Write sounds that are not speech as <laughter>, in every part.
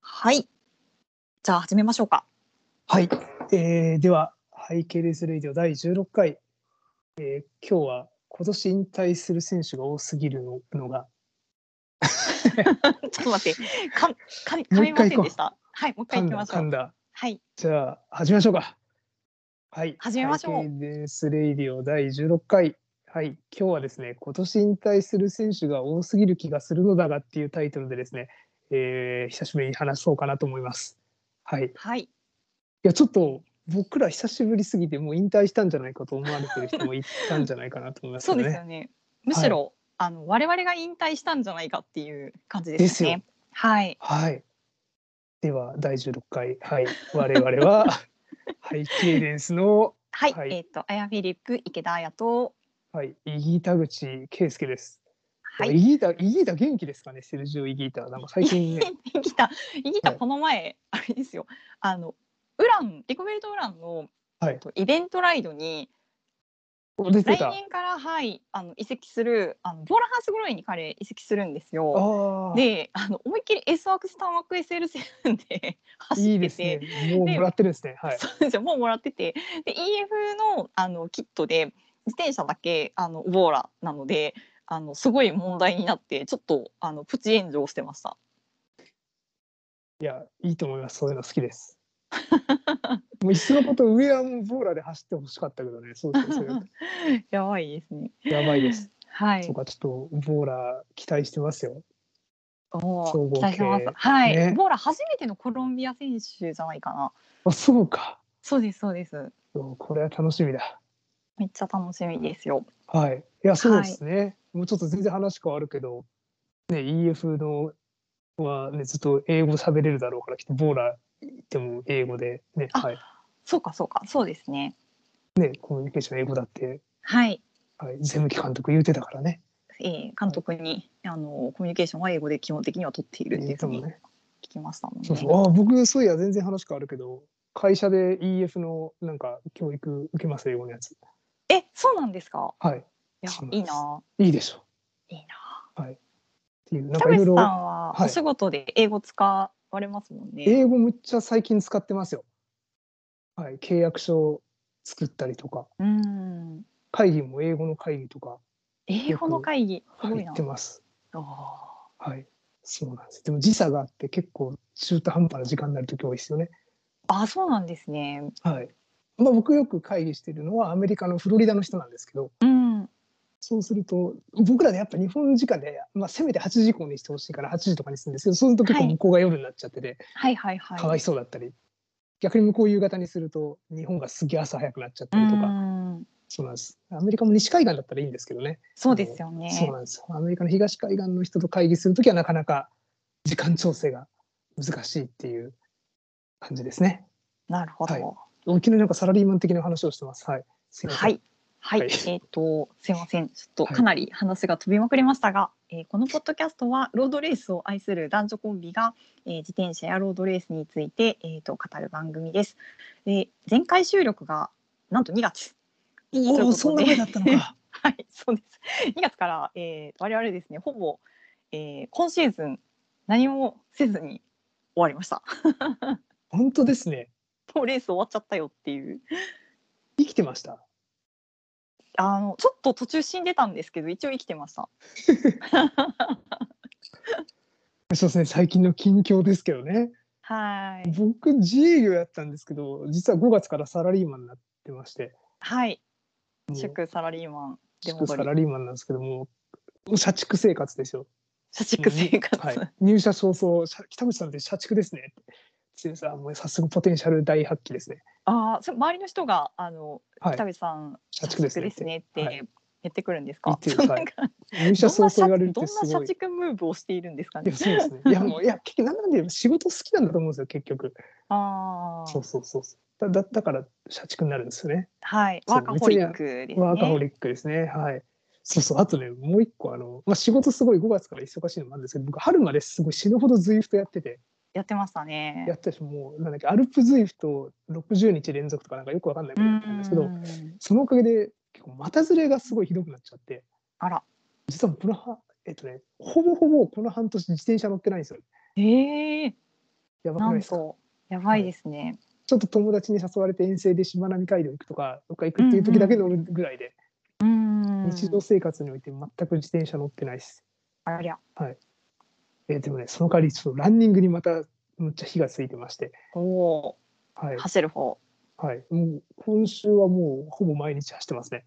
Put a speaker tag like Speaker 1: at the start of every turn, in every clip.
Speaker 1: はい。じゃあ始めましょう
Speaker 2: <laughs>
Speaker 1: か。
Speaker 2: はい、えーでは「ハイケレスレイディオ」第16回、えー今日は今年引退する選手が多すぎるののが
Speaker 1: ちょっと待って、かん、かみ、
Speaker 2: も
Speaker 1: 噛
Speaker 2: う
Speaker 1: み
Speaker 2: 一
Speaker 1: ま
Speaker 2: 回
Speaker 1: せんでした。はい、もう一回
Speaker 2: 噛
Speaker 1: 行
Speaker 2: ん
Speaker 1: きま
Speaker 2: だ
Speaker 1: しょう。
Speaker 2: 噛んだ
Speaker 1: はい、
Speaker 2: じゃあ始めましょうかはい
Speaker 1: 始めましょう
Speaker 2: ハイケレスレイディオ」第16回はい今日はですね「今年引退する選手が多すぎる気がするのだが」っていうタイトルでですね、えー久しぶりに話そうかなと思いますはいい
Speaker 1: はい、
Speaker 2: やちょっと僕ら久しぶりすぎてもう引退したんじゃないかと思われてる人もいたんじゃないかなと思いま
Speaker 1: <laughs>
Speaker 2: す
Speaker 1: そ
Speaker 2: よ
Speaker 1: う
Speaker 2: ね
Speaker 1: ですよね。むしろ、あの、我々が引退したんじゃないかっていう感じですね。
Speaker 2: です
Speaker 1: はい、
Speaker 2: はい。では第16回、はい、我々
Speaker 1: <laughs>
Speaker 2: はハイケイデンスの、
Speaker 1: はい、
Speaker 2: はい
Speaker 1: えっ、と、アヤフィリップ、池田彩と。
Speaker 2: はい、イギータ口圭介です。
Speaker 1: は
Speaker 2: イ
Speaker 1: い。
Speaker 2: ギータ、イギータ元気ですかね、セルジオイギータ、なんか最近
Speaker 1: <laughs>
Speaker 2: ね、
Speaker 1: 生きた、生きた、
Speaker 2: はい
Speaker 1: この前、あれですよ。あの、ウラン、リコベルトウランの、
Speaker 2: はい
Speaker 1: えっとイベントライドに。
Speaker 2: 出て
Speaker 1: 来
Speaker 2: た。
Speaker 1: 年から、はい、あの、移籍する、あの、ボーラハウスグロイに彼移籍するんですよ。
Speaker 2: ああ、
Speaker 1: であの思いっきり S ワークスタンワーク SL 線
Speaker 2: <laughs>
Speaker 1: で走ってて
Speaker 2: いいですね。もう
Speaker 1: で
Speaker 2: もらってるんですね。はい。
Speaker 1: そうですよもうもらっててで EF のあのキットで自転車だけあのウォーラなのであのすごい問題になってちょっとあのプチ炎上してま
Speaker 2: <laughs>
Speaker 1: した。
Speaker 2: いや、いいと思います。そういうの好
Speaker 1: <laughs>
Speaker 2: きです。もういっそのことウェアもボーラで走ってほしかったけどね。そうですね。
Speaker 1: やばいですね。
Speaker 2: それやばいです。
Speaker 1: <laughs> はい
Speaker 2: そう。か、ちょっとボーラ期待してますよ。
Speaker 1: お
Speaker 2: 総合
Speaker 1: ー期待してます
Speaker 2: 系。
Speaker 1: はい。
Speaker 2: ね
Speaker 1: ボーラ初めてのコロンビア選手じゃないかな。
Speaker 2: あ、そうか。
Speaker 1: そうですそうです。
Speaker 2: そうこれは楽しみだ。
Speaker 1: めっちゃ楽しみですよ。
Speaker 2: はい。いや、そうですね。もうちょっと全然話変わるけど、ね、EF のは、ね、ずっと英語喋れるだろうから、きっとボーラ行っても英語で、ね、
Speaker 1: あ
Speaker 2: はい。
Speaker 1: そうかそうかそうですね。
Speaker 2: ね、コミュニケーション英語だって、
Speaker 1: はい。
Speaker 2: はい、ゼムキ監督言うてたからね。
Speaker 1: えー、監督に、あのコミュニケーションは英語で基本的には取っているっていうふうに
Speaker 2: ね。
Speaker 1: 聞きましたもんね。
Speaker 2: そうそう。あ僕、そういや、全然話変わるけど、会社で EF のなんか教育受けます、英語のやつ。
Speaker 1: え、そうなんですか。
Speaker 2: はい。
Speaker 1: いや
Speaker 2: そう、なん
Speaker 1: い
Speaker 2: で
Speaker 1: い
Speaker 2: す
Speaker 1: な、
Speaker 2: いいでしょ。っ
Speaker 1: いいな。
Speaker 2: ていう、なん
Speaker 1: 田
Speaker 2: か
Speaker 1: 口さ
Speaker 2: いろい
Speaker 1: ん
Speaker 2: ろ、
Speaker 1: は
Speaker 2: はい
Speaker 1: お仕事で英語使われますもんね。
Speaker 2: 英語むっちゃ最近使ってますよ。はい。契約書を作ったりとか。
Speaker 1: うん、
Speaker 2: 会議も英語の会議とか
Speaker 1: 英語の会議、すご
Speaker 2: 入
Speaker 1: いな。
Speaker 2: っ
Speaker 1: あ
Speaker 2: てます。
Speaker 1: あ
Speaker 2: はい。そうなんです。でも時差があって結構中途半端な時間になる時多いですよね。
Speaker 1: ー、あそうなんですね。
Speaker 2: はい。まあ僕よく会議してるのはアメリカのフロリダの人なんですけど、
Speaker 1: うん、
Speaker 2: そうすると僕らでやっぱ日本時間で、まあ、せめて8時以降にしてほしいから8時とかにするんですけど、そうすると結構
Speaker 1: はい
Speaker 2: 向こうが夜になっちゃってて、
Speaker 1: はいはいはい。
Speaker 2: かわいそうだったり、逆に向こう夕方にすると日本がすげえ朝早くなっちゃったりとか、
Speaker 1: うん、
Speaker 2: そうなんです。アメリカも西海岸だったらいいんですけどね。
Speaker 1: そうですよね。
Speaker 2: そうなんですよ。アメリカの東海岸の人と会議するときはなかなか時間調整が難しいっていう感じですね。
Speaker 1: なるほど。
Speaker 2: はい
Speaker 1: は
Speaker 2: 大きななんかサラリーマン的な話をしてます。はい。すい
Speaker 1: い。
Speaker 2: ませ
Speaker 1: は
Speaker 2: ん
Speaker 1: い。
Speaker 2: はい
Speaker 1: えっ、と、すいません。ちょっと
Speaker 2: はい
Speaker 1: かなり話が飛びまくりましたが、えーこのポッドキャストはロードレースを愛する男女コンビが、えー自転車やロードレースについて、えー、と語る番組です。で、前回収録がなんと2月。ということ
Speaker 2: おお、
Speaker 1: で <laughs>
Speaker 2: そんな前だったのか。
Speaker 1: はい、そうです。2月から、えー、我々ですね、ほぼ、えー今シーズン何もせずに終わりました。
Speaker 2: 本当ですね。
Speaker 1: もうレース終わっちゃったよっていう。
Speaker 2: 生きてました。
Speaker 1: あのちょっと途中死んでたんですけど、一応生きてま
Speaker 2: <laughs>
Speaker 1: した。
Speaker 2: そうですね。最近の近況ですけどね。
Speaker 1: はい。
Speaker 2: 僕自営業やったんですけど、実は5月からサラリーマンになってまして、
Speaker 1: はい。
Speaker 2: もう
Speaker 1: 祝サラリーマン。出戻
Speaker 2: 祝
Speaker 1: り
Speaker 2: サラリーマンなんですけども、もう社畜生活ですよ。
Speaker 1: 社畜生活、
Speaker 2: はい、入社早々社北口さんって社畜ですねってさんもう早速ポテンシャル大発揮ですね
Speaker 1: <laughs> ああそれ周りの人があの、
Speaker 2: はい
Speaker 1: 田口さん
Speaker 2: 社畜ですねって
Speaker 1: ねって
Speaker 2: はい
Speaker 1: 言ってくるんですか、
Speaker 2: 言ってる
Speaker 1: そう
Speaker 2: はい
Speaker 1: <laughs> なんか
Speaker 2: 入社早々言われる
Speaker 1: どん
Speaker 2: と
Speaker 1: な
Speaker 2: す
Speaker 1: 社
Speaker 2: ごい
Speaker 1: 畜ムーブをしているんですか
Speaker 2: い
Speaker 1: ね
Speaker 2: やそうで
Speaker 1: <laughs>
Speaker 2: すねいやもういや結局なんなんで仕事好きなんだと思うんですよ結局
Speaker 1: ああ
Speaker 2: そうそうそうそうだだだから社畜になるんですよね
Speaker 1: はい
Speaker 2: そう
Speaker 1: ワーカホリックですね
Speaker 2: ワーカホリックですねはいそうそうあとねもう一個あの、まあ、仕事すごい5月から忙しいのもあるんですけど僕春まですごい死ぬほど ZWIFT やってて
Speaker 1: やってましたね
Speaker 2: やってたしもうなんだっけアルプ ZWIFT 60日連続とかなんかよくわかんないことやってたんですけ
Speaker 1: う
Speaker 2: ど
Speaker 1: ん
Speaker 2: そのおかげで結構股ずれがすごいひどくなっちゃって
Speaker 1: あら
Speaker 2: 実はこのはえっとねほぼほぼこの半年自転車乗ってないんですよ
Speaker 1: ええ
Speaker 2: やばく
Speaker 1: な
Speaker 2: ない
Speaker 1: ん
Speaker 2: ですか
Speaker 1: とやばいですね。
Speaker 2: ちょっと友達に誘われて遠征でしまなみ海道行くとかどっか行くっていう時だけ乗るぐらいで、
Speaker 1: うーん。
Speaker 2: 日常生活において全く自転車乗ってないです、
Speaker 1: ありゃ。
Speaker 2: えーでもねその代わりちょっとランニングにまたむっちゃ火がついてまして
Speaker 1: おお
Speaker 2: はい
Speaker 1: ー。、走る方。
Speaker 2: はい、もう今週はもうほぼ毎日走ってますね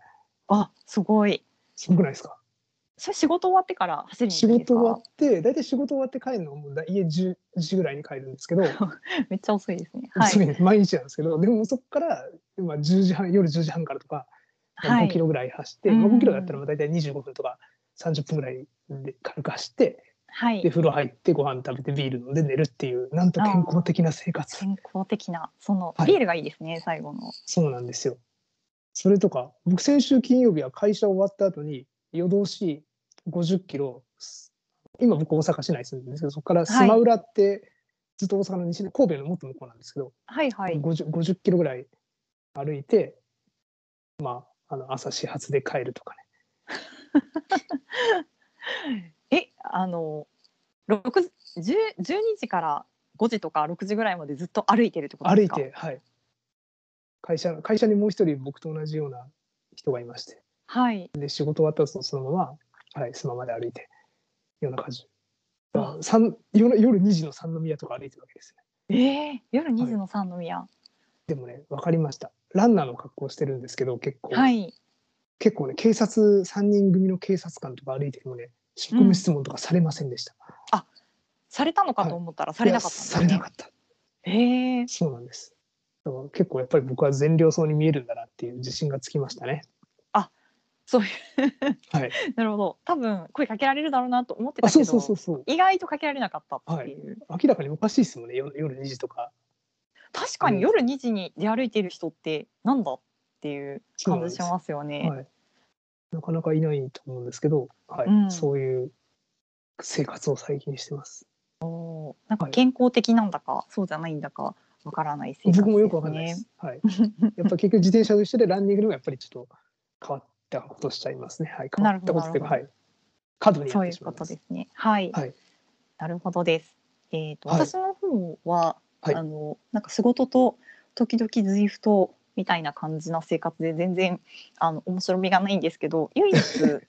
Speaker 1: あ、すごい。
Speaker 2: すごくないですか
Speaker 1: それ仕事終わってから走るんです
Speaker 2: 仕
Speaker 1: か。
Speaker 2: 事終わって大体仕事終わって帰るのはもうだ家10時ぐらいに帰るんですけ
Speaker 1: <laughs>
Speaker 2: ど、
Speaker 1: めっちゃ遅いですね。
Speaker 2: <laughs>
Speaker 1: は
Speaker 2: すぐ
Speaker 1: い。
Speaker 2: に毎日なんですけどでもそこから、まあ、10時半夜10時半からとか、まあ
Speaker 1: はい
Speaker 2: 5キロぐらい走って、
Speaker 1: うん
Speaker 2: まあ、5キロだったらまあ大体25分とか30分ぐらいで軽く走って
Speaker 1: は
Speaker 2: で
Speaker 1: い。
Speaker 2: 風呂入ってご飯食べてビール飲んで寝るっていうなんと健康的な生活
Speaker 1: 健康的なその
Speaker 2: はい
Speaker 1: ビールがいいですね、最後の。
Speaker 2: そうなんですよそれとか僕先週金曜日は会社終わった後に夜通し50キロ今僕大阪市内住んでるんですけどそこからスマウラってずっと大阪の西の神戸のもっと向こうなんですけど、
Speaker 1: はいはい。
Speaker 2: 50, 50キロぐらい歩いて、まあ、あの朝始発で帰るとかね
Speaker 1: え、あの六十十二時から五時とか六時ぐらいまでずっと歩いてるってこと
Speaker 2: 歩
Speaker 1: です
Speaker 2: い
Speaker 1: か。
Speaker 2: て、はい、会社会社にもう一人僕と同じような人がいまして
Speaker 1: はい。
Speaker 2: で仕事終わった後そのまま、はい、スマまで歩いてような感じ
Speaker 1: わ
Speaker 2: 三夜夜2時の三宮とか歩いてるわけですね
Speaker 1: えー、夜二時の三宮。
Speaker 2: でもね分かりましたランナーの格好してるんですけど結構、
Speaker 1: はい。
Speaker 2: 結構ね警察3人組の警察官とか歩いてもね職務質問とかされませんでした、
Speaker 1: されたのかと思ったらされなかったんです
Speaker 2: いやされ
Speaker 1: ね
Speaker 2: な。かった
Speaker 1: ええー、
Speaker 2: そうなんです。だから結構やっぱり僕は善良そうに見えるんだなっていう自信がつきましたね。
Speaker 1: そうい
Speaker 2: はい。
Speaker 1: う <laughs> なるほど。多分声かけられるだろうなと思って
Speaker 2: あ、
Speaker 1: たけ
Speaker 2: そう
Speaker 1: ど、
Speaker 2: そうそうそう。
Speaker 1: 意外とかけられなかったっていう。
Speaker 2: 明らかにおかしいですもんね。夜夜2時とか。
Speaker 1: 確かに夜2時に出歩いてる人ってなんだっていう
Speaker 2: そうなん
Speaker 1: 感
Speaker 2: で
Speaker 1: じ
Speaker 2: す
Speaker 1: しますよね。
Speaker 2: はい。なかなかいないと思うんですけど、はい。
Speaker 1: うん
Speaker 2: そういう生活を最近してます。
Speaker 1: なんか健康的なんだかそうじゃないんだかわからない生活
Speaker 2: 僕もよくわかんないです。
Speaker 1: <laughs>
Speaker 2: はい。やっぱ結局自転車と一緒でランニングでもやっぱりちょっと変わったことしちゃいますね。はい。変わったことっていうか、
Speaker 1: な
Speaker 2: は
Speaker 1: る
Speaker 2: い。過度にや
Speaker 1: そ
Speaker 2: っ
Speaker 1: ういう
Speaker 2: てしま
Speaker 1: こ
Speaker 2: いま
Speaker 1: と
Speaker 2: す。
Speaker 1: ですね。はい。
Speaker 2: はい
Speaker 1: なるほどです。えっ、と、
Speaker 2: はい
Speaker 1: 私の方は、
Speaker 2: はい
Speaker 1: あのなんか仕事と時々ズイフトみたいな感じな生活で全然あの面白みがないんですけど、唯
Speaker 2: <laughs>
Speaker 1: 一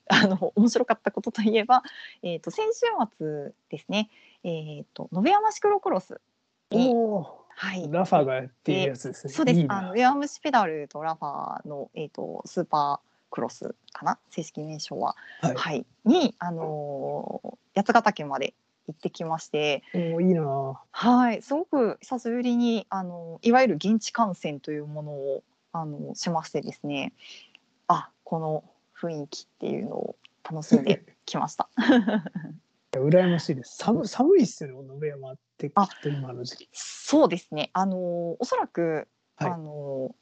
Speaker 1: あの面白かったことといえば、えっ、と先週末ですね。えっ、と野辺山シクロクロス。
Speaker 2: おお
Speaker 1: はい。
Speaker 2: ー。ラファーがやっているやつですね。
Speaker 1: そうです。
Speaker 2: いいな
Speaker 1: あのウェアムシペダルとラファーのえっ、とスーパークロスかな正式名称は、
Speaker 2: はい
Speaker 1: にあのー八ヶ岳まで行ってきまして、
Speaker 2: おーいいな。
Speaker 1: はいすごく久しぶりにあのいわゆる現地観戦というものをあのしましてですね、あこの雰囲気っていうのを楽しんできました。
Speaker 2: いや羨ましいです。寒寒いっすよね、野辺山ってきっ
Speaker 1: あ
Speaker 2: と今の時期。
Speaker 1: そうですね。あのーおそらく、
Speaker 2: はい
Speaker 1: あのー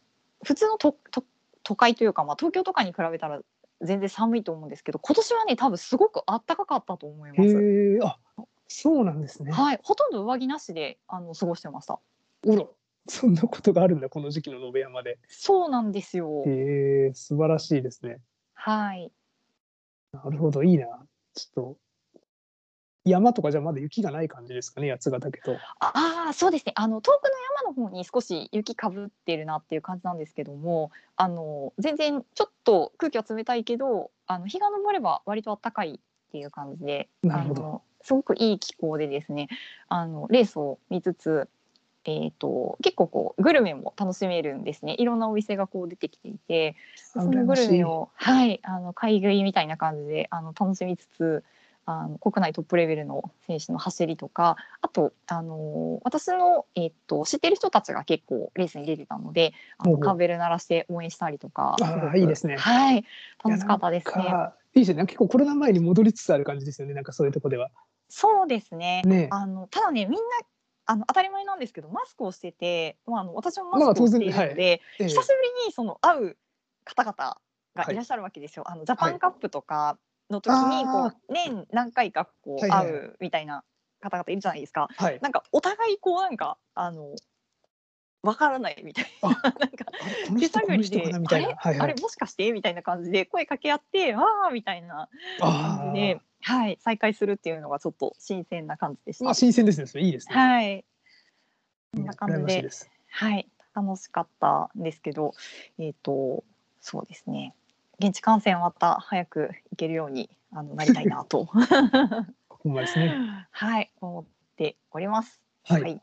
Speaker 1: 普通のとと都会というか、まあ東京とかに比べたら全然寒いと思うんですけど、今年はね多分すごく暖かかったと思い
Speaker 2: へ
Speaker 1: ます。
Speaker 2: え、あ、そうなんですね。
Speaker 1: はい、ほとんど上着なしであの過ごしてました。
Speaker 2: おら、そんなことがあるんだ、この時期の野辺山で。
Speaker 1: そうなんですよ
Speaker 2: へ。え、素晴らしいですね。
Speaker 1: はい。
Speaker 2: なるほど、いいな。ちょっと。山とかじゃまだ雪がない感じですかね、八ヶ岳と。
Speaker 1: ああーそうですねあの遠くの山の方に少し雪かぶってるなっていう感じなんですけどもあの全然ちょっと空気は冷たいけどあの日が昇れば割と暖かいっていう感じで
Speaker 2: なるほど
Speaker 1: あのすごくいい気候でですねあのレースを見つつ、えー、と結構こうグルメも楽しめるんですねいろんなお店がこう出てきていてその
Speaker 2: 羨
Speaker 1: グ
Speaker 2: ま
Speaker 1: ル
Speaker 2: しい
Speaker 1: メ。を、はい、あの買い食いみたいな感じであの楽しみつつあの国内トップレベルの選手の走りとかあと、あのー私の、えっと知ってる人たちが結構レースに出てたのであ
Speaker 2: ほう
Speaker 1: の
Speaker 2: ほう
Speaker 1: カーベル鳴らして応援したりとか
Speaker 2: あー
Speaker 1: ごく
Speaker 2: いいですね
Speaker 1: はい、楽しかったですね。
Speaker 2: かいいですね。なんか結構コロナ前に戻りつつある感じですよね、なんかそういうとこでは。
Speaker 1: そうですね
Speaker 2: ね。
Speaker 1: あのただねみんなあの当たり前なんですけどマスクをしてて、まあ、あの私も
Speaker 2: ま
Speaker 1: マ
Speaker 2: あ
Speaker 1: スクを
Speaker 2: 当
Speaker 1: し
Speaker 2: 然
Speaker 1: ているので、
Speaker 2: ええ
Speaker 1: 久しぶりにその会う方々がいらっしゃるわけですよ。あのジャパンカップとかの時にこう、
Speaker 2: あー
Speaker 1: 年何回かこう
Speaker 2: はいはい
Speaker 1: 会
Speaker 2: はいう
Speaker 1: みたいな方々いるじゃないですか。
Speaker 2: はい。
Speaker 1: なんかお互いこうなんかあのわからないみたいな
Speaker 2: あ
Speaker 1: なんか
Speaker 2: あれこの
Speaker 1: 手
Speaker 2: 人、こ
Speaker 1: 探
Speaker 2: の
Speaker 1: り
Speaker 2: 人か
Speaker 1: で
Speaker 2: なみ
Speaker 1: あ
Speaker 2: たい
Speaker 1: れ、
Speaker 2: な。はい
Speaker 1: あ
Speaker 2: は
Speaker 1: れ
Speaker 2: い。
Speaker 1: もしかしてみたいな感じで声かけ合ってわあみたいな感
Speaker 2: あ
Speaker 1: じで、はい、再会するっていうのがちょっと新鮮な感じでし
Speaker 2: ーあ、
Speaker 1: た。
Speaker 2: 新鮮ですね、それいいですね。
Speaker 1: はいこんな感
Speaker 2: 羨ま
Speaker 1: じ
Speaker 2: しい
Speaker 1: で
Speaker 2: です。
Speaker 1: はい、楽しかったんですけど、えっ、と、そうですね。現地観戦はまた早く行けるように、あの、なりたいな
Speaker 2: <laughs>
Speaker 1: と。
Speaker 2: ほんまですね。
Speaker 1: はい、思っております。
Speaker 2: はい。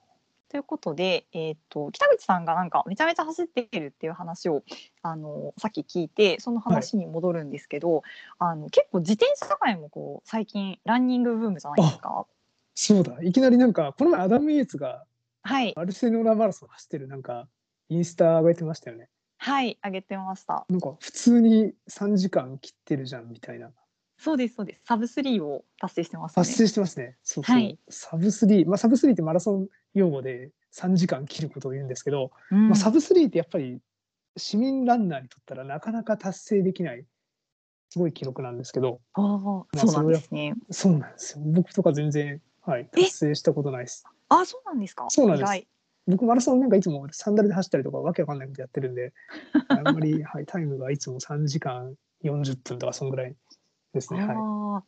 Speaker 1: ということで、えっ、と、北口さんがなんかめちゃめちゃ走っているっていう話を。あの、さっき聞いて、その話に戻るんですけど。あの、結構自転車界もこう、最近ランニングブームじゃないですか。
Speaker 2: そうだ。いきなりなんか、この前アダム・イエツが
Speaker 1: はい、
Speaker 2: バルセロナマラソン走ってるなんか、インスタ上げてましたよね。
Speaker 1: はい、上げてました。
Speaker 2: なんか、普通に3時間切ってるじゃんみたいな。
Speaker 1: そうです、そうです。サブスリーを達成してますね。
Speaker 2: 達成してますね。そうそう。
Speaker 1: はい
Speaker 2: サブスリー。まあ、サブスリーってマラソン用語で3時間切ることを言うんですけど、
Speaker 1: うん
Speaker 2: まあ、サブスリーってやっぱり市民ランナーにとったらなかなか達成できない、すごい記録なんですけど、
Speaker 1: あー
Speaker 2: あ
Speaker 1: そうなんですね。
Speaker 2: そうなんですよ。僕とか全然、はい、達成したことないです。
Speaker 1: あ、そうなんですか。
Speaker 2: そうなんです
Speaker 1: 意外
Speaker 2: 僕マラソンなんかいつもサンダルで走ったりとかわけわかんないことやってる
Speaker 1: <laughs>
Speaker 2: んであんまり、はい、タイムがいつも3時間40分とかそんぐらいですね。はい、
Speaker 1: あ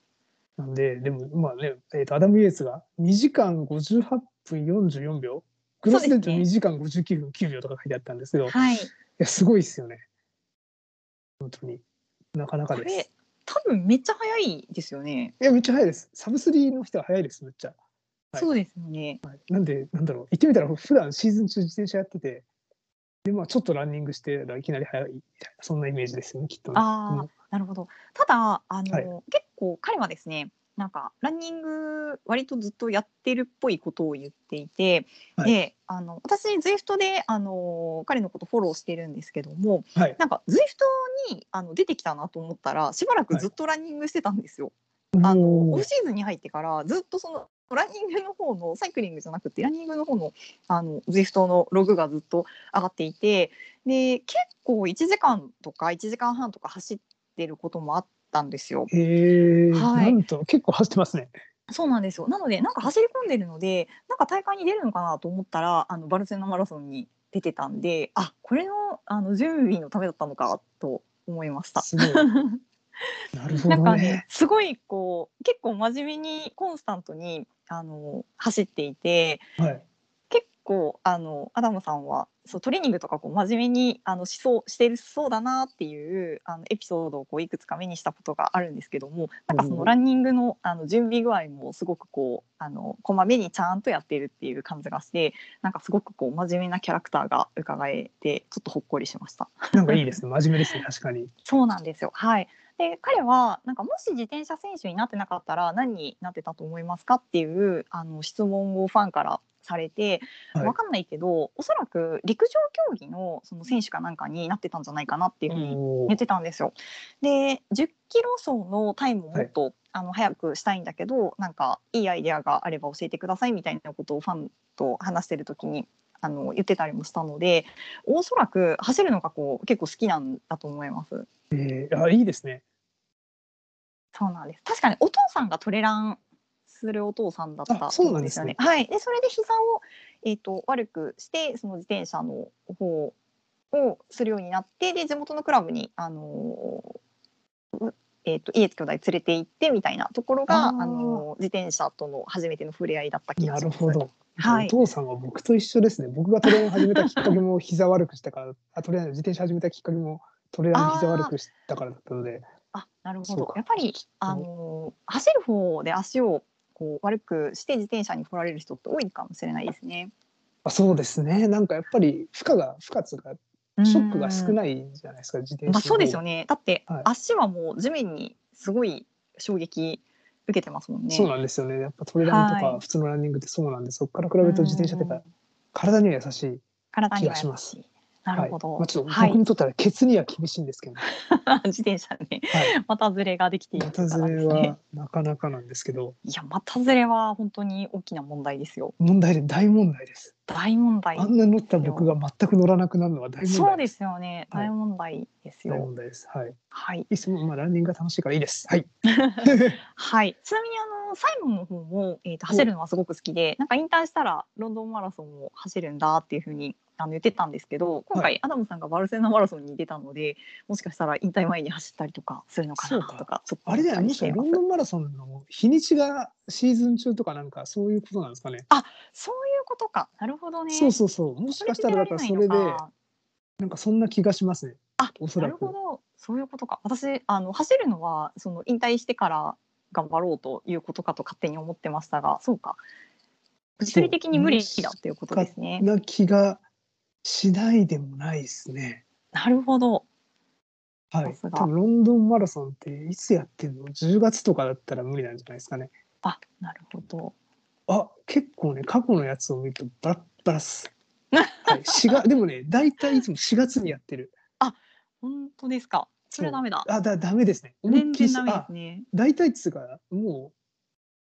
Speaker 2: なんででもまあね、えー、とアダム・イエスが2時間58分44秒グロスデ
Speaker 1: そ
Speaker 2: ッド
Speaker 1: うですね
Speaker 2: 2時間59分9秒とか書いてあったんですけど
Speaker 1: ーはい。
Speaker 2: いやすごいですよね本当になかな
Speaker 1: こ
Speaker 2: かです
Speaker 1: れ多分めっちゃ早いですよね。
Speaker 2: いやめっちゃ早いですサブスリーの人は早いですめっちゃはい
Speaker 1: そうですよね。
Speaker 2: なんでなんだろう言ってみたら普段シーズン中自転車やっててでまあちょっとランニングしてたらいきなり早いみたいなそんなイメージですよねきっとね、
Speaker 1: ああ、
Speaker 2: うん
Speaker 1: なるほど。ただあの、
Speaker 2: はい
Speaker 1: 結構彼はですね、なんかランニング割とずっとやってるっぽいことを言っていて、
Speaker 2: はい
Speaker 1: で、あの私ズイフトであの彼のことフォローしてるんですけども、
Speaker 2: はい
Speaker 1: なんかズイフトにあの出てきたなと思ったら、しばらくずっとランニングしてたんですよ。あの
Speaker 2: おー
Speaker 1: オフシーズンに入ってからずっとそのランニングの方のサイクリングじゃなくてランニングの方のあの ZWIFT のログがずっと上がっていてで結構1時間とか1時間半とか走ってることもあったんですよ。
Speaker 2: へえ、
Speaker 1: はい
Speaker 2: なんと結構走ってますね
Speaker 1: そうなんですよなのでなんか走り込んでるのでなんか大会に出るのかなと思ったらあのバルセロナマラソンに出てたんであこれのあの準備のためだったのかと思いました。 <laughs>
Speaker 2: すごいなるほ
Speaker 1: なん
Speaker 2: ど
Speaker 1: か
Speaker 2: ね
Speaker 1: ねすごいこう結構真面目にコンスタントにあの走っていて
Speaker 2: はい
Speaker 1: 結構あのアダムさんはそうトレーニングとかこう真面目にあのしそうしてるそうだなっていうあのエピソードをこういくつか目にしたことがあるんですけどもなんかそ
Speaker 2: うん
Speaker 1: のランニングのあの準備具合もすごくこうあのこまめにちゃんとやってるっていう感じがしてなんかすごくこう真面目なキャラクターが伺えてちょっとほっこりしました。
Speaker 2: なんかいいですね。真面目ですね。確かに。
Speaker 1: そうなんですよ。はい。で彼はなんかもし自転車選手になってなかったら何になってたと思いますかっていうあの質問をファンからされて、
Speaker 2: はい
Speaker 1: わかんないけどおそらく陸上競技のその選手かなんかになってたんじゃないかなっていうふうに
Speaker 2: お
Speaker 1: 言っ
Speaker 2: ー
Speaker 1: てたんですよ。で10キロ走のタイムをもっと、あの早くしたいんだけどなんかいいアイデアがあれば教えてくださいみたいなことをファンと話してる時にあの言ってたりもしたのでおそらく走るのがこう結構好きなんだと思います。
Speaker 2: えーあ、いいですね。
Speaker 1: そうなんです。確かにお父さんがトレランするお父さんだった
Speaker 2: あそうなんですね
Speaker 1: よはい。でそれで膝をえっ、と悪くしてその自転車の方をするようになってで地元のクラブにあのーうえっ、とイエツ兄弟連れて行ってみたいなところが
Speaker 2: あ
Speaker 1: あ
Speaker 2: ー
Speaker 1: のー自転車との初めての触れ合いだった気が
Speaker 2: な
Speaker 1: し
Speaker 2: る
Speaker 1: ます。
Speaker 2: ほ。ど。
Speaker 1: はい
Speaker 2: お父さんは僕と一緒ですね。僕がトレラン始めたきっかけも膝悪くしたから、あトレラン自転車始めたきっかけもトレラン膝悪くしたからだったので、
Speaker 1: あ、なる
Speaker 2: そ
Speaker 1: ほ
Speaker 2: う
Speaker 1: ど
Speaker 2: か。
Speaker 1: やっぱりあのー走る方で足をこう悪くして自転車に来られる人って多いかもしれないですね。
Speaker 2: あそうですね。なんかやっぱり負荷が負荷つうかショックが少
Speaker 1: い
Speaker 2: ないじゃないですか。自転車の方が。
Speaker 1: まあ、そうですよねだって
Speaker 2: はい
Speaker 1: 足はもう地面にすごい衝撃受けてますもんね。
Speaker 2: そうなんですよね。やっぱトレランと
Speaker 1: は
Speaker 2: か
Speaker 1: い
Speaker 2: 普通のランニングってそうなんで、そこから比べると自転車ってやっ
Speaker 1: うん
Speaker 2: ぱ体には優しい。
Speaker 1: 体には
Speaker 2: 気がします
Speaker 1: 優しいなるほど、
Speaker 2: はいまあ、ちょっと
Speaker 1: は
Speaker 2: 僕
Speaker 1: い、
Speaker 2: にとったらケツには厳しいんですけど、はい、
Speaker 1: <laughs> 自転車ねまたずれができている
Speaker 2: またず
Speaker 1: から
Speaker 2: れ
Speaker 1: ですね
Speaker 2: はなかなかなんですけど、
Speaker 1: いやまたずれは本当に大きな問題ですよ
Speaker 2: 問題で大問題です。
Speaker 1: 大問題
Speaker 2: あんなに乗った僕が全く乗らなくなるのは大問
Speaker 1: そう
Speaker 2: 題。
Speaker 1: ですすよね
Speaker 2: はい
Speaker 1: 大問題です
Speaker 2: 大
Speaker 1: よ
Speaker 2: 問題です。はい。
Speaker 1: はい
Speaker 2: いつもまあランニングが楽しいからいいです。
Speaker 1: <laughs>
Speaker 2: はい。
Speaker 1: はい、ちなみにあのサイモンの方も、えー、と走るのはすごく好きでなんか引退したらロンドンマラソンを走るんだっていうふうにあの言ってたんですけど今
Speaker 2: は
Speaker 1: 回アダムさんがバルセロナマラソンに出たので、もしかしたら引退前に走ったりとかするのかな
Speaker 2: そうか
Speaker 1: とかちょっと
Speaker 2: あれだよね、もしかしたらロンド
Speaker 1: ン
Speaker 2: ンマラソンの日にちがシーズン中とかなんかそういうことなんですかね。
Speaker 1: そういうことかなるほどね
Speaker 2: そうそうそう、もしかしたらだからそ
Speaker 1: それで
Speaker 2: れで、
Speaker 1: 出られないのか
Speaker 2: なんかそんな気がしますね。
Speaker 1: あ
Speaker 2: おそ
Speaker 1: な
Speaker 2: ら
Speaker 1: る
Speaker 2: く
Speaker 1: ほ。どそういうことか私あの走るのはその引退してから頑張ろうということかと勝手に思ってましたがそうか物理的に無理だということですね
Speaker 2: な気がしないでもないですね。
Speaker 1: なるほど
Speaker 2: は
Speaker 1: さ
Speaker 2: い
Speaker 1: す。が
Speaker 2: 多分ロンドンマラソンっていつやってるの ?10 月とかだったら無理なんじゃないですかね。
Speaker 1: あなるほど
Speaker 2: あ結構ね過去のやつを見るとバラッバラ
Speaker 1: <laughs>
Speaker 2: っす。はい、4月でもね大体いつも4月にやってる。
Speaker 1: 本当ですかそれはダメだ
Speaker 2: あだダメですね。思いっ
Speaker 1: 全
Speaker 2: きり
Speaker 1: 然ダメで
Speaker 2: あ
Speaker 1: すね
Speaker 2: 大体っつうかもう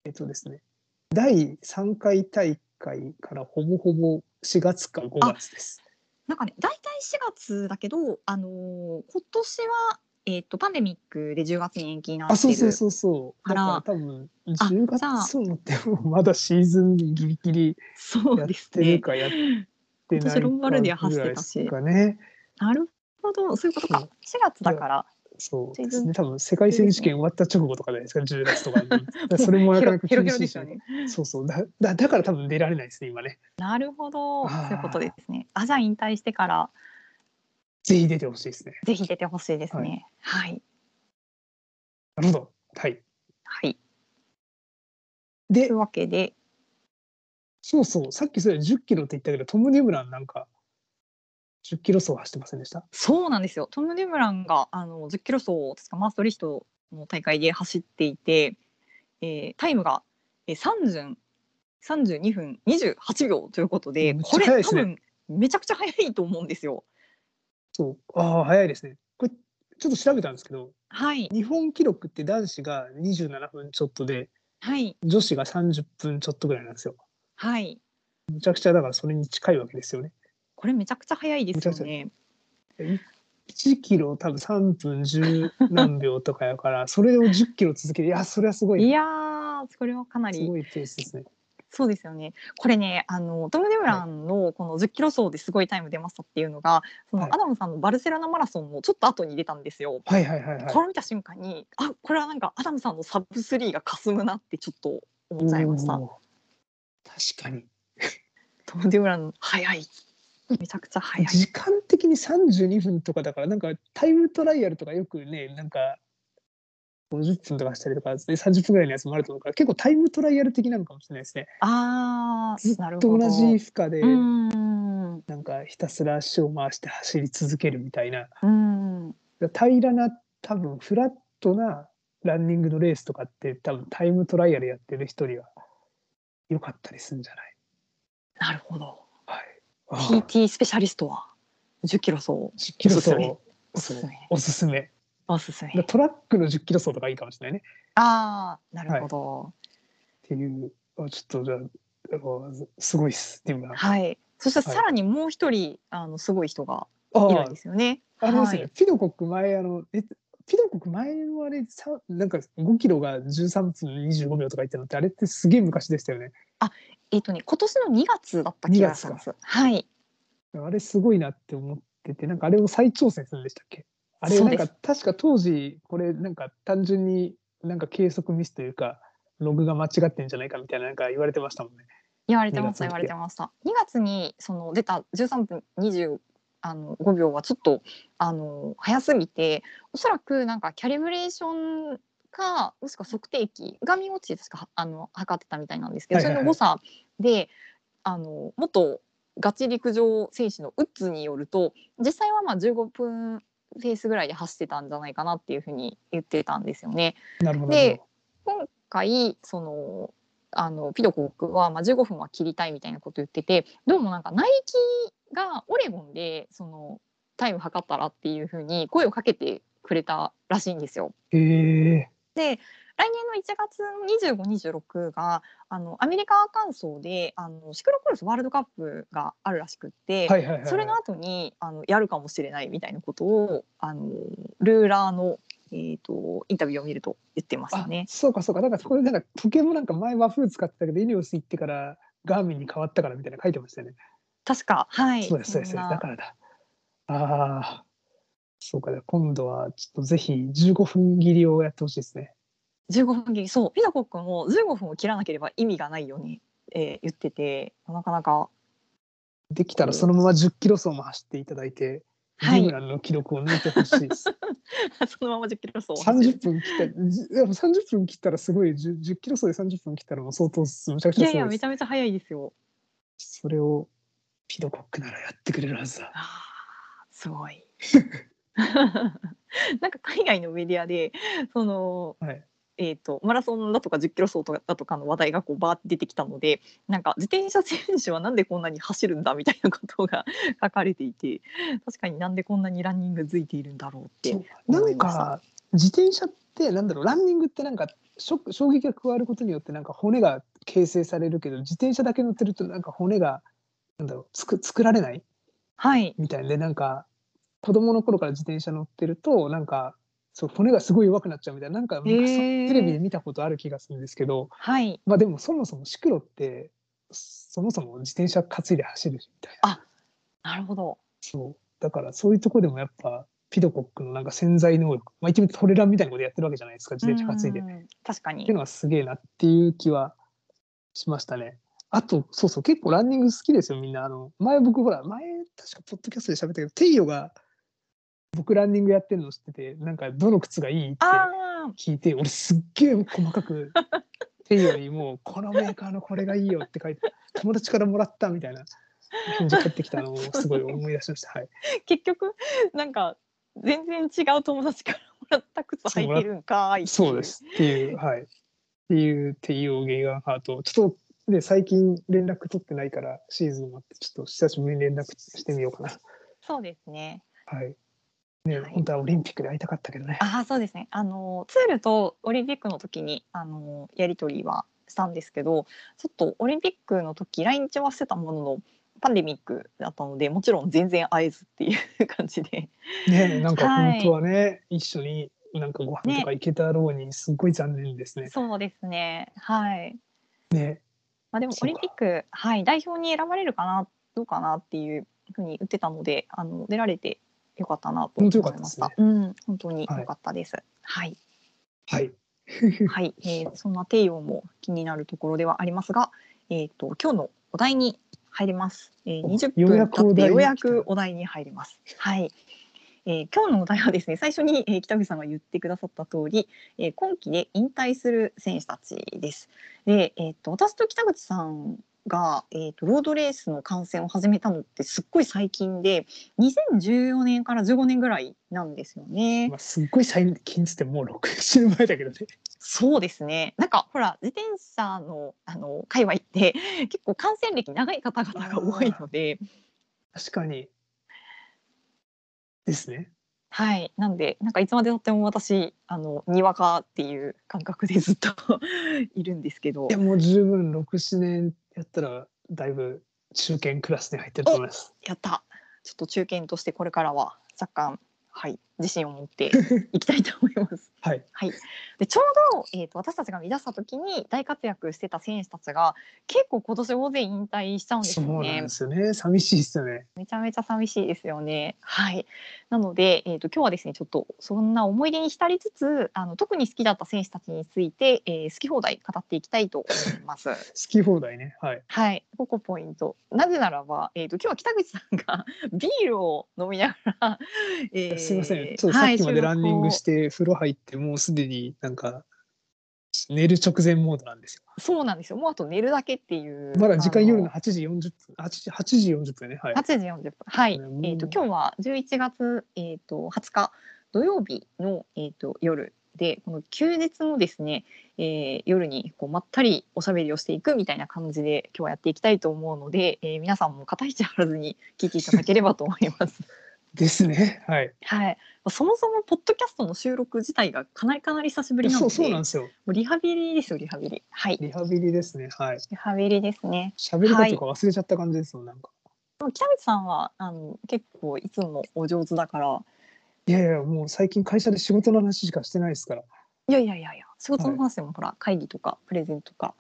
Speaker 2: えっとですね第3回大会からほぼほぼ4月か5月です。
Speaker 1: なんかね大体4月だけどあのー今年はえっ、とパンデミックで10月に延期になって
Speaker 2: あ
Speaker 1: る
Speaker 2: そうそうそうそう。
Speaker 1: あ
Speaker 2: だ
Speaker 1: ら
Speaker 2: から多分
Speaker 1: あ
Speaker 2: 10
Speaker 1: じゃあ
Speaker 2: 月のってもまだシーズンギリギリ
Speaker 1: そう
Speaker 2: やっ
Speaker 1: です
Speaker 2: てる
Speaker 1: ね
Speaker 2: かやってない
Speaker 1: 今
Speaker 2: か
Speaker 1: 年ロンバルディア
Speaker 2: ぐ
Speaker 1: 走っ
Speaker 2: らい
Speaker 1: て
Speaker 2: で
Speaker 1: たし
Speaker 2: すかね。
Speaker 1: なるほどそういうこと
Speaker 2: そ
Speaker 1: か
Speaker 2: う
Speaker 1: 4月だから
Speaker 2: そう
Speaker 1: シー
Speaker 2: で
Speaker 1: ズ
Speaker 2: す
Speaker 1: ン
Speaker 2: ね。多分世界選手権終わった直後とかじゃないですか、10月とかに。
Speaker 1: <laughs>
Speaker 2: だからそれもな
Speaker 1: ヘ
Speaker 2: か
Speaker 1: ロ
Speaker 2: なか
Speaker 1: ヘロ
Speaker 2: 厳
Speaker 1: ヘロ
Speaker 2: しい
Speaker 1: で
Speaker 2: し
Speaker 1: すよね
Speaker 2: そうそうだだ。だから多分出られないですね、今ね。
Speaker 1: なるほど、
Speaker 2: あー
Speaker 1: そういうことですね。あ、じゃあ引退してから
Speaker 2: ぜひ出てほしいですね。
Speaker 1: ぜひ出てほしいですね。はい、
Speaker 2: なるほど。はい。
Speaker 1: はい、と
Speaker 2: で
Speaker 1: いう、わけで、
Speaker 2: そうそう、さっきそれ10キロって言ったけど、トム・ディブランなんか10キロ走走ってませんでした
Speaker 1: そうなんですよ。トムデブランがあの10キロ走を確かマーストリヒトの大会で走っていて、えー、タイムがえー30 32分28秒ということで、
Speaker 2: めっちゃ
Speaker 1: これ
Speaker 2: 速いで
Speaker 1: 多
Speaker 2: すね
Speaker 1: 分めちゃくちゃ速いと思うんですよ。
Speaker 2: そう。ああ、早いですね。これ、ちょっと調べたんですけど、
Speaker 1: はい
Speaker 2: 日本記録って男子が27分ちょっとで、
Speaker 1: はい
Speaker 2: 女子が30分ちょっとぐらいなんですよ。
Speaker 1: はい。
Speaker 2: むちゃくちゃだからそれに近いわけですよね。
Speaker 1: これめちゃくちゃ速いです
Speaker 2: めちゃく
Speaker 1: よ
Speaker 2: ちゃ
Speaker 1: ね。
Speaker 2: 1キロ多分3分10何秒とかやから、それを10キロ続けて、いや、それはすごい
Speaker 1: い
Speaker 2: ね、
Speaker 1: やー、これはかな
Speaker 2: す
Speaker 1: り
Speaker 2: ごいペースですね。
Speaker 1: そうですよね。これね、あのトム・デブランのこの10キロ走ですごいタイム出ましたっていうのが、その
Speaker 2: はい
Speaker 1: アダムさんのバルセロナマラソンのちょっと後に出たんですよ。
Speaker 2: はいはいはいはい
Speaker 1: こ。れを見た瞬間に、あ、これはなんかアダムさんのサブスリーが霞むなってちょっと思っちゃいました。
Speaker 2: おー確かに。
Speaker 1: トム・デブラン早 <laughs> い。めちゃくちゃ早い。
Speaker 2: 時間的に32分とかだからなんかタイムトライアルとかよくねなんか50分とかしたりとかで30分ぐらいのやつもあると思うから結構タイムトライアル的なのかもしれないですね。
Speaker 1: あ
Speaker 2: ずっ
Speaker 1: ー、なるほ
Speaker 2: と
Speaker 1: ど。
Speaker 2: 同じ負荷で
Speaker 1: うーん。う
Speaker 2: なんかひたすら足を回して走り続けるみたいな
Speaker 1: ーん。
Speaker 2: 平らな多分フラットなランニングのレースとかって多分タイムトライアルやってる人には良かったりするんじゃない
Speaker 1: なるほど。
Speaker 2: はい。あ
Speaker 1: PT スペシャリストは10キロ走
Speaker 2: 10キロ走
Speaker 1: おすすめ
Speaker 2: おすすめ。
Speaker 1: おすすめ。
Speaker 2: トラックの10キロ走とかいいかもしれないね。
Speaker 1: あー、なるほど。
Speaker 2: っていう、あちょっとじゃああの、すごいっす、ディムラン。
Speaker 1: はい。そして
Speaker 2: はい
Speaker 1: さらにもう一人、あのすごい人が
Speaker 2: あ
Speaker 1: いるんですよね。
Speaker 2: ああれですね、
Speaker 1: はい。
Speaker 2: ピノコック前、あの、えピノコック前のあれ、さなんか5キロが13分25秒とか言ってたのって、あれってすげえ昔でしたよね。
Speaker 1: えっ、とね今年の2月だった気がしま
Speaker 2: 2
Speaker 1: す。はい。
Speaker 2: あれすごいなって思ってて、なんかあれを再挑戦するんでしたっけあれ、
Speaker 1: そう
Speaker 2: なん
Speaker 1: です
Speaker 2: か確か当時、これなんか単純になんか計測ミスというか、ログが間違ってんじゃないかみたいななんか言われてましたもんね。
Speaker 1: 言われてました
Speaker 2: 2月の時
Speaker 1: 言われてました。2月にその出た13分20あの5秒はちょっとあの早すぎておそらくなんかキャリブレーションかもしくは測定器が見落ち確かあの測ってたみたいなんですけど、
Speaker 2: はいはいは
Speaker 1: それ
Speaker 2: い
Speaker 1: の誤差であの元ガチ陸上選手のウッズによると実際はまあ15分ペースぐらいで走ってたんじゃないかなっていうふうに言ってたんですよね。
Speaker 2: なるほど。
Speaker 1: で今回そのあのピドコックは、まあ、15分は切りたいみたいなこと言っててどうもなんかナイキがオレゴンでそのタイム測ったらっていうふうに声をかけてくれたらしいんですよ。
Speaker 2: へえ
Speaker 1: 来年の1月の2526があのアメリカ・アーカンソーであのシクロクロスワールドカップがあるらしくって、
Speaker 2: はいはいはいはい。
Speaker 1: それの後にあのやるかもしれないみたいなことをあのルーラーの、えー、とインタビューを見ると言ってましたね
Speaker 2: あ。そうかそうかだからこれなんか時計もなんか前和風使ってたけどイネオス行ってからガーミンに変わったからみたいなの書いてましたよね
Speaker 1: 確か、はい。
Speaker 2: そうです、そうです。
Speaker 1: んな
Speaker 2: だからだ。ああ、そうか、今度はちょっとぜひ15分切りをやってほしいですね。
Speaker 1: 15分切りそうピザコックも15分を切らなければ意味がないように、えー言っててなかなか
Speaker 2: できたらそのまま10キロ走も走っていただいて、
Speaker 1: はい
Speaker 2: ジムランの記録を抜いてほしいです。
Speaker 1: <laughs> <laughs> そのまま10キロ走
Speaker 2: 30分切ったじでも30分切ったらすごい 10, 10キロ走で30分切ったらもう相当むちゃ
Speaker 1: い
Speaker 2: くちゃ
Speaker 1: やい
Speaker 2: すご
Speaker 1: や
Speaker 2: いで
Speaker 1: め
Speaker 2: す
Speaker 1: ちゃめちゃ早いですよ
Speaker 2: それをピドコックならやってくれるはずだ
Speaker 1: あーすごい <laughs> なんか海外のメディアでその、
Speaker 2: はい
Speaker 1: えー、とマラソンだとか10キロ走とかだとかの話題がこうバーって出てきたのでなんか自転車選手はなんでこんなに走るんだみたいなことが書かれていて確かになんでこんなにランニングづいているんだろうって
Speaker 2: そうなんか自転車ってなんだろうランニングってなんかショック衝撃が加わることによってなんか骨が形成されるけど自転車だけ乗ってるとなんか骨がなんだろうつく作られない
Speaker 1: はい
Speaker 2: みたいでなんか子供の頃から自転車乗ってるとなんかそう骨がすごい弱くなっちゃうみたいななんか昔
Speaker 1: へー
Speaker 2: テレビで見たことある気がするんですけど、
Speaker 1: はい
Speaker 2: まあでもそもそもシクロってそもそも自転車担いで走るしみたいな
Speaker 1: あなるほど
Speaker 2: そうだからそういうとこでもやっぱピドコックのなんか潜在能力まあ言ってみるとトレランみたいなことやってるわけじゃないですか自転車担いでっ
Speaker 1: うんうんうん確かに
Speaker 2: ていうのはすげえなっていう気はしましたねあとそうそう結構ランニング好きですよみんなあの前僕ほら前確かポッドキャストで喋ったけどテイヨが僕ランニングやってるの知っててなんかどの靴がいいって
Speaker 1: あ
Speaker 2: 聞いて俺すっげえ細かく手よりもうこのメーカーのこれがいいよって書いて友達からもらったみたいな返事返ってきたのをすごい思い出しましたはい
Speaker 1: ー結局なんか全然違う友達からもらった靴履いてるんかーい
Speaker 2: そうで、すっていうはいっていう手用ゲイガンハートちょっとで最近連絡取ってないからシーズンもあってちょっと久しぶりに連絡してみよう
Speaker 1: <laughs>
Speaker 2: かな
Speaker 1: そうですね
Speaker 2: はいね、
Speaker 1: はい
Speaker 2: 本当はオリンピックで会いたかったけどね
Speaker 1: ああそうですねあのツールとオリンピックの時にあのやり取りはしたんですけどちょっとオリンピックの時来日はしてたもののパンデミックだったのでもちろん全然会えずっていう感じで
Speaker 2: ねなんか
Speaker 1: はい
Speaker 2: 本当はね、一緒になんかご飯とか行けたろうにすっごい残念ですね
Speaker 1: そうですねはい
Speaker 2: ね
Speaker 1: まあ、でも
Speaker 2: そ
Speaker 1: オ
Speaker 2: うか
Speaker 1: リンピック、はい、代表に選ばれるかなどうかなっていうふうに言ってたのであの出られてよかったなと思
Speaker 2: 本当
Speaker 1: い
Speaker 2: よかったで
Speaker 1: ますし
Speaker 2: ね
Speaker 1: た。うん、本当に
Speaker 2: はい
Speaker 1: 良かったです。はい、
Speaker 2: はい <laughs>
Speaker 1: はい、えーそんな帝王も気になるところではありますが、えっ、と今日のお題に入ります。えー、
Speaker 2: お
Speaker 1: 20
Speaker 2: ようや
Speaker 1: 分
Speaker 2: く
Speaker 1: 経
Speaker 2: お
Speaker 1: って
Speaker 2: 題
Speaker 1: よ
Speaker 2: に
Speaker 1: う
Speaker 2: 来た
Speaker 1: やくお題に入ります。はい。えー、今日のお題はですね、最初に、えー、北口さんが言ってくださった通り、えー、今期で引退する選手たちです。で、えっ、と私と北口さんが、えー、とロードレースの観戦を始めたのってすっごい最近で、2014年から15年ぐらいなんですよね。
Speaker 2: まあ、すっごい最近っつってもう60年前だけどね。
Speaker 1: そうですね。なんかほら自転車のあの界隈って <laughs> 結構感染歴長い方々が多いので、
Speaker 2: 確かに。ですね。
Speaker 1: はい。なんでなんかいつまでたっても私あのにわかっていう感覚でずっと <laughs> いるんですけど
Speaker 2: いや、もう十分67年やったらだいぶ中堅クラスに入ってると思います。
Speaker 1: やった。ちょっと中堅としてこれからは若干はい自信を持
Speaker 2: <laughs>
Speaker 1: っていきたいと思います。
Speaker 2: はい。
Speaker 1: はい、でちょうど、えー、と私たちが見出した時に大活躍してた選手たちが結構今年大勢引退しちゃうんです
Speaker 2: そ
Speaker 1: よ
Speaker 2: うなん
Speaker 1: ね
Speaker 2: で。すよね。寂しいですよね。
Speaker 1: めちゃめちゃ寂しいですよね。はい。なので、えっ、と今日はですね、ちょっとそんな思い出に浸りつつ、あの特に好きだった選手たちについて、えー好き放題語っていきたいと思います。
Speaker 2: 好き放題ね。はい。
Speaker 1: はい。ここポイント。なぜならば、えっ、と今日は北口さんが <laughs> ビールを飲みながら、えー
Speaker 2: すいません。ちょっとさっきまでランニングして、風呂入って、もうすでになんか、寝る直前モードなんですよ。
Speaker 1: はい収録をそうなんですよ。もうあと寝るだけっていう。
Speaker 2: まだ時間夜
Speaker 1: あ
Speaker 2: の8時40分、8時 ,8 時40分ね。
Speaker 1: <laughs>
Speaker 2: はい。
Speaker 1: 8時40分。はい。
Speaker 2: うん
Speaker 1: えっ、と今日は11月えっ、と20日土曜日のえっ、と夜でこの休日のですね、えー夜にこうまったりおしゃべりをしていくみたいな感じで今日はやっていきたいと思うので、えー皆さんも肩肘張らずに聞いていただければと思い
Speaker 2: <laughs>
Speaker 1: ます。
Speaker 2: ですね。はい。
Speaker 1: はい。そもそもポッドキャストの収録自体がかなりかなり久しぶりなの
Speaker 2: そ
Speaker 1: で、
Speaker 2: うそうなんですよ。
Speaker 1: もうリハビリですよリハビリ。はい。
Speaker 2: リハビリですね。はい。
Speaker 1: リハビリですね。
Speaker 2: 喋り方とか忘れちゃった感じですもん、なんか。
Speaker 1: でも北口さんはあの結構いつもお上手だから。
Speaker 2: いやいや、もう最近会社で仕事の話しかしてないですから。
Speaker 1: いやいやいやいや、仕事の話でもほら、会議とかプレゼントとか、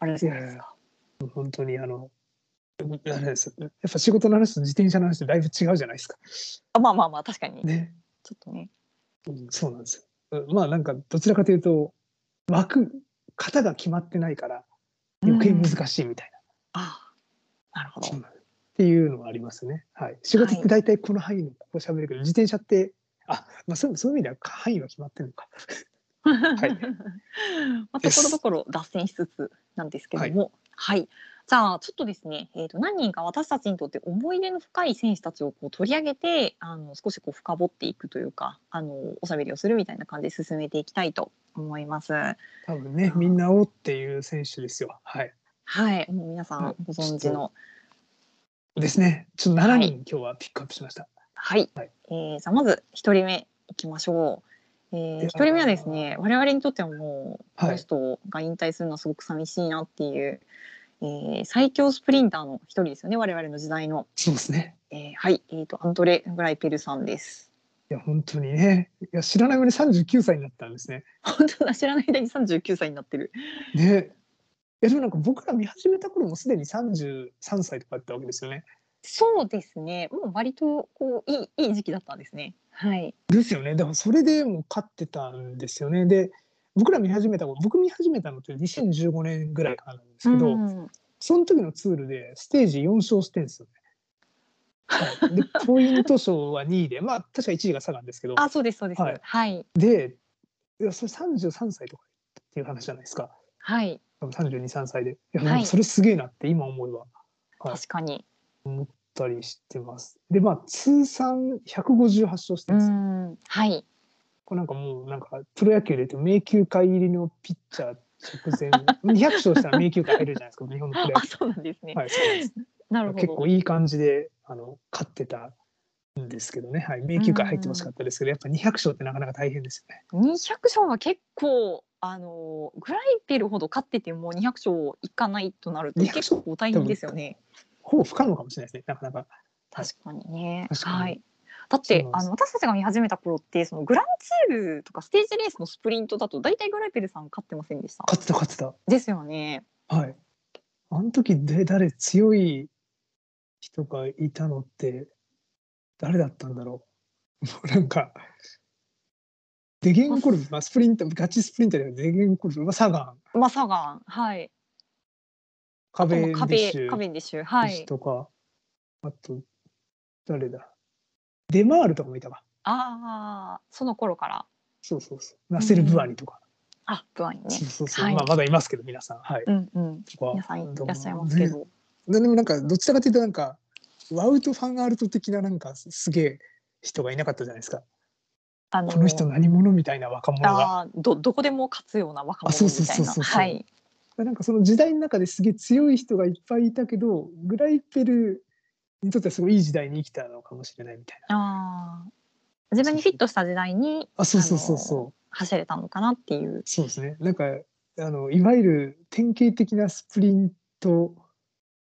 Speaker 1: あれじゃないですか。
Speaker 2: 本当に、あの、あれですやっぱ仕事の話と自転車の話とだいぶ違うじゃないですか。
Speaker 1: あまあまあまあ確かに、
Speaker 2: ね。
Speaker 1: ちょっとね
Speaker 2: うんそうなんですよ。うんまあなんかどちらかというと枠型が決まってないから余計難しいみたい
Speaker 1: ああなるほ
Speaker 2: な。
Speaker 1: ど
Speaker 2: そうなんですっていうのはありますね。はい。仕事って大体この範囲のここ喋るけど、自転車ってあまあそうそういう意味では範囲は決まってるのか。い
Speaker 1: <laughs> まあ、ところどころ脱線しつつなんですけども、はい、じゃあちょっとですね、えー、と何人か私たちにとって思い出の深い選手たちをこう取り上げてあの少しこう深掘っていくというかあのおしゃべりをするみたいな感じで進めていきたいと思います。
Speaker 2: 多分ねみんなをっていう選手ですよ。はい。
Speaker 1: はい、もう皆さんご存知の
Speaker 2: ですね。ちょっと7
Speaker 1: はい
Speaker 2: 人、今日はピックアップしました。
Speaker 1: はい、
Speaker 2: はい
Speaker 1: えーじゃあまず一人目いきましょう。え
Speaker 2: で
Speaker 1: ー、一人目はですね我々にとってはもうこ
Speaker 2: はい
Speaker 1: の人が引退するのはすごく寂しいなっていう、えー最強スプリンターの一人ですよね我々の時代の、
Speaker 2: そうですね。
Speaker 1: えーはい、えー、とアンドレ・グライペルさんです。 <laughs>
Speaker 2: いや本当にね。いや知らない間に39歳になったんですね。
Speaker 1: 本当だ知らない間に39歳になってる。
Speaker 2: ねえでもなんか僕ら見始めた頃もすでに33歳とかだったわけですよね。
Speaker 1: そうですねもう割とこういいいい時期だったんですね。はい、
Speaker 2: ですよね。だからそれでもう勝ってたんですよね。で僕ら見始めた頃僕見始めたのって2015年ぐらいからなんですけど、
Speaker 1: うん
Speaker 2: その時のツールでステージ4勝してんですよね。はい、
Speaker 1: <laughs>
Speaker 2: でポイント賞は2位でまあ確か1位がサガンですけど
Speaker 1: あそうですそうです。は
Speaker 2: はいい、
Speaker 1: はい
Speaker 2: でいやそれ33歳とかっていう話じゃないですか323歳でいやなんかそれすげえなって今思えばはい
Speaker 1: 確かに。
Speaker 2: ったりしてます。でまあ通算158勝して
Speaker 1: う
Speaker 2: ます。
Speaker 1: んはい
Speaker 2: これなんかもうなんかプロ野球で言うと名球会入りのピッチャー
Speaker 1: <laughs>
Speaker 2: 直前200勝したら名球会入るじゃないですか日本のプロ野
Speaker 1: あそうなんですね。
Speaker 2: 球。はい、そうなんです
Speaker 1: なるほど。
Speaker 2: 結構いい感じであの勝ってたんですけどね、はい、名球会入ってほしかったですけどやっぱ200勝ってなかなか大変ですよね。
Speaker 1: 200勝は結構あのグライペルほど勝ってても200勝いかないとなると
Speaker 2: 200
Speaker 1: 結構大変ですよね。
Speaker 2: ほぼ不可能かもしれないですねなかなか。多分
Speaker 1: 確かにね。
Speaker 2: 確かに
Speaker 1: はい。だっ
Speaker 2: そ
Speaker 1: て
Speaker 2: うなんで
Speaker 1: あ
Speaker 2: す
Speaker 1: の私たちが見始めた頃ってそのグランツールとかステージレースのスプリントだと大体グライペルさん勝ってませんでした。
Speaker 2: 勝ってた勝ってた。
Speaker 1: ですよね。
Speaker 2: はい。あの時で誰強い人がいたのって誰だったんだろう。もう <laughs> なんか、デゲンコルブ、まあ、スプリンター、ガチスプリンターではデゲンコルブ、まあ、サガン、
Speaker 1: まあサガンはい。
Speaker 2: カベンディ
Speaker 1: カ
Speaker 2: ッ
Speaker 1: ベ
Speaker 2: シュ
Speaker 1: カベンディッシュはい。
Speaker 2: とか、あと、誰だデマールとかもいたわ。
Speaker 1: ああその頃から
Speaker 2: そうそうそう。ナセル・ブアニとか。
Speaker 1: あブアにね。
Speaker 2: そうそうそう。
Speaker 1: はい
Speaker 2: まあ、まだいますけど、皆さん。はい。
Speaker 1: うんうん。
Speaker 2: とか
Speaker 1: 皆さんいらっしゃいますけ。ど。
Speaker 2: でもなんかどちらかというとなんかワウとファンアルト的ななんかすすげえ人がいなかったじゃないですか。
Speaker 1: あの
Speaker 2: この人何者みたいな若者が。
Speaker 1: あーどどこでも勝つような若
Speaker 2: あそ
Speaker 1: 者
Speaker 2: うそ
Speaker 1: み
Speaker 2: う
Speaker 1: たいうな
Speaker 2: そそうそう
Speaker 1: はい
Speaker 2: なんかその時代の中ですげえ強い人がいっぱいいたけどグライペルにとってはすごいいい時代に生きたのかもしれないみたいな。
Speaker 1: あー自分にフィットした時代に
Speaker 2: あそうそうそうそう
Speaker 1: 走れたのかなっていう
Speaker 2: そうですね。なんかあのいわゆる典型的なスプリント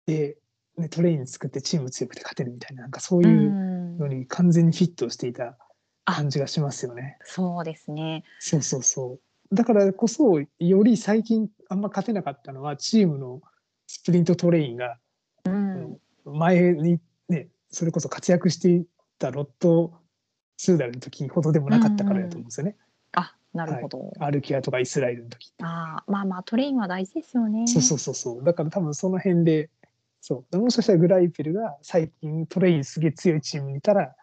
Speaker 2: で、ね、トレイン作ってチーム強くて勝てるみたいななんかそう
Speaker 1: う
Speaker 2: いうんのに完全にフィットしていた感じがしますよね。
Speaker 1: そうですね
Speaker 2: そうそうそう。だからこそ、より最近あんま勝てなかったのは、チームのスプリントトレインが
Speaker 1: うん
Speaker 2: 前にね、それこそ活躍していたロット・スーダルの時ほどでもなかったからだと思うんですよね。
Speaker 1: あなるほど、
Speaker 2: アルキアとかイスラエルの時って。
Speaker 1: あーまあまあトレインは大事ですよね
Speaker 2: そうそうそうそう。だから多分その辺で、そう。もしかしたらグライペルが最近トレインすげえ強いチームにいたら、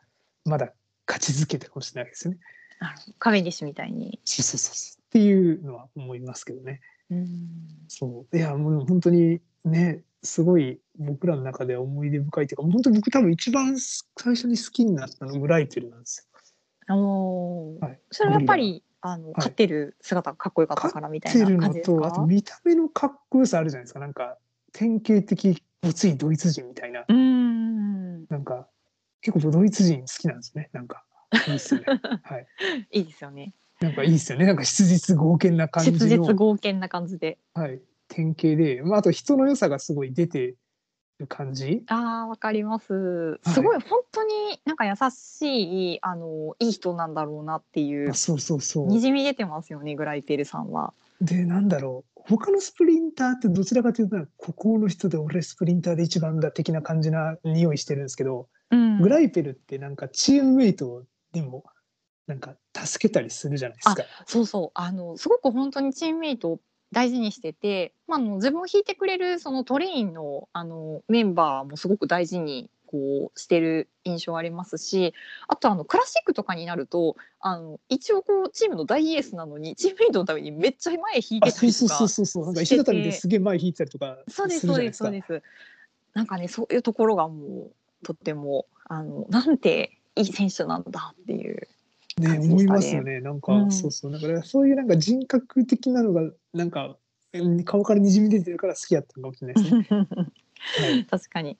Speaker 2: まだ勝ち続けたかもしれないですよね。
Speaker 1: なるほどカベンディッシュみたいに
Speaker 2: そうそうそうそう。っていうのは思いますけどね。
Speaker 1: うん
Speaker 2: そういやもうでも本当にねすごい僕らの中では思い出深いというか本当に僕多分一番最初に好きになったのグライテルなんです
Speaker 1: おー
Speaker 2: よ。はい、
Speaker 1: それはやっぱりあの
Speaker 2: い
Speaker 1: 勝ってる姿がかっこよかったからみたい
Speaker 2: テル
Speaker 1: な
Speaker 2: の
Speaker 1: 感じです
Speaker 2: とあと
Speaker 1: か
Speaker 2: 見た目のかっこよさあるじゃないですかなんか典型的ごついドイツ人みたいな
Speaker 1: うん
Speaker 2: なんか結構ドイツ人好きなんですねなんかいいっ
Speaker 1: <laughs>
Speaker 2: すよねはい
Speaker 1: いいですよね
Speaker 2: なんかいいっすよねなんか質実剛健な感
Speaker 1: 切
Speaker 2: じ
Speaker 1: 実
Speaker 2: の、
Speaker 1: 剛健な感じで
Speaker 2: はい、典型で、まあ、あと人の良さがすごい出てる感じ
Speaker 1: あーわかります。
Speaker 2: はい
Speaker 1: すごい、本当になんか優しいあのいい人なんだろうなっていう
Speaker 2: あそうそうそう
Speaker 1: にじみ出てますよねグライペルさんは。
Speaker 2: でなんだろう他のスプリンターってどちらかというとなんか孤高の人で俺スプリンターで一番だ的な感じな匂いしてるんですけど、
Speaker 1: うん
Speaker 2: グライペルってなんかチームメイトでもなんか助けたりするじゃないですか。
Speaker 1: そうそうあのすごく本当にチームメイトを大事にしてて、まあ、あの自分を引いてくれるそのトレインのあのメンバーもすごく大事にこうしてる印象ありますしあとあのクラシックとかになるとあの一応こうチームの大エースなのにチームメイトのためにめっちゃ前引い
Speaker 2: あ
Speaker 1: てた
Speaker 2: そ
Speaker 1: り
Speaker 2: う
Speaker 1: と
Speaker 2: そ
Speaker 1: か
Speaker 2: うそうそうそうなんか石畳ですげえ前引いてたりとかす
Speaker 1: そう
Speaker 2: る
Speaker 1: で
Speaker 2: じ
Speaker 1: す
Speaker 2: ゃ
Speaker 1: そう
Speaker 2: ない
Speaker 1: で
Speaker 2: ですす
Speaker 1: そう
Speaker 2: か。
Speaker 1: です。なんかねそういうところがもうとってもあのなんていい選手なんだっていう。
Speaker 2: ね
Speaker 1: 感じで
Speaker 2: 思
Speaker 1: し
Speaker 2: い
Speaker 1: たね
Speaker 2: ますよねなんか、
Speaker 1: うん
Speaker 2: そうそうだからそういうなんか人格的なのがなんかうん顔からにじみ出てるから好きだったのかもしれないですね。はい
Speaker 1: 確かに。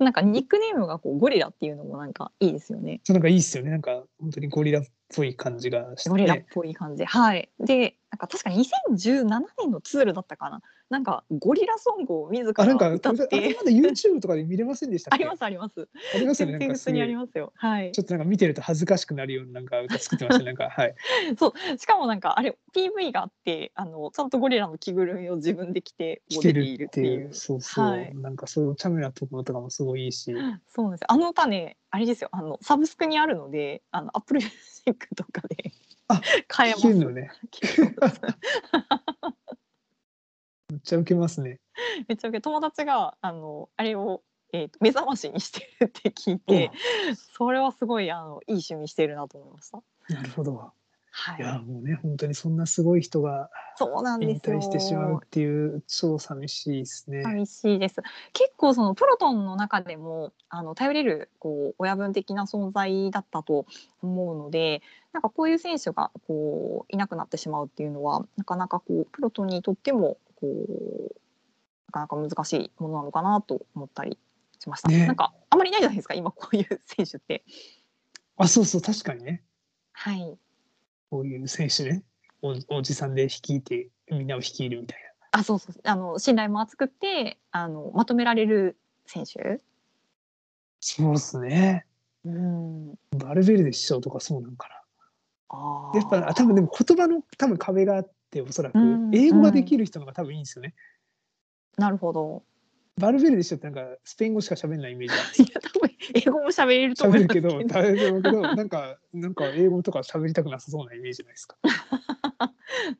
Speaker 1: なんかニックネームがこうゴリラっていうのもなんかいいですよね。
Speaker 2: そうなんかいいですよねなんか本当にゴリラっぽい感じがして。
Speaker 1: ゴリラっぽい感じ。はい。で、なんか確か2017年のツールだったかな。なんかゴリラソングを自
Speaker 2: あ
Speaker 1: ら
Speaker 2: なんか
Speaker 1: 歌っ
Speaker 2: あれ
Speaker 1: て。
Speaker 2: まだ YouTube とかで見れませんでし
Speaker 1: あ
Speaker 2: たっけ
Speaker 1: りますあります。
Speaker 2: ありますよ
Speaker 1: 全
Speaker 2: ねなん
Speaker 1: 然
Speaker 2: か
Speaker 1: 普
Speaker 2: す
Speaker 1: 通
Speaker 2: ご
Speaker 1: にあり
Speaker 2: い
Speaker 1: ますよ。はい
Speaker 2: ち。ょっとなんか見てると恥ずかしくなるようななんか歌作ってましたねなんか
Speaker 1: <laughs>
Speaker 2: はい
Speaker 1: しかもなんかあれ PV があって、あのちゃんとゴリラの着ぐるみを自分で着て
Speaker 2: 来
Speaker 1: こう
Speaker 2: て
Speaker 1: 出てい
Speaker 2: る
Speaker 1: る
Speaker 2: っ
Speaker 1: ってて
Speaker 2: い
Speaker 1: いうう。
Speaker 2: そうそう、
Speaker 1: はい
Speaker 2: なんかそういうお茶目なところとかもすごいいいし
Speaker 1: そうなんですよ。あの歌ね、あれですよ。あのサブスクにあるので、あのアップルミュージックとかで
Speaker 2: あ
Speaker 1: 買えま
Speaker 2: 聞け
Speaker 1: す
Speaker 2: る。のね <laughs> めっちゃ受けますね
Speaker 1: めっちゃウケ友達があのあれを、えーと目覚ましにしてるって聞いて、それはすごいあのいい趣味してるなと思いました。
Speaker 2: なるほど
Speaker 1: はい
Speaker 2: や
Speaker 1: い、
Speaker 2: もうね本当にそんなすごい人が
Speaker 1: そうなん
Speaker 2: 引
Speaker 1: ですよ
Speaker 2: 退。してしまうっていう超寂しいですね、
Speaker 1: 寂しいです。結構そのプロトンの中でもあの頼れるこう親分的な存在だったと思うので、なんかこういう選手がこういなくなってしまうっていうのはなかなかこうプロトンにとってもこうなかなか難しいものなのかなと思ったりしました。
Speaker 2: ね
Speaker 1: なんかあんまりいないじゃないですか今こういう選手って。
Speaker 2: あそうそう確かにね
Speaker 1: はい。
Speaker 2: こういう選手ねおおじさんで率いてみんなを率いるみたい
Speaker 1: あそうそうあの信頼も厚くてあのまとめられる選手。
Speaker 2: なそうですね
Speaker 1: うん。
Speaker 2: バルベルデ師匠とかそうなんかな
Speaker 1: ああ。
Speaker 2: やっぱ多分でも言葉の多分壁があっておそらく
Speaker 1: うん
Speaker 2: 英語ができる人の方が多分いいんですよね。
Speaker 1: なるほど。
Speaker 2: バルベルデ人ってなんかスペイン語しか喋んないイメージ
Speaker 1: いや多分英語も喋れると思
Speaker 2: 喋
Speaker 1: い
Speaker 2: る
Speaker 1: ますけ
Speaker 2: け
Speaker 1: ど
Speaker 2: ど喋るけどなんかなんか英語とか喋りたくなさそうなイメージじゃないですか。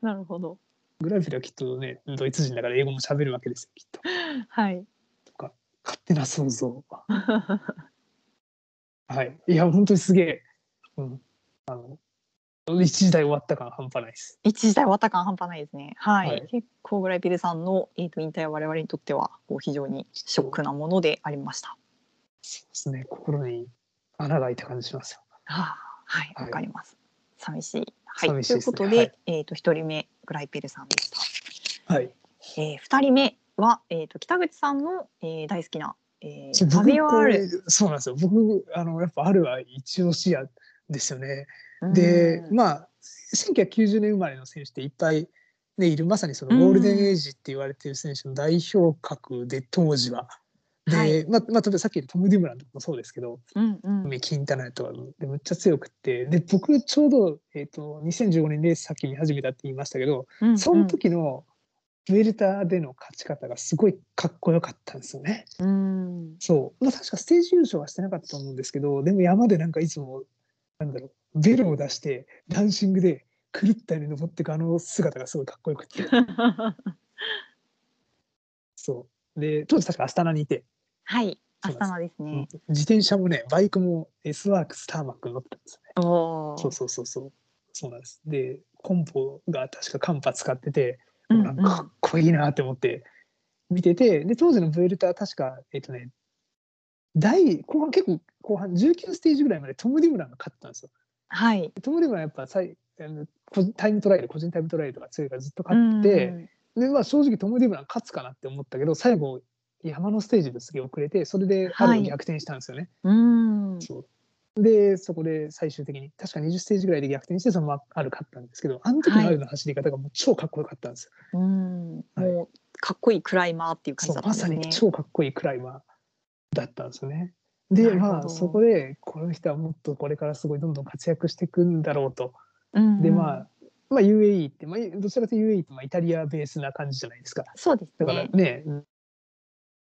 Speaker 1: なるほど
Speaker 2: グラフィルはきっとねドイツ人だから英語も喋るわけですよきっと。
Speaker 1: はい
Speaker 2: 勝手な想像。はい。いや本当にすげえ。うん。あの一時代終わった感半端ないです。
Speaker 1: 一時代終わった感半端ないですねはい、
Speaker 2: はい
Speaker 1: 結構グライピルさんの、えー、と引退は我々にとってはこう非常にショックなものでありました
Speaker 2: そうですね心に穴が開いた感じしますよ。
Speaker 1: あーはい
Speaker 2: は
Speaker 1: わ、
Speaker 2: い
Speaker 1: かります寂しいはい
Speaker 2: 寂しいですね
Speaker 1: ということで、
Speaker 2: はい
Speaker 1: えっ、と一人目グライピルさんでした
Speaker 2: はい。
Speaker 1: えー二人目はえっ、と北口さんの、えー大好きな、え
Speaker 2: そう
Speaker 1: ー、ファビオアール
Speaker 2: 僕そうなんですよ僕あのやっぱあるは一押しやですよね。で、
Speaker 1: うん
Speaker 2: まあ1990年生まれの選手っていっぱい、ね、いるまさにそのゴールデンエイジって言われてる選手の代表格で当時は。で、
Speaker 1: はい
Speaker 2: まあ、まあ、例えばさっきのトム・ディムランとかもそうですけど、
Speaker 1: うんうん
Speaker 2: キンタナとかでむっちゃ強くって、で、僕ちょうど、えっ、と、2015年レース先見始めたって言いましたけど、
Speaker 1: うんうん
Speaker 2: その時のウェルターでの勝ち方がすごいかっこよかったんですよね。
Speaker 1: うん
Speaker 2: そう、まあ、確かステージ優勝はしてなかったと思うんですけど、でも山でなんかいつも、なんだろう、ベロを出して、ダンシングで狂ったように登っていくあの姿がすごいかっこよくて、そう。で、当時確かアスタナにいて、
Speaker 1: <laughs> はい
Speaker 2: そ
Speaker 1: 明
Speaker 2: うなんです
Speaker 1: 日のですね、
Speaker 2: 自転車もね、バイクも S ワークスターマックに乗ってたんですよね。
Speaker 1: おー
Speaker 2: そうそうそうそう。そうなんです。で、コンポが確かカンパ使ってて、
Speaker 1: うん
Speaker 2: なんかかっこいいなって思って見てて、で、当時のブエルター確か、えっとね、第、後半結構後半19ステージぐらいまでトム・ディムランが勝ってたんですよ。
Speaker 1: はい。
Speaker 2: トム・ディムランやっぱさいあの個人タイムトライアル、個人タイムトライアルとか強いからずっと勝ってて、で、まあ正直トム・ディムラン勝つかなって思ったけど、最後、山のステージですげえ遅れて、それであ
Speaker 1: は
Speaker 2: る
Speaker 1: い
Speaker 2: 逆転したんですよね。
Speaker 1: うん、うん
Speaker 2: そうで、そこで最終的に、確か20ステージぐらいで逆転して、そのままある勝ったんですけど、あの時のあるの走り方がもう超かっこよかったんですよ。
Speaker 1: うん
Speaker 2: はい
Speaker 1: もうかっこいいクライマーっていう感
Speaker 2: そ
Speaker 1: じ
Speaker 2: う
Speaker 1: だったんで
Speaker 2: まさ
Speaker 1: すね。
Speaker 2: に超かっこいいクライマーだったんですよね。で
Speaker 1: なるほど
Speaker 2: まあそこでこの人はもっとこれからすごいどんどん活躍していくんだろうと。
Speaker 1: うんうん
Speaker 2: でまあまあ、UAE って、まあ、どちらかというと UAE ってまあイタリアベースな感じじゃないですか。
Speaker 1: そうです
Speaker 2: だから
Speaker 1: ね。
Speaker 2: ね、うん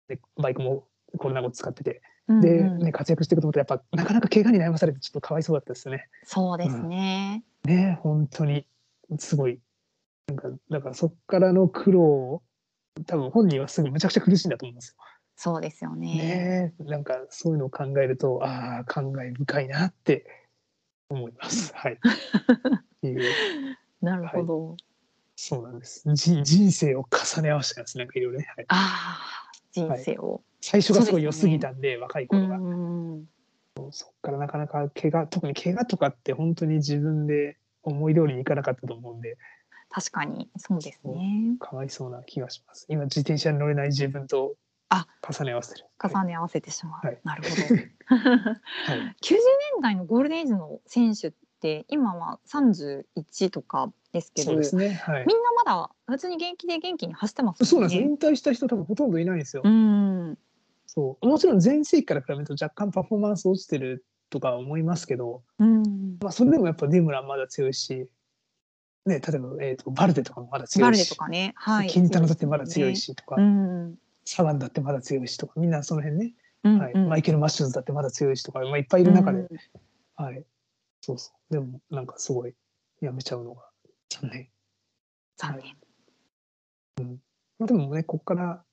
Speaker 2: でバイクもコロナ後使ってて、
Speaker 1: うんうん
Speaker 2: で、ね、活躍していくと思ったら、やっぱなかなか怪我に悩まされて、ちょっとかわいそうだったですよね。
Speaker 1: そうですね。
Speaker 2: ね、本当に、すごい。なんか、だからそっからの苦労を、多分本人はすぐむちゃくちゃ苦しいんだと思うんです
Speaker 1: そうですよ
Speaker 2: よ。
Speaker 1: ね。
Speaker 2: ね、なんかそういうのを考えると、ああ、感慨深いなって思います。はい。っていう
Speaker 1: なるほど。
Speaker 2: そうなんです。じ人生を重ね合わせたんですね。なんかいろいろね、はい
Speaker 1: ああ、人生を。
Speaker 2: 最初がすごい良
Speaker 1: そうです
Speaker 2: す
Speaker 1: ね
Speaker 2: ぎたんで、若いう頃が。
Speaker 1: んうん。
Speaker 2: そっからなかなか怪我、特に怪我とかって本当に自分で思い通りにいかなかったと思うんで、
Speaker 1: 確かに、そうですね。
Speaker 2: かわいそうな気がします。今、自転車に乗れない自分と
Speaker 1: あ
Speaker 2: 重ね合わせてる。
Speaker 1: 重ね合わせてしまう。
Speaker 2: はい
Speaker 1: なるほど。 <laughs>
Speaker 2: はいはい
Speaker 1: 90年代のゴールデンエイジの選手って今は31とかですけど
Speaker 2: そうですね。はい
Speaker 1: み。んなまだ普通に現役で元気に走ってますよね。
Speaker 2: そうなんです。引退した人多分ほとんどいないんですよ。
Speaker 1: うん
Speaker 2: そう。もちろん前世紀から比べると若干パフォーマンス落ちてるとか思いますけど、
Speaker 1: うん
Speaker 2: まあそれでもやっぱディムランまだ強いし、ね、例えば、えー、とバルデとかもまだ強
Speaker 1: バ
Speaker 2: い
Speaker 1: ルデ
Speaker 2: し
Speaker 1: と、かね、はい、
Speaker 2: 金太郎だってまだ強いしとか、
Speaker 1: うん、
Speaker 2: サガンだってまだ強いしとか、みんなその辺ね、
Speaker 1: うん、
Speaker 2: はい
Speaker 1: うん
Speaker 2: マイケル・マッシューズだってまだ強いしとか、まあ、いっぱいいる中で、はい、そうそう。でも、なんかすごい、やめちゃうのが残念。
Speaker 1: 残念、
Speaker 2: まあ、でもね、ここから、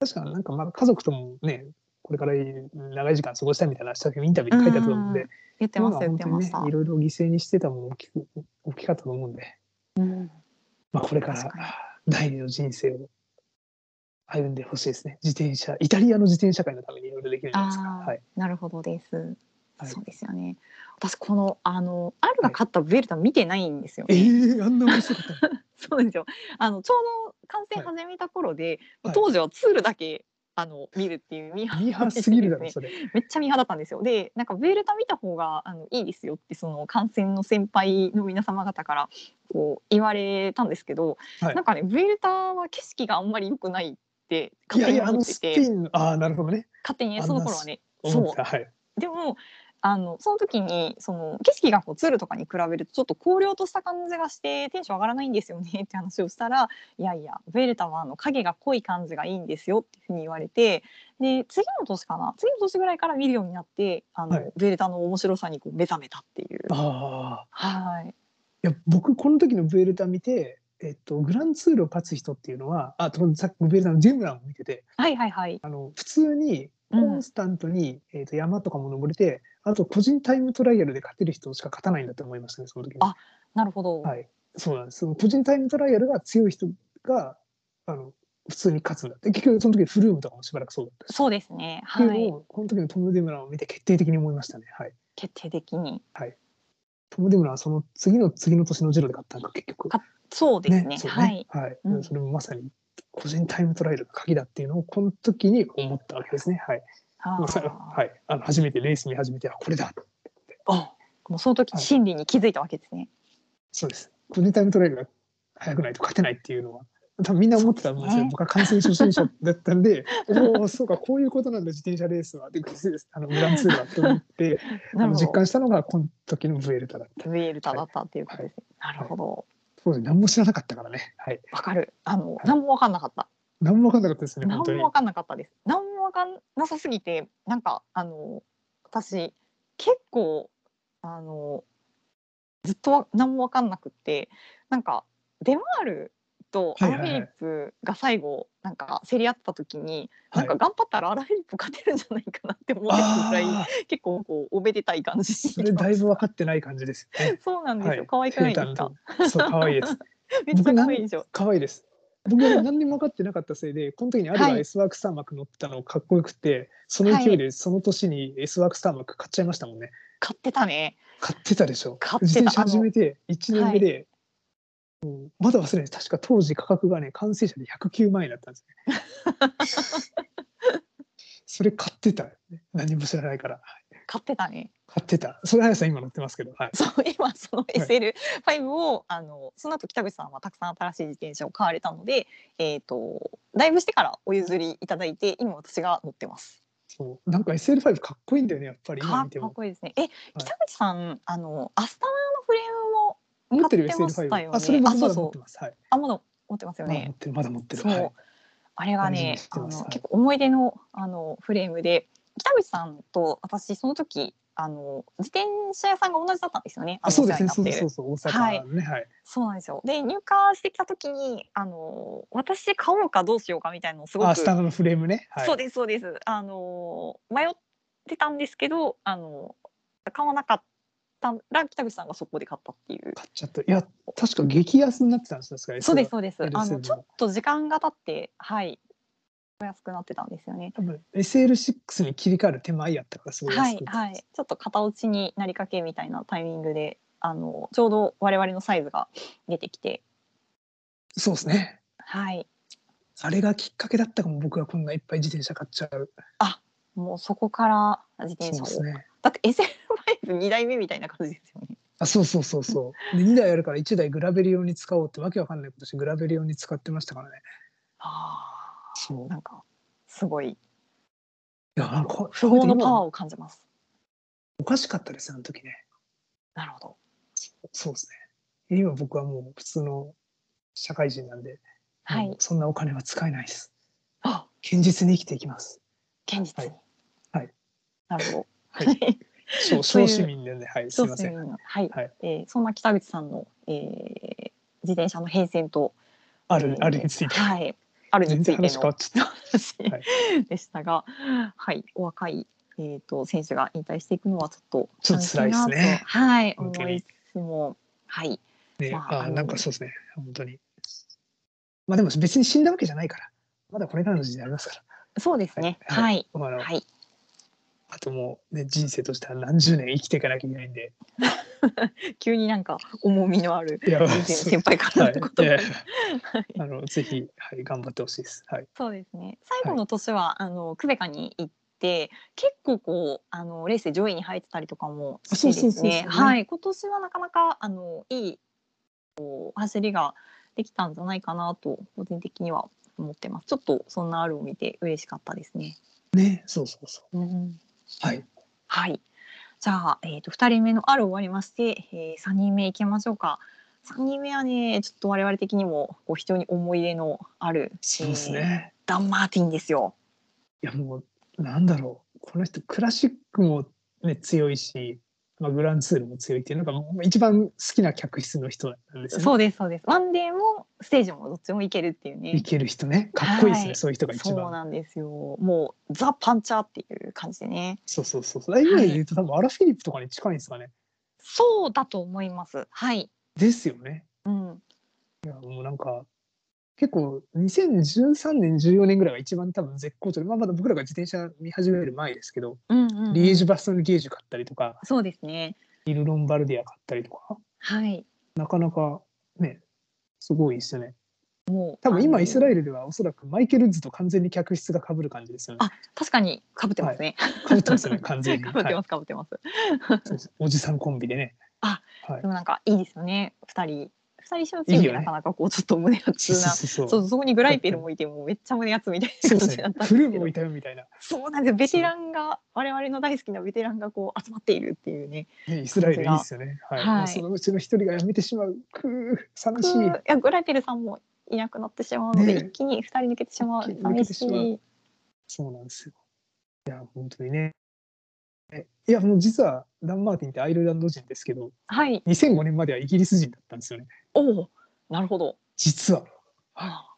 Speaker 2: 確かなんかまだ家族ともね、これから長い時間過ごしたいみたいな話だけどインタビューに書いてあったと思うんで、
Speaker 1: うん言ってました言
Speaker 2: 本
Speaker 1: って
Speaker 2: 当に
Speaker 1: ま
Speaker 2: ね
Speaker 1: した、
Speaker 2: いろいろ犠牲にしてたもの大きく大きかったと思うんで、
Speaker 1: うん、
Speaker 2: まあ、これから
Speaker 1: 確かに
Speaker 2: 第二の人生を歩んでほしいですね。自転車、イタリアの自転車界のためにいろいろできるんじゃないですか。
Speaker 1: あー
Speaker 2: はい。
Speaker 1: なるほどです、
Speaker 2: はい
Speaker 1: そうですよね。私このあのアルが勝ったベルタ見てないんですよね。
Speaker 2: ええあんな面白かったの。
Speaker 1: <laughs> そうなんですよ。あのちょうど観戦始めた頃で、
Speaker 2: はい
Speaker 1: 当時はツールだけあの見るっていうミーハー
Speaker 2: ミーハーすぎるだろ、それ。
Speaker 1: めっちゃミーハーだったんですよ。で、なんかベルタ見た方があのいいですよってその観戦の先輩の皆様方からこう言われたんですけど、
Speaker 2: はい
Speaker 1: なんかねベルタは景色があんまり良くないって
Speaker 2: い
Speaker 1: 勝手
Speaker 2: やい
Speaker 1: に
Speaker 2: や、あ
Speaker 1: 思
Speaker 2: の
Speaker 1: って
Speaker 2: ス
Speaker 1: て、
Speaker 2: ペインの、ああ、なるほどね。
Speaker 1: 勝手にその頃はね、
Speaker 2: 思っ
Speaker 1: そ
Speaker 2: てた。はい。
Speaker 1: う。でもあのその時にその景色がこうツールとかに比べるとちょっと荒涼とした感じがしてテンション上がらないんですよねって話をしたら <laughs> いやいやベルタはあの影が濃い感じがいいんですよっていうふうに言われてで次の年かな次の年ぐらいから見るようになってあの、
Speaker 2: はい
Speaker 1: ベルタの面白さにこう目覚めたっていう。
Speaker 2: ああ。
Speaker 1: はい、
Speaker 2: いや、僕、この時のブエルタ見て、えっと、グランツールを勝つ人っていうのは、あ、とさっきのブエルタのデュムランを見てて、
Speaker 1: はいはいはい。
Speaker 2: あの、普通に、
Speaker 1: う
Speaker 2: コ
Speaker 1: ん
Speaker 2: ンスタントに、えっと、山とかも登れて、あと、個人タイムトライアルで勝てる人しか勝たないんだと思いましたね、その時に
Speaker 1: あなるほど。
Speaker 2: はい。そうなんです。その個人タイムトライアルが強い人が、あの、普通に勝つんだって。結局、その時、フルームとかもしばらくそうだったし。
Speaker 1: そうですね。
Speaker 2: って
Speaker 1: は
Speaker 2: いう
Speaker 1: い。
Speaker 2: のをこの時のトム・デムランを見て決定的に思いましたね。はい。
Speaker 1: 決定的に。
Speaker 2: トム・デムランはその次の次の年のジロで勝ったのか、結局。
Speaker 1: 勝そうですね。
Speaker 2: そう
Speaker 1: はい。
Speaker 2: はい。
Speaker 1: うん
Speaker 2: それもまさに個人タイムトライアルが鍵だっていうのをこの時に思ったわけですね。はい。
Speaker 1: あ
Speaker 2: まさに
Speaker 1: ー
Speaker 2: <laughs> はい。あの初めてレース見始めて、あ、これだ。
Speaker 1: あ、もうその時心理に気づいたわけですね。
Speaker 2: そうです。個人タイムトライアルが速くないと勝てないっていうのは。多分みんな思ってたと思うんです
Speaker 1: そうです
Speaker 2: よ。
Speaker 1: ね
Speaker 2: 僕は感染初心者だったんで、 <laughs> おお、そうか、こういうことなんだ、自転車レースは。で、あのグランツールはと思って、あ
Speaker 1: <laughs> なる
Speaker 2: の
Speaker 1: ほ
Speaker 2: 実
Speaker 1: ど。
Speaker 2: 感したのが、この時のブエルタだった。
Speaker 1: ウエルタだったっていうことですね。なるほど。
Speaker 2: 当時何も知らなかったからね。はい。
Speaker 1: わかる。あの、
Speaker 2: い
Speaker 1: 何もわかんなかった。
Speaker 2: 何も分かんなかったですね、
Speaker 1: 何
Speaker 2: 本当に
Speaker 1: もわ。かんなかったです。何もわかんなさすぎて、なんか、あの、私、結構、あの、ずっとわ何もわかんなくって、なんか、デマールとア
Speaker 2: はい
Speaker 1: ラ
Speaker 2: はい
Speaker 1: フ
Speaker 2: は
Speaker 1: ィ
Speaker 2: い
Speaker 1: リップが最後、なんか競り合った時に、
Speaker 2: はい
Speaker 1: なんか頑張ったらアラフィリップ勝てるんじゃないかなって思ってたぐらい、
Speaker 2: ああ、
Speaker 1: 結構こう、おめでたい感じ。
Speaker 2: それだいぶ分かってない感じですよね。
Speaker 1: そうなんです
Speaker 2: は
Speaker 1: よ。可愛くないですか。
Speaker 2: ブエルタのそう、可愛いです。
Speaker 1: めっちゃ可愛いでしょ。
Speaker 2: 可愛いです。僕は何にも分かってなかったせ
Speaker 1: <laughs>
Speaker 2: いで、この時にあるが
Speaker 1: はい
Speaker 2: S ワークス3幕乗ったのかっこよくて、その勢いでその年に S ワークス3幕買っちゃいましたもんね。
Speaker 1: 買ってたね。
Speaker 2: 買ってたでしょ。
Speaker 1: 買ってた
Speaker 2: 自転車始めて1年目で、うんまだ忘れない。確か当時価格がね、完成車で109万円だったんですね。
Speaker 1: <laughs>
Speaker 2: それ買ってたよね。何も知らないから。
Speaker 1: 買ってたね。 <laughs>
Speaker 2: 買ってた。それ林さん今乗ってますけど。はい。
Speaker 1: そう今その SL5 を、あのその後北口さんはたくさん新しい自転車を買われたので、えっ、とだいぶしてからお譲りいただいて今私が乗ってます。
Speaker 2: そうなんか SL5 かっこいいんだよね、やっぱり
Speaker 1: か
Speaker 2: 今
Speaker 1: っ
Speaker 2: 見て
Speaker 1: かっ
Speaker 2: も。
Speaker 1: こいいですね。え北口さん、あのアスタナのフレームも
Speaker 2: 持ってるよ
Speaker 1: 買ってまし
Speaker 2: SL5
Speaker 1: たよね
Speaker 2: あそれまだま
Speaker 1: あ
Speaker 2: だ
Speaker 1: そうそう
Speaker 2: 持ってますはい
Speaker 1: あまだ持ってますよ
Speaker 2: まだ持
Speaker 1: ね
Speaker 2: っ。てるまだ持ってる
Speaker 1: そう、
Speaker 2: はい
Speaker 1: あれが
Speaker 2: 大事に
Speaker 1: ね
Speaker 2: し、
Speaker 1: あ
Speaker 2: て
Speaker 1: の
Speaker 2: ますはい
Speaker 1: 結構思い出のあのフレームで北口さんと私その時あの自転車屋さんが同じだったんですよね。
Speaker 2: あそうですね
Speaker 1: あの
Speaker 2: そ
Speaker 1: お
Speaker 2: う
Speaker 1: 世話になって
Speaker 2: で
Speaker 1: いる
Speaker 2: すそうそう大阪ねはい
Speaker 1: そうなんですよ。で入荷してきた時にあの私買おうかどうしようかみたいなのをすごく
Speaker 2: あスタンドのフレームねはい
Speaker 1: そうですそうです。あの迷ってたんですけどあの買わなかったら北口さんがそこで買ったっていう。
Speaker 2: 買っちゃったいや確か激安になってたんです確かに
Speaker 1: そうですそうです
Speaker 2: そう。です
Speaker 1: あ
Speaker 2: よ
Speaker 1: の
Speaker 2: ね
Speaker 1: ちょっと時間が経ってはいお安くなってたんですよね。
Speaker 2: 多分 SL6 に切り替える手前やったからすごい
Speaker 1: は
Speaker 2: 安
Speaker 1: い
Speaker 2: く
Speaker 1: はい。ちょっと型落ちになりかけみたいなタイミングで。あのちょうど我々のサイズが出てきて、
Speaker 2: そうですね
Speaker 1: はい、
Speaker 2: あれがきっかけだったかも僕がこんないっぱい自転車買っちゃう
Speaker 1: もうそこから自転
Speaker 2: そうで
Speaker 1: 車を、
Speaker 2: すね
Speaker 1: だって SL52 代目みたいな感じですよね。
Speaker 2: あそうそうそう
Speaker 1: <laughs>
Speaker 2: そうで2台あるから1台グラベル用に使おうってわけわかんないことしてグラベル用に使ってましたからね
Speaker 1: あ
Speaker 2: そう
Speaker 1: ーなんかすごい
Speaker 2: いやなんか
Speaker 1: 不法のパワー
Speaker 2: ー
Speaker 1: を感じます。
Speaker 2: おかしかったですよあの時ね
Speaker 1: なるほど。
Speaker 2: そうですね今僕はもう普通の社会人なんで、
Speaker 1: は
Speaker 2: もう
Speaker 1: い。
Speaker 2: そんなお金は使えないです
Speaker 1: あ、
Speaker 2: 堅実に生きていきます
Speaker 1: 現実に。
Speaker 2: はいはい
Speaker 1: なるほど。
Speaker 2: はい
Speaker 1: はい。
Speaker 2: 小
Speaker 1: そうい
Speaker 2: 小
Speaker 1: う
Speaker 2: 市民でねはいすいません
Speaker 1: そうですねはい。
Speaker 2: はい
Speaker 1: えーそんな北口さんの、えー自転車の変遷
Speaker 2: <laughs>
Speaker 1: と、
Speaker 2: あ
Speaker 1: えー
Speaker 2: るあるについて
Speaker 1: はい。あるに
Speaker 2: 全
Speaker 1: つ
Speaker 2: 然
Speaker 1: いての
Speaker 2: 話変わっちゃった
Speaker 1: 話
Speaker 2: は
Speaker 1: でしたが、はい、お若いえっ、と選手が引退していくのはちょっと
Speaker 2: ちょっと辛いですね
Speaker 1: 寂しなとはい、
Speaker 2: 本当に
Speaker 1: 思いつつも、はい、
Speaker 2: ね、
Speaker 1: まあ
Speaker 2: あ
Speaker 1: あの
Speaker 2: なんかそうですね、本当に。まあでも別に死んだわけじゃないから、まだこれからの時代ありますか
Speaker 1: そうですね。
Speaker 2: ら。
Speaker 1: はい、
Speaker 2: まああの
Speaker 1: はい、
Speaker 2: あともう、ね、人生としては何十年生きていかなきゃいけないんで。
Speaker 1: 急になんか重みのあ
Speaker 2: <laughs>
Speaker 1: る
Speaker 2: いや、
Speaker 1: 先生
Speaker 2: そう
Speaker 1: 先輩から
Speaker 2: は
Speaker 1: の
Speaker 2: い
Speaker 1: 言葉
Speaker 2: いや
Speaker 1: が。 <laughs> はい
Speaker 2: あのぜひ、はい、頑張ってほしいです。はい。
Speaker 1: そうですね。最後の年は、あのクベカに行って結構こうあのレースで上位に入ってたりとかも
Speaker 2: あ
Speaker 1: して
Speaker 2: そ
Speaker 1: で
Speaker 2: うそ
Speaker 1: す
Speaker 2: うそう
Speaker 1: ね。
Speaker 2: そう
Speaker 1: はい。今年はなかなかあのいいこう走りができたんじゃないかなと個人的には思ってます。ちょっとそんなあるを見て嬉しかったですね。
Speaker 2: ね、そうそうそう。
Speaker 1: うん、
Speaker 2: はい。
Speaker 1: はい。じゃあえっ、と二人目のある終わりまして、えー、三人目行きましょうか。三人目はねちょっと我々的にもこう非常に思い入れのある、
Speaker 2: そうです
Speaker 1: えー
Speaker 2: ね。
Speaker 1: ダンマーティンですよ。
Speaker 2: いや、もう、なんだろう。この人、クラシックも、ね、強いし、まあ、グランツールも強いっていうのが、もう一番好きな客室の人なんですよね。
Speaker 1: そうですそうです。ワンデーもステージもどっちも行けるっていうね
Speaker 2: い。ける人ね。かっこいいですね、
Speaker 1: はい
Speaker 2: そういう人が一
Speaker 1: そう
Speaker 2: 番。
Speaker 1: なんですよ。もうザパンチャーっていう感じでね。
Speaker 2: そうそうそうそう。今で言うと多分アラフィリップとかに近いんですかね。
Speaker 1: そうだと思います。はい。
Speaker 2: ですよね。
Speaker 1: うん。
Speaker 2: いやもうなんか結構2013年14年ぐらいが一番多分絶好調で、まあ、まだ僕らが自転車見始める前ですけど、
Speaker 1: うんうん、うん。
Speaker 2: リエージュ・バストン・ゲージュ買ったりとか
Speaker 1: そうですね。
Speaker 2: イル・ロンバルディア買ったりとか
Speaker 1: はい。
Speaker 2: なかなかねすごいですよね
Speaker 1: もう
Speaker 2: 多分今イスラエ
Speaker 1: ル。
Speaker 2: ルではおそらくマイケル・ウッズと完全に客室が被る感じですよね
Speaker 1: あ確かに被ってますね。
Speaker 2: 被ってますよね完全
Speaker 1: <laughs>
Speaker 2: に、
Speaker 1: 被って
Speaker 2: は
Speaker 1: ま
Speaker 2: い
Speaker 1: す被ってます。
Speaker 2: そうそうおじさんコンビでね
Speaker 1: あ
Speaker 2: はい
Speaker 1: でもなんかいいですよね。二人二人一緒のチーム
Speaker 2: いい
Speaker 1: で
Speaker 2: よね
Speaker 1: なかなかこうちょっと胸熱
Speaker 2: そう
Speaker 1: な。
Speaker 2: そうそ
Speaker 1: そ
Speaker 2: うそう
Speaker 1: うそこにグライペルもいてもうめっちゃ胸熱みたい
Speaker 2: そ
Speaker 1: な
Speaker 2: う
Speaker 1: 感
Speaker 2: で
Speaker 1: じ
Speaker 2: す
Speaker 1: だっ
Speaker 2: ね
Speaker 1: たんです
Speaker 2: フ
Speaker 1: けど。
Speaker 2: ルームもいたよみたいな
Speaker 1: そうなんですよベテランが我々の大好きなベテランがこう集まっているっていうね
Speaker 2: ねイスラエルいいですよね。はい。
Speaker 1: はい
Speaker 2: まあそのうちの一人が辞めてしまう。くー寂しい。
Speaker 1: いやグラペルさんもいなくなってしまうので、
Speaker 2: ねえ
Speaker 1: 一気に二人抜けてしまう
Speaker 2: 一気に抜け
Speaker 1: 寂
Speaker 2: て
Speaker 1: し
Speaker 2: しまう
Speaker 1: い
Speaker 2: そうなんですよ。いや、本当にね。えいや、もう実はダン・マーティンってアイルランド人ですけど、
Speaker 1: はい
Speaker 2: 2005年まではイギリス人だったんですよね。
Speaker 1: おおなるほど
Speaker 2: 実は。
Speaker 1: あ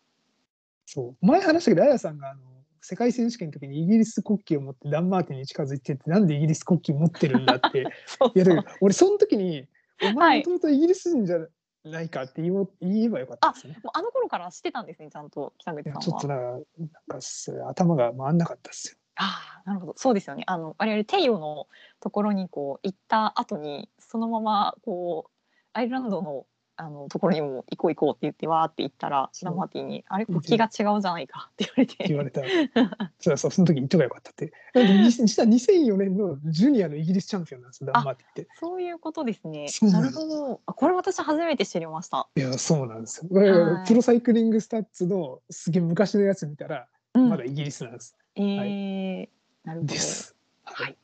Speaker 2: そう。前話したけど、あやさんがあの世界選手権の時にイギリス国旗を持ってダン・マーティンに近づいてって、なんでイギリス国旗持ってるんだ
Speaker 1: <laughs>
Speaker 2: って。い
Speaker 1: そう
Speaker 2: や、
Speaker 1: そ
Speaker 2: だ
Speaker 1: う
Speaker 2: から俺、その時に、お
Speaker 1: は
Speaker 2: 前
Speaker 1: い
Speaker 2: もともとイギリス人じゃないかって言おう言えばよかったですね。
Speaker 1: もうあの頃からしてたんですねちゃんと北口さん
Speaker 2: いや
Speaker 1: は
Speaker 2: ちょっとななんかそれ頭が回んなかったで
Speaker 1: <laughs>
Speaker 2: すよ。
Speaker 1: ああなるほどそうですよねあの我々テイオのところにこう行った後にそのままこうアイルランドのあのところにも行こう行こうって言ってわーって行ったらシダマーティンに「あれ国旗が違うじゃないか」って言われ
Speaker 2: 言
Speaker 1: て
Speaker 2: われた。そうだそうその時に言っとけばよかったって。な
Speaker 1: <laughs>
Speaker 2: んでに実は2004年のジュニアのイギリスチャンピオンなんですよダンマーティンっ
Speaker 1: そういうことですね
Speaker 2: そうな
Speaker 1: なんる
Speaker 2: です
Speaker 1: ほどあこれ私初めて知りました、
Speaker 2: て。いやそうなんですよ。
Speaker 1: はい
Speaker 2: プロサイクリングスタッツのすげえ昔のやつ見たら
Speaker 1: うん
Speaker 2: まだイギリスなんです。
Speaker 1: えーなるほど
Speaker 2: です。
Speaker 1: はい。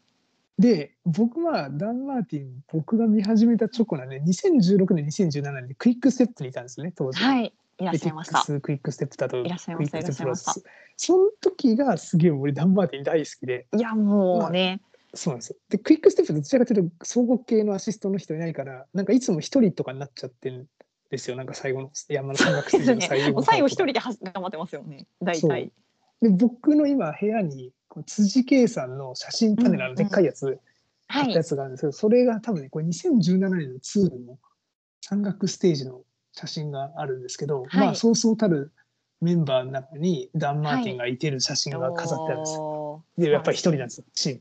Speaker 2: で僕はダン・マーティン僕が見始めた直後なんで2016年2017年でクイックステップにいたんですよね当時。
Speaker 1: はい、いらっしゃいました。
Speaker 2: エティックスクイックステップだと
Speaker 1: いらっしゃいました
Speaker 2: クイックステップ
Speaker 1: いらっしゃいまし
Speaker 2: プロレスその時がすげえ俺ダン・マーティン大好きで
Speaker 1: いやもうね、
Speaker 2: そうなんですよでクイックステップってどちらかというと総合系のアシストの人いないからなんかいつも一人とかになっちゃってるんですよなんか最後の山の山岳
Speaker 1: です
Speaker 2: 水
Speaker 1: よ
Speaker 2: の
Speaker 1: ね
Speaker 2: 最後
Speaker 1: もう
Speaker 2: の方と
Speaker 1: <laughs>
Speaker 2: か
Speaker 1: 最後一人で走頑張ってますよね。大
Speaker 2: そう
Speaker 1: 体。
Speaker 2: で僕の今部屋にこう辻圭さんの写真パネルあのでっかいやつ、
Speaker 1: は
Speaker 2: や
Speaker 1: い。
Speaker 2: つがあるんですけど、それが多分ねこれ2017年のツールの山岳ステージの写真があるんですけど、
Speaker 1: はい
Speaker 2: まあそうそうたるメンバーの中にダン・マーティンがいてる写真が飾ってあるんです、
Speaker 1: おー
Speaker 2: でやっぱり一人なんですよチー
Speaker 1: い
Speaker 2: ム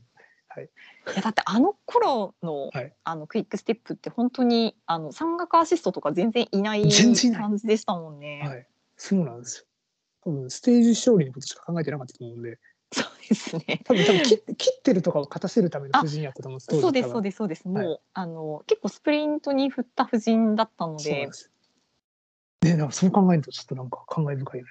Speaker 1: やだってあの頃の、
Speaker 2: はい
Speaker 1: あのクイックステップって本当にあの山岳アシストとか全然いない
Speaker 2: 全然いない
Speaker 1: 感じでしたもんね。
Speaker 2: はい、そうなんですよ多分ステージ勝利のことしか考えてなかったと思うんで
Speaker 1: そうですね。
Speaker 2: 多分多分切って切ってるとかを勝たせるための布陣やったと思うんです
Speaker 1: そうですそう
Speaker 2: で
Speaker 1: ですそうです。も、
Speaker 2: はいう
Speaker 1: あの結構スプリントに振った布陣だったの
Speaker 2: そうなん
Speaker 1: で
Speaker 2: で、すねなんかそう考えるとちょっとなんか感慨深いよね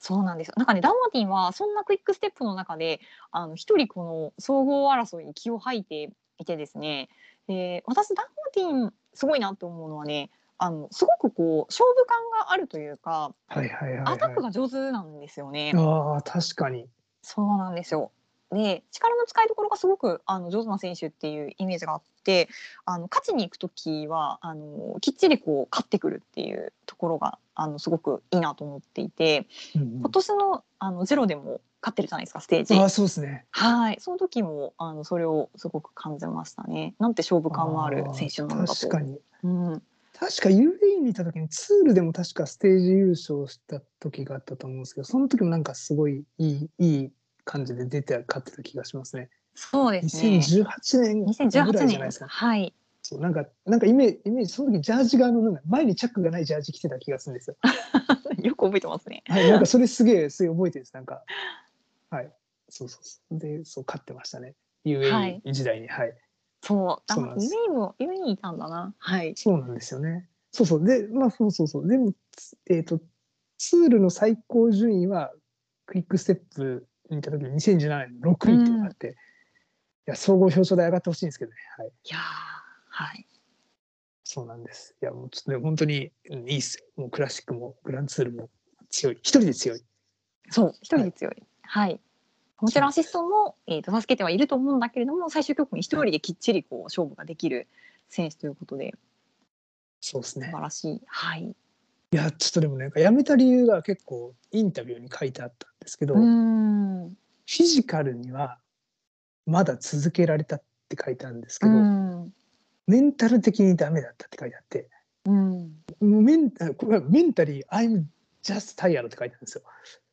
Speaker 1: そうなんですよ。なんかねダンマティンはそんなクイックステップの中で、あの一人この総合争いに気を吐いていてですね。で私ダンマティンすごいなと思うのはね、あのすごくこう勝負感があるというか、
Speaker 2: はいはいはい、はい、
Speaker 1: アタックが上手なんですよね。
Speaker 2: あー確かに
Speaker 1: そうなんですよ。で力の使いどころがすごくあの上手な選手っていうイメージがあってあの勝ちに行く時はあのきっちりこう勝ってくるっていうところがあのすごくいいなと思っていて
Speaker 2: うんうん
Speaker 1: 今年のあのゼロでも勝ってるじゃないですかステージ
Speaker 2: ああそうですね。
Speaker 1: はいその時もあのそれをすごく感じましたねなんて勝負感のある選手なんだと
Speaker 2: 確かに。
Speaker 1: うん、
Speaker 2: 確か UAE にいた時にツールでも確かステージ優勝した時があったと思うんですけどその時もなんかすごいいいいい感じで出て勝ってた気がしますね。
Speaker 1: そうですね
Speaker 2: 2018年ぐ
Speaker 1: 2018
Speaker 2: らいじゃないで
Speaker 1: 年
Speaker 2: すか。
Speaker 1: はい <laughs>
Speaker 2: そうなんかなんかイメージイメージその時ジャージがあのなんか前にチャックがないジャージ着てた気がする
Speaker 1: <laughs>
Speaker 2: んですよ。
Speaker 1: よく覚えてますね
Speaker 2: はい、なんかそれすげえすげえ覚えてるんですなんかはいそうそうそうでそう勝ってましたね
Speaker 1: は
Speaker 2: UAE
Speaker 1: い
Speaker 2: 時代にはい
Speaker 1: そうダ
Speaker 2: そう
Speaker 1: ン
Speaker 2: なん
Speaker 1: マティ
Speaker 2: です
Speaker 1: ン夢にも夢にいたんだなはい
Speaker 2: そうなんですよね。そうそう。で、まあそうそうそう。でも、つえっ、と、ツールの最高順位は、クイックステップにいた時に2017年の6位っていうのがあって、いや、総合表彰台上がってほしいんですけどね。はい。
Speaker 1: いやーはい
Speaker 2: そうなんです。いや、もうちょっとね、本当に、うんいいっすよ。もうクラシックもグランツールも強い。一人で強い。
Speaker 1: そう一人で強いはい、もちろんアシストも、えー、と助けてはいると思うんだけれども最終局に一人できっちりこう勝負ができる選手ということで
Speaker 2: そうです
Speaker 1: 素
Speaker 2: ね
Speaker 1: 晴。らしいはい
Speaker 2: いや、ちょっとでもねなんか辞めた理由が結構インタビューに書いてあったんですけど、
Speaker 1: うー
Speaker 2: フ
Speaker 1: んう
Speaker 2: ィジカルにはまだ続けられたって書いてあるんですけ
Speaker 1: ー
Speaker 2: ど、
Speaker 1: んう
Speaker 2: メンタル的にダメだったって書いてあって、
Speaker 1: ーん
Speaker 2: もうメンあこれはメンタリー、I'm just tired って書いてあるんですよ。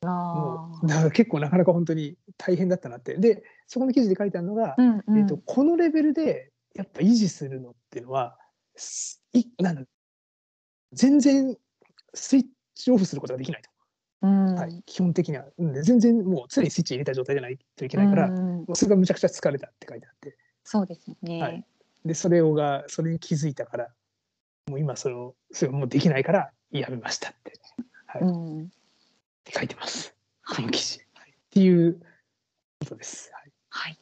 Speaker 1: あ
Speaker 2: もう
Speaker 1: ー
Speaker 2: だから結構なかなか本当に大変だったなって。で、そこの記事で書いてあるのが、
Speaker 1: うんうん
Speaker 2: えー、とこのレベルでやっぱ維持するのっていうのは、すいなんだ全然スイッチオフすることができないと。
Speaker 1: うん
Speaker 2: はい、基本的には。うんで全然もう常にスイッチ入れた状態じゃないといけないから、
Speaker 1: うんうん
Speaker 2: もうそれがむちゃくちゃ疲れたって書いてあって。
Speaker 1: そうですよね、
Speaker 2: はいでそれをがそれに気づいたからもう今そのそれがもうできないからやめましたって
Speaker 1: うん
Speaker 2: 書いてます
Speaker 1: はい
Speaker 2: この記事、はいっていうことです、はい
Speaker 1: はい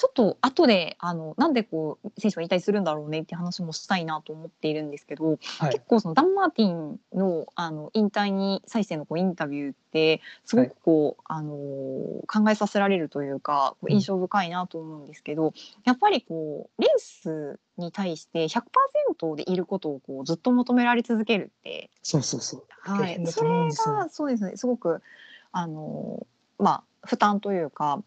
Speaker 1: ちょっと後であのなんでこう選手は引退するんだろうねって話もしたいなと思っているんですけど、
Speaker 2: はい
Speaker 1: 結構そのダン・マーティンのあの引退に際してのこうインタビューってすごくこう、あのー考えさせられるというかこう
Speaker 2: うん
Speaker 1: 印象深いなと思うんですけど、やっぱりこうレースに対して100%でいることをこうずっと求められ続けるって、
Speaker 2: そうそうそう
Speaker 1: は
Speaker 2: 大変
Speaker 1: い、
Speaker 2: だ
Speaker 1: そ
Speaker 2: と思うん
Speaker 1: れ
Speaker 2: ですよ
Speaker 1: がそうですねすごく、あのーまあ、負担というか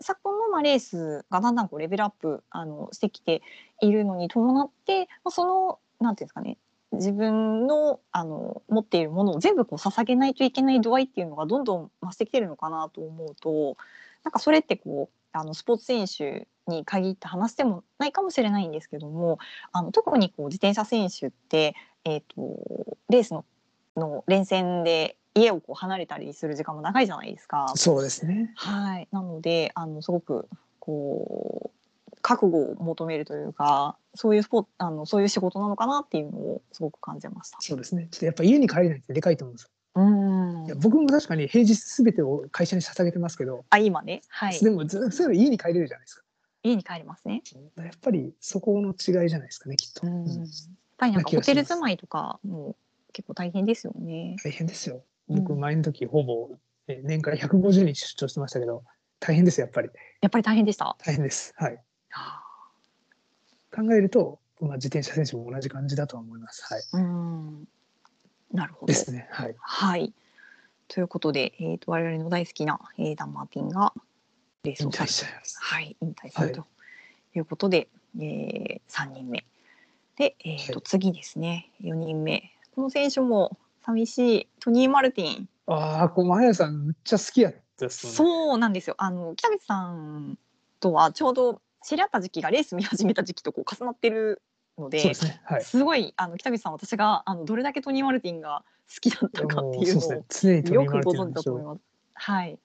Speaker 1: 昨今のまあレースがだんだんこうレベルアップあのしてきているのに伴って、まあ、そのなんていうんですかね自分のあの持っているものを全部こう捧げないといけない度合いっていうのがどんどん増してきてるのかなと思うとなんかそれってこうあのスポーツ選手に限った話でもないかもしれないんですけどもあの特にこう自転車選手って、えー、とレースのの連戦で家をこう離れたりする時間も長いじゃないですか。
Speaker 2: そうですね
Speaker 1: はい、なのであのすごくこう覚悟を求めるというかそういうスポーあのそういう仕事なのかなっていうのをすごく感じました。
Speaker 2: そうですねちょっとやっぱ家に帰れないってでかいと思うんですよ
Speaker 1: うん
Speaker 2: いや僕も確かに平日すべてを会社に捧げてますけど、
Speaker 1: あ今ね、はい
Speaker 2: でもずそれ家に帰れるじゃないですか
Speaker 1: 家に帰りますね。
Speaker 2: やっぱりそこの違いじゃないですかねきっと、
Speaker 1: うん
Speaker 2: うん
Speaker 1: やっぱりなんか
Speaker 2: な気
Speaker 1: ホ
Speaker 2: がします
Speaker 1: テル住まいとかも結構大変ですよね。
Speaker 2: 大変ですよ
Speaker 1: う
Speaker 2: 僕
Speaker 1: ん
Speaker 2: 前の時ほぼえ年間150人出張してましたけど大変ですやっぱり
Speaker 1: やっぱり大変でした。
Speaker 2: 大変ですはい考えると、まあ、自転車選手も同じ感じだとは思いますはい
Speaker 1: うん。なるほど。
Speaker 2: ですねはい
Speaker 1: はい。ということで、えー、と我々の大好きな、えーダン・マーティンがレース
Speaker 2: 引
Speaker 1: をさ
Speaker 2: 退
Speaker 1: れ
Speaker 2: しちゃいます
Speaker 1: はい、引退するということで、え3人目で、えーと
Speaker 2: はい
Speaker 1: 次ですね4人目この選手も寂しいトニー・マルティン
Speaker 2: ああこうマヤさんむっちゃ好きやったっすもんね
Speaker 1: そうなんですよあの北口さんとはちょうど知り合った時期がレース見始めた時期とこう重なってるので
Speaker 2: そうですねはい
Speaker 1: すごいあの北口さんは私があのどれだけトニー・マルティンが好きだったかっ
Speaker 2: も
Speaker 1: て
Speaker 2: う
Speaker 1: い
Speaker 2: そう
Speaker 1: う
Speaker 2: です
Speaker 1: の
Speaker 2: ね常に
Speaker 1: を
Speaker 2: 取
Speaker 1: よ
Speaker 2: り
Speaker 1: く
Speaker 2: 回
Speaker 1: ご
Speaker 2: れてる
Speaker 1: 存知
Speaker 2: んで
Speaker 1: だ
Speaker 2: し
Speaker 1: と
Speaker 2: ょ
Speaker 1: 思いうます。はい、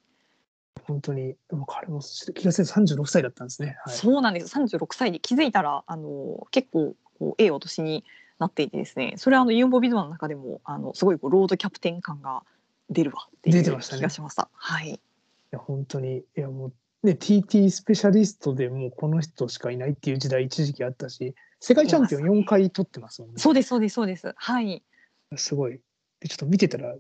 Speaker 2: 本当にでも彼も気がせず36歳だったんですねはい
Speaker 1: そうなんです三十六歳で気づいたらあの結構こうええお年になっていてですねそれはあのユンボビドマの中でもあのすごいこうロードキャプテン感が出るわっていう
Speaker 2: 出
Speaker 1: 気
Speaker 2: てましたね
Speaker 1: がしました。はい、
Speaker 2: いや本当にいやもうね TT スペシャリストでもうこの人しかいないっていう時代一時期あったし世界チャンピオン4回取ってますもんね
Speaker 1: そうですそうですそうです。はい、
Speaker 2: すごいでちょっと見てたら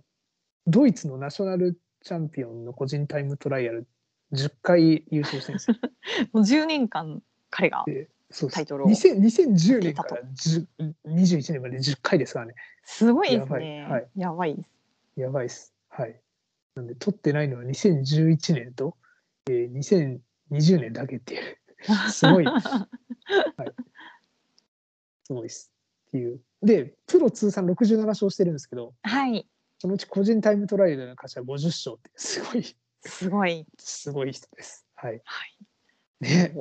Speaker 2: ドイツのナショナルチャンピオンの個人タイムトライアル10回優勝してるんですよ
Speaker 1: もう十年間彼が
Speaker 2: でそうです
Speaker 1: タイトルを
Speaker 2: 2000 2010年から10 21年まで10回ですからね
Speaker 1: すごいですね。
Speaker 2: やばいはい
Speaker 1: やばいです。
Speaker 2: やばいっすはいなんで取ってないのは2011年と、えー2020年だけっていうすごいすごいっす。っていう。で、プロ通算67勝してるんですけど、
Speaker 1: <laughs> はい、
Speaker 2: そのうち個人タイムトライアルの勝ちは50勝って、すごい、
Speaker 1: すごい。
Speaker 2: すごい人です。はい。
Speaker 1: はい、
Speaker 2: ね、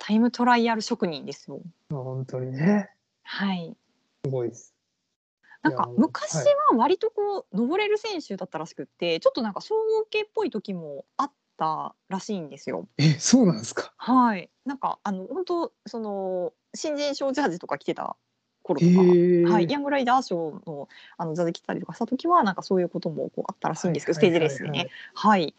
Speaker 1: タイムトライアル職人ですよ。
Speaker 2: まあ、本当にね、
Speaker 1: はい。
Speaker 2: すごいです。
Speaker 1: なんか
Speaker 2: いや
Speaker 1: 昔は割とこう登れる選手だったらしくって、ちょっとなんか総合系っぽい時もあったらしいんですよ。
Speaker 2: え、そうなんですか。
Speaker 1: はい。なんかあの本当その新人賞ジャージとか着てた頃
Speaker 2: へ
Speaker 1: と
Speaker 2: え
Speaker 1: か、はい、ヤングライダー賞のあの座で着てたりとかした時はなんかそういうこともこうあったらしいんですけど、
Speaker 2: はいはいはい
Speaker 1: ステージレースでね。はい。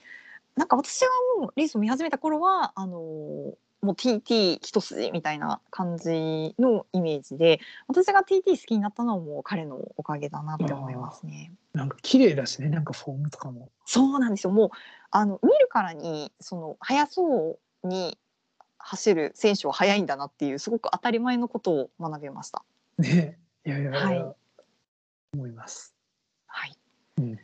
Speaker 1: なんか私がもうレースを見始めた頃はあのーもう TT 一筋みたいな感じのイメージで私が TT 好きになったのはもう彼のおかげだなって思いますね。
Speaker 2: なんか綺麗だしね、なんかフォームとかも。 <laughs>
Speaker 1: そうなんですよ。もうあの見るからにその速そうに走る選手は速いんだなっていうすごく当たり前のことを学べました。
Speaker 2: ね、いやいやいや、
Speaker 1: はい
Speaker 2: 思います。
Speaker 1: はい。
Speaker 2: うん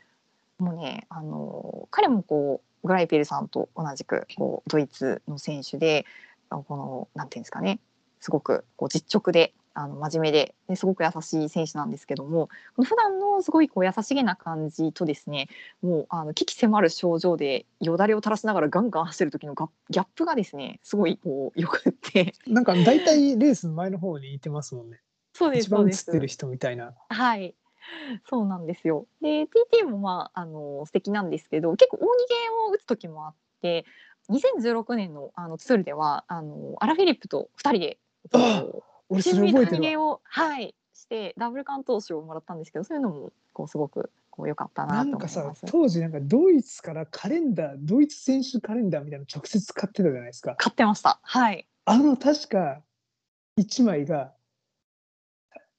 Speaker 1: もうねあの彼もこうグライペルさんと同じくこうドイツの選手であこのなんていうんですかねすごくこう実直であの真面目でですごく優しい選手なんですけどもこの普段のすごいこう優しげな感じとですねもうあの危機迫る症状でよだれを垂らしながらガンガン走る時のガギャップがですねすごいこうよくって
Speaker 2: なんか大体レースの前の方にいてますもんね。
Speaker 1: そうです
Speaker 2: 一
Speaker 1: そ
Speaker 2: 番
Speaker 1: うで
Speaker 2: 映っ
Speaker 1: す
Speaker 2: てる人みたいな。
Speaker 1: はい。そうなんですよ。で、TT もまあ、あの、素敵なんですけど、結構大逃げを打つ時もあって。2016年の、あの、ツールでは、あの、アラフィリップと二人で。
Speaker 2: あ
Speaker 1: こう
Speaker 2: 俺
Speaker 1: チ
Speaker 2: そ
Speaker 1: ーム
Speaker 2: れ
Speaker 1: メイト
Speaker 2: 覚
Speaker 1: の逃
Speaker 2: えて
Speaker 1: げ
Speaker 2: るわ。
Speaker 1: を、はい、して、ダブル完投手をもらったんですけど、そういうのも、こう、すごく、こう、良かったなと
Speaker 2: な
Speaker 1: 思い
Speaker 2: ん
Speaker 1: ま
Speaker 2: か
Speaker 1: す。
Speaker 2: さ当時なんかドイツからカレンダードイツ選手カレンダーみたいなの直接買ってたじゃないですか
Speaker 1: 買ってました。はい。
Speaker 2: あの確か1枚が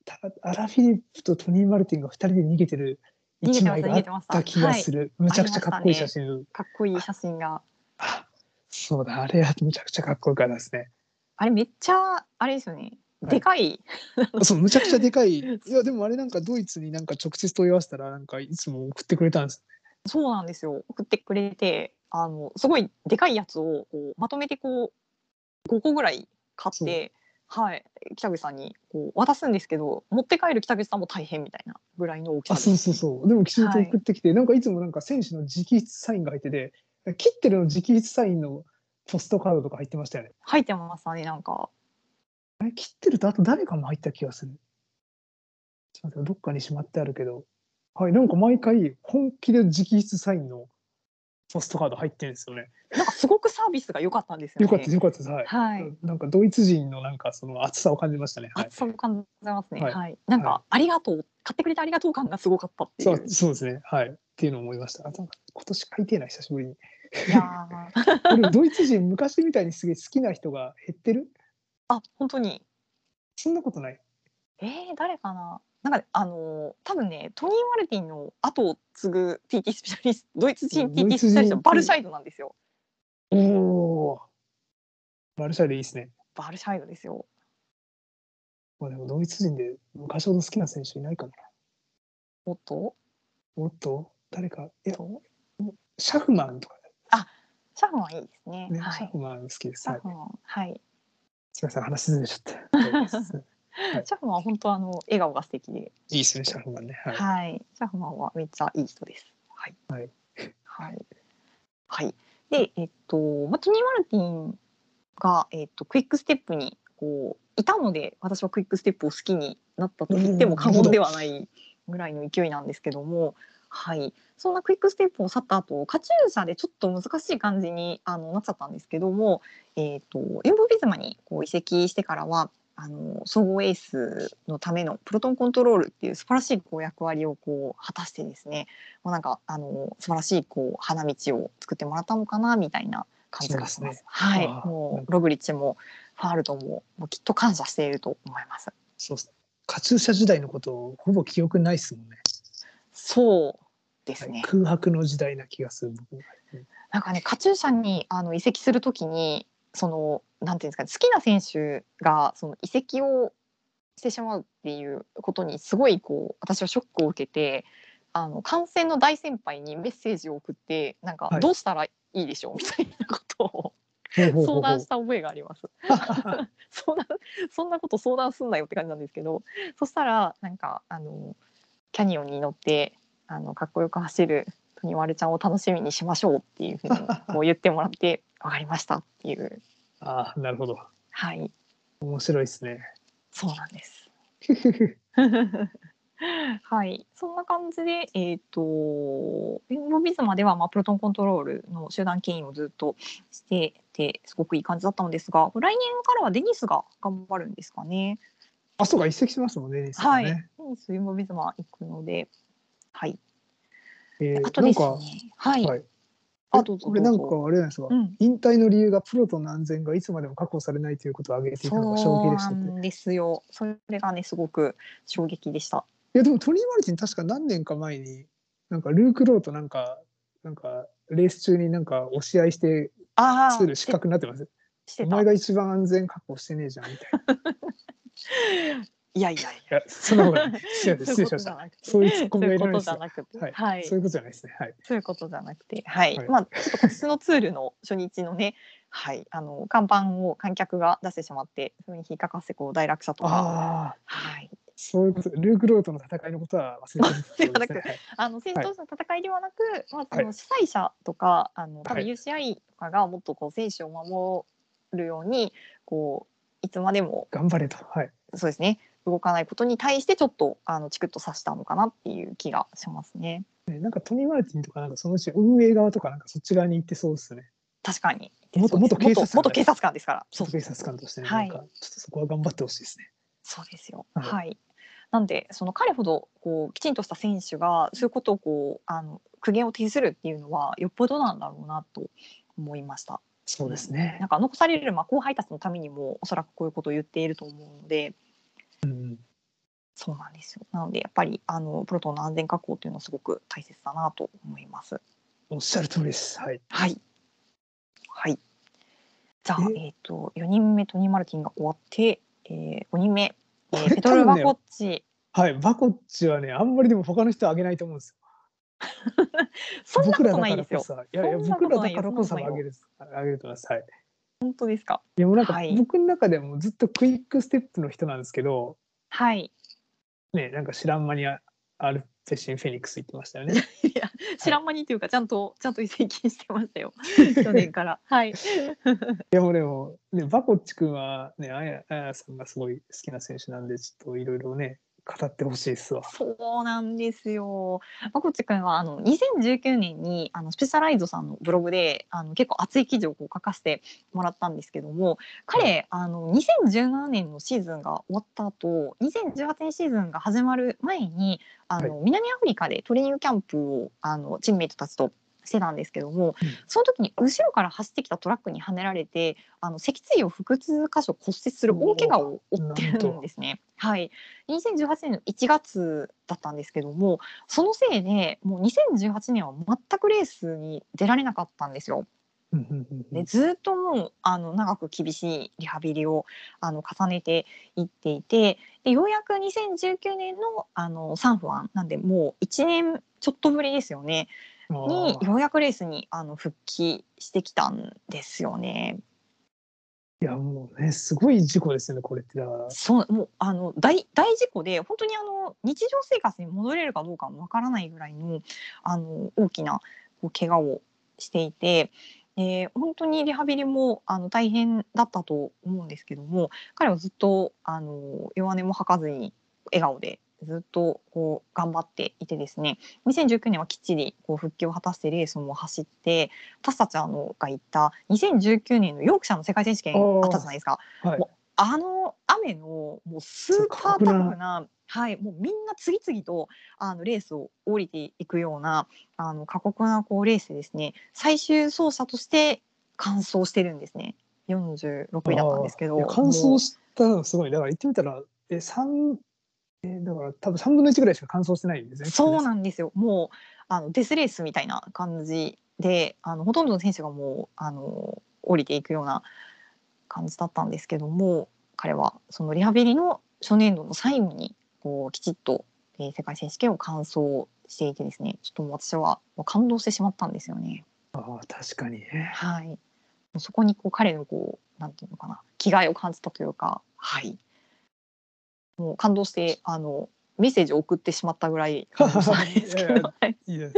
Speaker 2: たアラフィリップとトニー・マルティンが2人で逃げてる
Speaker 1: 逃げてま
Speaker 2: 1枚
Speaker 1: した逃
Speaker 2: があ
Speaker 1: げてま
Speaker 2: っ
Speaker 1: した
Speaker 2: た気がする、むちゃくちゃかっこいい写真、
Speaker 1: かっこいい写真が。
Speaker 2: あそうだあれはむちゃくちゃかっこいいからですね
Speaker 1: あれ、めっちゃ、あれですよね。
Speaker 2: はい
Speaker 1: でかい。
Speaker 2: そうむちゃくちゃでか
Speaker 1: <laughs>
Speaker 2: いいやでもあれなんかドイツになんか直接問い合わせたらなんかいつも送ってくれたんです
Speaker 1: そうなんですよ。送ってくれて、あのすごいでかいやつをこうまとめてこう5個ぐらい買って、はい、北口さんにこう渡すんですけど、持って帰る北口さんも大変みたいなぐらいの大きさ
Speaker 2: あ
Speaker 1: で
Speaker 2: そうそうそうでもきちんと
Speaker 1: はい
Speaker 2: 送ってきて、なんかいつもなんか選手の直筆サインが入ってて切ってるの直筆サインのポストカードとか入ってましたよね
Speaker 1: 入ってましたねなんか。
Speaker 2: あれ切ってるとあと誰かも入った気がするちょっと待ってどっかにしまってあるけどはいなんか毎回本気で直筆サインのポストカード入ってるんですよね
Speaker 1: なんかすごくサービスが良かったんですよね。
Speaker 2: よかったですよかったですはい、
Speaker 1: はい。
Speaker 2: なんかドイツ人のなんかその熱さを感じましたね、はい、
Speaker 1: 熱さも感じますね。は。
Speaker 2: はいい
Speaker 1: なんか、
Speaker 2: は
Speaker 1: ありがとう買ってくれてありがとう感がすごかったってい。
Speaker 2: そう
Speaker 1: <laughs>
Speaker 2: うそうですねはいっていうのを思いましたあなんか今年書いてえない久しぶりに
Speaker 1: いやー
Speaker 2: これドイツ人昔みたいにすげえ好きな人が減ってる
Speaker 1: あ本当に
Speaker 2: そんなことない
Speaker 1: えー、誰かななんかねあのー多分ねトニー・マルティンの後を継ぐ TT スペシャリストドイツ人 TT スペシャリスト
Speaker 2: ドイツ人
Speaker 1: バルシャイドなんですよ
Speaker 2: おおマルシャイでいいですね
Speaker 1: バルシャイドですよ
Speaker 2: まあでもドイツ人で昔ほど好きな選手いないかな
Speaker 1: おっと
Speaker 2: おっと誰かいやシャフマンとか
Speaker 1: シャフマンいいですね
Speaker 2: ね、
Speaker 1: は
Speaker 2: シャ
Speaker 1: い
Speaker 2: フマン好きです、
Speaker 1: シ
Speaker 2: は
Speaker 1: ャ
Speaker 2: い
Speaker 1: フ、マンはい
Speaker 2: すみません話ずれち
Speaker 1: <laughs>
Speaker 2: ゃったはい
Speaker 1: シャフマンは本当あの笑顔が素敵で
Speaker 2: いいですねシャフマンねはい、
Speaker 1: はい、シャフマンはめっちゃいい人です。はい。
Speaker 2: はい。
Speaker 1: はい。はい。で、えっと、まあ、トニー・マルティンが、えっと、クイックステップに、こう、いたので、私はクイックステップを好きになったと言っても過言ではないぐらいの勢いなんですけども、はい。そんなクイックステップを去った後、カチューシャでちょっと難しい感じにあのなっちゃったんですけども、えっと、ユンボビズマにこう移籍してからは、あの総合エースのためのプロトンコントロールっていう素晴らしいこう役割をこう果たしてですねもうなんかあの素晴らしいこう花道を作ってもらったのかなみたいな感じがし
Speaker 2: そう
Speaker 1: ま
Speaker 2: です
Speaker 1: す。はい、
Speaker 2: ああ
Speaker 1: もうログリッチもファールドももうきっと感謝していると思います。
Speaker 2: そうっすねカチューシャ時代のことほぼ記憶ないっすもんね
Speaker 1: そうです
Speaker 2: はい
Speaker 1: ね。
Speaker 2: 空白の時代な気がする僕
Speaker 1: なんかねカチューシャにあの移籍するときにそのなんていうんですかね好きな選手がその移籍をしてしまうっていうことにすごいこう私はショックを受けてあの感染の大先輩にメッセージを送ってなんか
Speaker 2: はい
Speaker 1: どうしたらいいでしょう、みたいなこと
Speaker 2: ほ
Speaker 1: を
Speaker 2: うほ
Speaker 1: 相
Speaker 2: うほうほ
Speaker 1: 談
Speaker 2: う
Speaker 1: した覚えがあります。 <laughs> そんなそんなこと相談すんなよって感じなんですけどそしたらなんかあのキャニオンに乗ってあのかっこよく走るトニワルちゃんを楽しみにしましょうっていうふうにこう言ってもらって <laughs> 分かりましたっていう
Speaker 2: ああなるほど
Speaker 1: はい
Speaker 2: 面白いです
Speaker 1: <laughs>
Speaker 2: ね
Speaker 1: そうなんですはいそんな感じでえっ、とユンボビズマでは、まあ、プロトンコントロールの集団牽引をずっとしててすごくいい感じだったのですが来年からはデニスが頑張るんですかね。
Speaker 2: あそうか移籍しますもんねデニスは
Speaker 1: はい。
Speaker 2: ね、
Speaker 1: テニス、ユンボビズマ行くので。はい。
Speaker 2: えー
Speaker 1: あとです
Speaker 2: なんか
Speaker 1: ね。はい。
Speaker 2: はい
Speaker 1: あ、どうぞ
Speaker 2: これなんか
Speaker 1: どうぞ
Speaker 2: あれなんですか、
Speaker 1: うん。
Speaker 2: 引退の理由がプロとの安全がいつまでも確保されないということを挙げていたのが衝
Speaker 1: そう
Speaker 2: 撃でし
Speaker 1: な
Speaker 2: たって。
Speaker 1: んですよ。それがね、すごく衝撃でした。
Speaker 2: いやでもトニー・マルティン確か何年か前になんかルーク・ローとなんかなんかレース中になんか押し合いして
Speaker 1: ああ。
Speaker 2: ツール失格になってますよ。
Speaker 1: し
Speaker 2: お
Speaker 1: てた。
Speaker 2: 前
Speaker 1: い
Speaker 2: が一番安全確保してねえじゃんみたいな。い
Speaker 1: やいやい
Speaker 2: やそんなことない。
Speaker 1: や。
Speaker 2: 失礼失礼しました。
Speaker 1: なくて。
Speaker 2: そういうツッコ
Speaker 1: そう
Speaker 2: ミが
Speaker 1: い
Speaker 2: いう
Speaker 1: こ
Speaker 2: らないで
Speaker 1: とじ
Speaker 2: す
Speaker 1: ゃ
Speaker 2: よ。
Speaker 1: なくて、
Speaker 2: はい
Speaker 1: はい、
Speaker 2: そういうことじゃないですね。はい。
Speaker 1: そういうことじゃなくて、はい、
Speaker 2: はい
Speaker 1: まあ、ちょっと個室のツールの初日のね。はい、あの看板を観客が出してしまって、それに引っかかって、こう大落車とか。
Speaker 2: ああ、
Speaker 1: はい、
Speaker 2: そういうこと。ルーク・ローとの戦いのことは忘れてるってことですね。
Speaker 1: あ <laughs> の戦闘士の戦いではなく、まあ、そ
Speaker 2: は
Speaker 1: の主催者とか、あの多分
Speaker 2: はい
Speaker 1: UCI とかがもっとこう選手を守るようにこういつまでも
Speaker 2: 頑張れと。はい。
Speaker 1: そうですね動かないことに対してちょっとあのチクッと刺したのかなっていう気がしますね。
Speaker 2: ねなんかトニー・マルティンとかなんかそのうち運営側とかなんかそっち側に行ってそうですね。
Speaker 1: 確かに
Speaker 2: 元元警察官
Speaker 1: 元元警察官ですから。そう
Speaker 2: 警察官としてね、
Speaker 1: はい
Speaker 2: なんかちょっとそこは頑張ってほしいですね。
Speaker 1: そうですよ。
Speaker 2: うん
Speaker 1: はい。なんでその彼ほどこうきちんとした選手がそういうことをこうあの苦言を呈するっていうのはよっぽどなんだろうなと思いました。
Speaker 2: そうです
Speaker 1: な
Speaker 2: ね。
Speaker 1: んか残されるまあ後輩たちのためにもおそらくこういうことを言っていると思うので
Speaker 2: うん、
Speaker 1: そうなんですよなのでやっぱりあのプロトンの安全確保というのはすごく大切だなと思います
Speaker 2: おっしゃる通りです。はい。
Speaker 1: はいはいじゃあ
Speaker 2: え
Speaker 1: えっ、と4人目トニー・マルティンが終わって、えー、5人目、え
Speaker 2: これ
Speaker 1: ー、ペトル・
Speaker 2: 多分
Speaker 1: バ
Speaker 2: ね
Speaker 1: コッチ
Speaker 2: はい、バコッチはね、あんまりでも他の人はあげないと思うんです
Speaker 1: そ
Speaker 2: よ。
Speaker 1: んなこ
Speaker 2: 僕ら
Speaker 1: と
Speaker 2: だ
Speaker 1: な
Speaker 2: か
Speaker 1: い
Speaker 2: ら
Speaker 1: ですよ
Speaker 2: こそ、いやいや、
Speaker 1: そんな
Speaker 2: 僕
Speaker 1: こと
Speaker 2: ら
Speaker 1: ない
Speaker 2: だ
Speaker 1: よ
Speaker 2: からこそ
Speaker 1: そんな
Speaker 2: あ
Speaker 1: こと
Speaker 2: げる、あげると思います。はい。
Speaker 1: 本当ですか
Speaker 2: でもなんか、
Speaker 1: はい
Speaker 2: 僕の中でもずっとクイックステップの人なんですけど、
Speaker 1: はい
Speaker 2: ね、なんか知らん間にアアルペシン・フェニックス行ってましたよ
Speaker 1: <laughs>
Speaker 2: ね。
Speaker 1: いや知らん間にというかちゃんとちゃんと移籍してま
Speaker 2: <laughs>
Speaker 1: したよ去年からはい
Speaker 2: いや、もうでも、ね、バコッチ君はね、あやあやさんがすごい好きな選手なんで、ちょっといろいろね、語ってほしいっすわ。
Speaker 1: そうなんですよ。まこっちくんはあの2019年にあのスペシャライズさんのブログであの結構熱い記事をこう書かせてもらったんですけども、彼あの2017年のシーズンが終わった後、2018年シーズンが始まる前にあの、南アフリカでトレーニングキャンプをあのチームメイトたちとしてたんですけども、
Speaker 2: うん
Speaker 1: その時に後ろから走ってきたトラックにはねられてあの脊椎を複数箇所骨折する大怪我を負って
Speaker 2: なん
Speaker 1: る
Speaker 2: と
Speaker 1: んですね。はい、2018年の1月だったんですけどもそのせいでもう2018年は全くレースに出られなかったんですよ。
Speaker 2: うんうんうんうん
Speaker 1: でずーっともうあの長く厳しいリハビリをあの重ねていっていてでようやく2019年のあのサンフワンなんでもう1年ちょっとぶりですよねに
Speaker 2: あー
Speaker 1: ようやくレースにあの復帰してきたんですよね。
Speaker 2: いやもうねすごい事故ですよねこれってだから。
Speaker 1: そうもうあの大大事故で本当にあの日常生活に戻れるかどうかもわからないぐらいのあの大きなこう怪我をしていて、え本当にリハビリもあの大変だったと思うんですけども彼はずっとあの弱音も吐かずに笑顔でずっとこう頑張っていてですね2019年はきっちりこう復帰を果たしてレースも走って私たちあのが行った2019年のヨークシャーの世界選手権
Speaker 2: おー
Speaker 1: あったじゃないですか。
Speaker 2: はい
Speaker 1: もうあの雨のもうスーパータフな、はい、もうみんな次々とあのレースを降りていくようなあの過酷なこうレースでですね最終走者として完走してるんですね46位だったんですけ
Speaker 2: い
Speaker 1: ど
Speaker 2: や完走したのすごいだから言ってみたらえ三えだから多分三分の一ぐらいしか完走してないんですね。
Speaker 1: そう
Speaker 2: の
Speaker 1: なんですよ。もうあのデスレースみたいな感じで、あのほとんどの選手がもうあの降りていくような感じだったんですけども、彼はそのリハビリの初年度の最後にこうきちっと、えー世界選手権を完走していてですね、ちょっともう私はもう感動してしまったんですよね。
Speaker 2: ああ確かにね。
Speaker 1: <laughs> はい。もうそこにこう彼のこうなんていうのかな、気概を感じたというか、はい。もう感動してあのメッセージを送ってしまったぐらい感動したんですけ
Speaker 2: いやいや
Speaker 1: ど。 <laughs> はい
Speaker 2: いや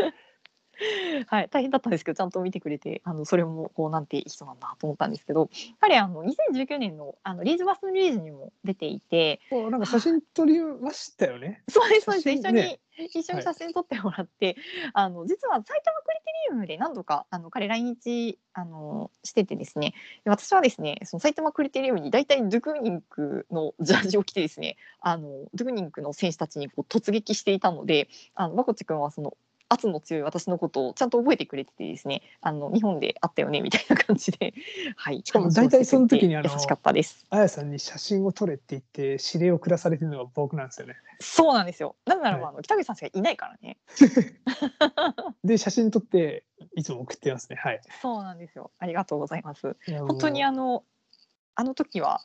Speaker 1: はい、大変だったんですけどちゃんと見てくれてあのそれもこうなんていい人なんだと思ったんですけど彼あの2019年のあのリーズバスのリーズにも出ていて
Speaker 2: こうなんか写真撮りましたよね。
Speaker 1: そうですそうです
Speaker 2: 写
Speaker 1: 一
Speaker 2: 真
Speaker 1: 緒に、
Speaker 2: ね
Speaker 1: 一緒に写真撮ってもらって、あの実は埼玉クリテリウムで何度かあの彼来日あのしててですねで私はですねその埼玉クリテリウムに大体ドゥクニンクのジャージを着てですねあのドゥクニンクの選手たちにこう突撃していたのであのまこっちくんはその圧の強い私のことをちゃんと覚えてくれててですねあの日本であったよねみたいな感じではい
Speaker 2: しかも大体その時にあの
Speaker 1: 優しかったです
Speaker 2: あやさんに写真を撮れって言って指令を下されてるのが僕なんですよね。
Speaker 1: そうなんですよなぜならば、
Speaker 2: はい
Speaker 1: あの北口さんしかいないからね
Speaker 2: で写真撮っていつも送ってますね。はい。
Speaker 1: そうなんですよありがとうございます
Speaker 2: いやもう
Speaker 1: 本当にあのあの時は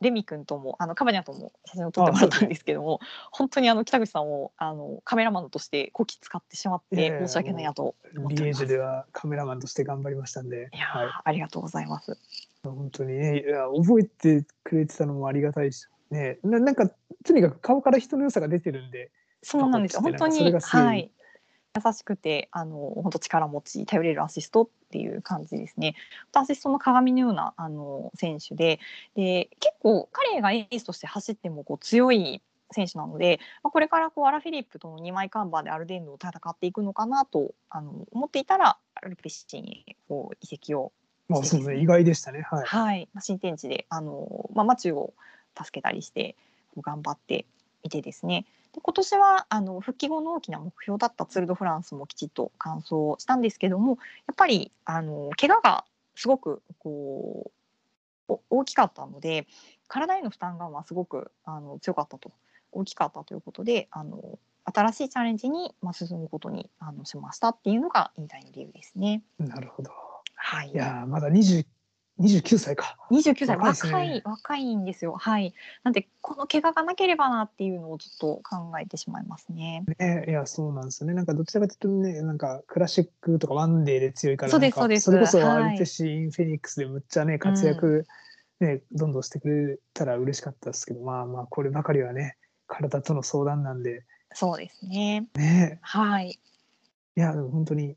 Speaker 1: レミ君ともあのカバニャとも写真を撮ってもらったんですけども、本当にあの北口さんをあのカメラマンとしてこき使ってしまっ
Speaker 2: いやい
Speaker 1: て
Speaker 2: や
Speaker 1: 申し訳ないなと思ってお
Speaker 2: リエ
Speaker 1: り
Speaker 2: ー
Speaker 1: ます。
Speaker 2: ジュではカメラマンとして頑張りましたんで。
Speaker 1: いやー、
Speaker 2: はい。
Speaker 1: ありがとうございます。
Speaker 2: 本当にねいや覚えてくれてたのもありがたいし、ね、ななんかとにかく顔から人の良さが出てるんで
Speaker 1: そうなんですよ。
Speaker 2: パ
Speaker 1: 本
Speaker 2: パ
Speaker 1: 当
Speaker 2: ッチって
Speaker 1: に
Speaker 2: なんかそれがすごい
Speaker 1: はい優しくてあの本当力持ち頼れるアシストっていう感じですね。アシストの鏡のようなあの選手でで結構彼がエースとして走ってもこう強い選手なので、まあ、これからこうアラフィリップとの2枚看板でアルデンドを戦っていくのかなとあの思っていたらアルペシティにこう移籍を
Speaker 2: まあ
Speaker 1: そ
Speaker 2: そうう
Speaker 1: ですね
Speaker 2: ですね意外でしたねはい
Speaker 1: はい、まあ新天地であの、まあ、マチューを助けたりしてこう頑張っていてですねで今年はあの復帰後の大きな目標だったツール・ド・フランスもきちっと完走したんですけどもやっぱりあの怪我がすごくこうお大きかったので体への負担がまあすごくあの強かったと大きかったということであの新しいチャレンジにまあ進むことにあのしましたっていうのが引退の理由ですね。
Speaker 2: なるほど
Speaker 1: はい、
Speaker 2: いやーまだ20 29歳か
Speaker 1: 29歳
Speaker 2: 若
Speaker 1: 若い
Speaker 2: いですね
Speaker 1: 若いんですよはいなんでこの怪我がなければなっていうのをちょっと考えてしまいますね
Speaker 2: ねいやそうなんですよねなんかどちらかというとねなんかクラシックとかワンデーで強いから
Speaker 1: そうです
Speaker 2: なんか
Speaker 1: そうです
Speaker 2: それこそ
Speaker 1: はい
Speaker 2: アルテシンフェニックスでむっちゃね活躍、ねどんどんしてくれたら嬉しかったですけどまあまあこればかりはね体との相談なんで
Speaker 1: そうですね
Speaker 2: ね
Speaker 1: はい
Speaker 2: いや、でも本当に、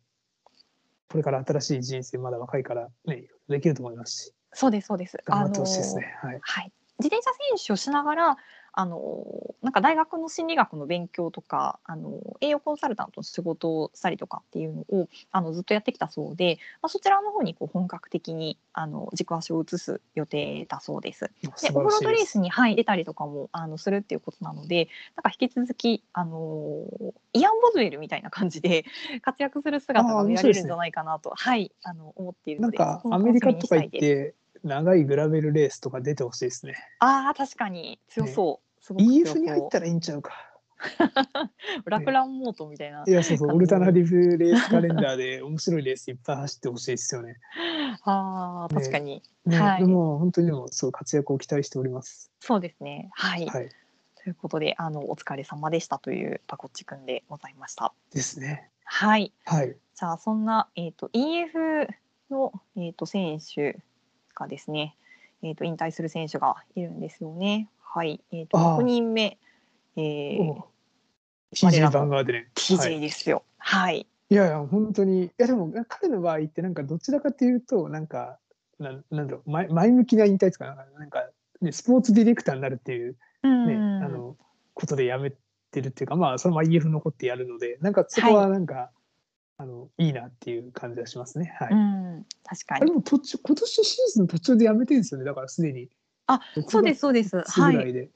Speaker 2: これから新しい人生、まだ若いから、ね、いろいろできると思いますし、
Speaker 1: そうですそうです
Speaker 2: 頑張ってほしいですね。はい。
Speaker 1: はい自転車選手をしながらあのなんか大学の心理学の勉強とかあの栄養コンサルタントの仕事をしたりとかっていうのをあのずっとやってきたそうで、まあ、そちらの方にこう本格的にあの軸足を移す予定だそうです。で
Speaker 2: 素
Speaker 1: オフ
Speaker 2: 晴ら
Speaker 1: ロ
Speaker 2: し
Speaker 1: ー
Speaker 2: い
Speaker 1: ドレ
Speaker 2: で
Speaker 1: ー
Speaker 2: す。
Speaker 1: スに、はい、出たりとかもあのするっていうことなのでなんか引き続き、あのーイアン・ボズウェルみたいな感じで <laughs> 活躍する姿
Speaker 2: あ
Speaker 1: が
Speaker 2: ー
Speaker 1: 見
Speaker 2: 面
Speaker 1: ら
Speaker 2: 白
Speaker 1: れ
Speaker 2: いで
Speaker 1: るん
Speaker 2: すね
Speaker 1: じゃないかなと、はい、あの思っている
Speaker 2: な
Speaker 1: の
Speaker 2: ん
Speaker 1: で
Speaker 2: か
Speaker 1: そこを
Speaker 2: アメリカ
Speaker 1: 楽しみにした
Speaker 2: とか
Speaker 1: い
Speaker 2: 行っ
Speaker 1: です
Speaker 2: て長いグラベルレースとか出てほしいですね。
Speaker 1: ああ確かに強そう、すごく強
Speaker 2: EF
Speaker 1: そう
Speaker 2: に入ったらいいんちゃうか。
Speaker 1: ラクランモートみたいな、
Speaker 2: いやそうそう
Speaker 1: あの
Speaker 2: オルタナティブレースカレンダーで <laughs> 面白いレースいっぱい走ってほしいですよね。
Speaker 1: あー確かに、
Speaker 2: ね、
Speaker 1: はい
Speaker 2: でも本当にでもそう活躍を期待しております。
Speaker 1: そうですねはい、
Speaker 2: はい、
Speaker 1: ということであのお疲れ様でしたというパコッチくんでございました
Speaker 2: ですね。
Speaker 1: はい
Speaker 2: はい。
Speaker 1: じゃあそんな、えー、と EF の、えー、と選手がですね、えー、と引退する選手がいるんですよね。はい、えー、と
Speaker 2: ああ
Speaker 1: 6人目、え
Speaker 2: お
Speaker 1: ー
Speaker 2: う、TJ バンガーデン。はい
Speaker 1: TJ ですよ。はい、
Speaker 2: いやいや、本当に、いや、でも、彼の場合って、なんか、どちらかというと、なんか、なんなんだろう前、前向きな引退ですか、なんか、なんかね、スポーツディレクターになるっていう、
Speaker 1: う
Speaker 2: ね、
Speaker 1: ん
Speaker 2: あの、ことでやめてるっていうか、まあ、そのまま EF 残ってやるので、なんか、そこは、なんか、あの、いいなっていう感じがしますね。はい。
Speaker 1: うん、確か
Speaker 2: あれ
Speaker 1: に。
Speaker 2: も途中、今年シーズン途中でやめてるんですよね、だから、すでに。。
Speaker 1: あ、そうですすそうです。は
Speaker 2: ぐら
Speaker 1: い。
Speaker 2: いで。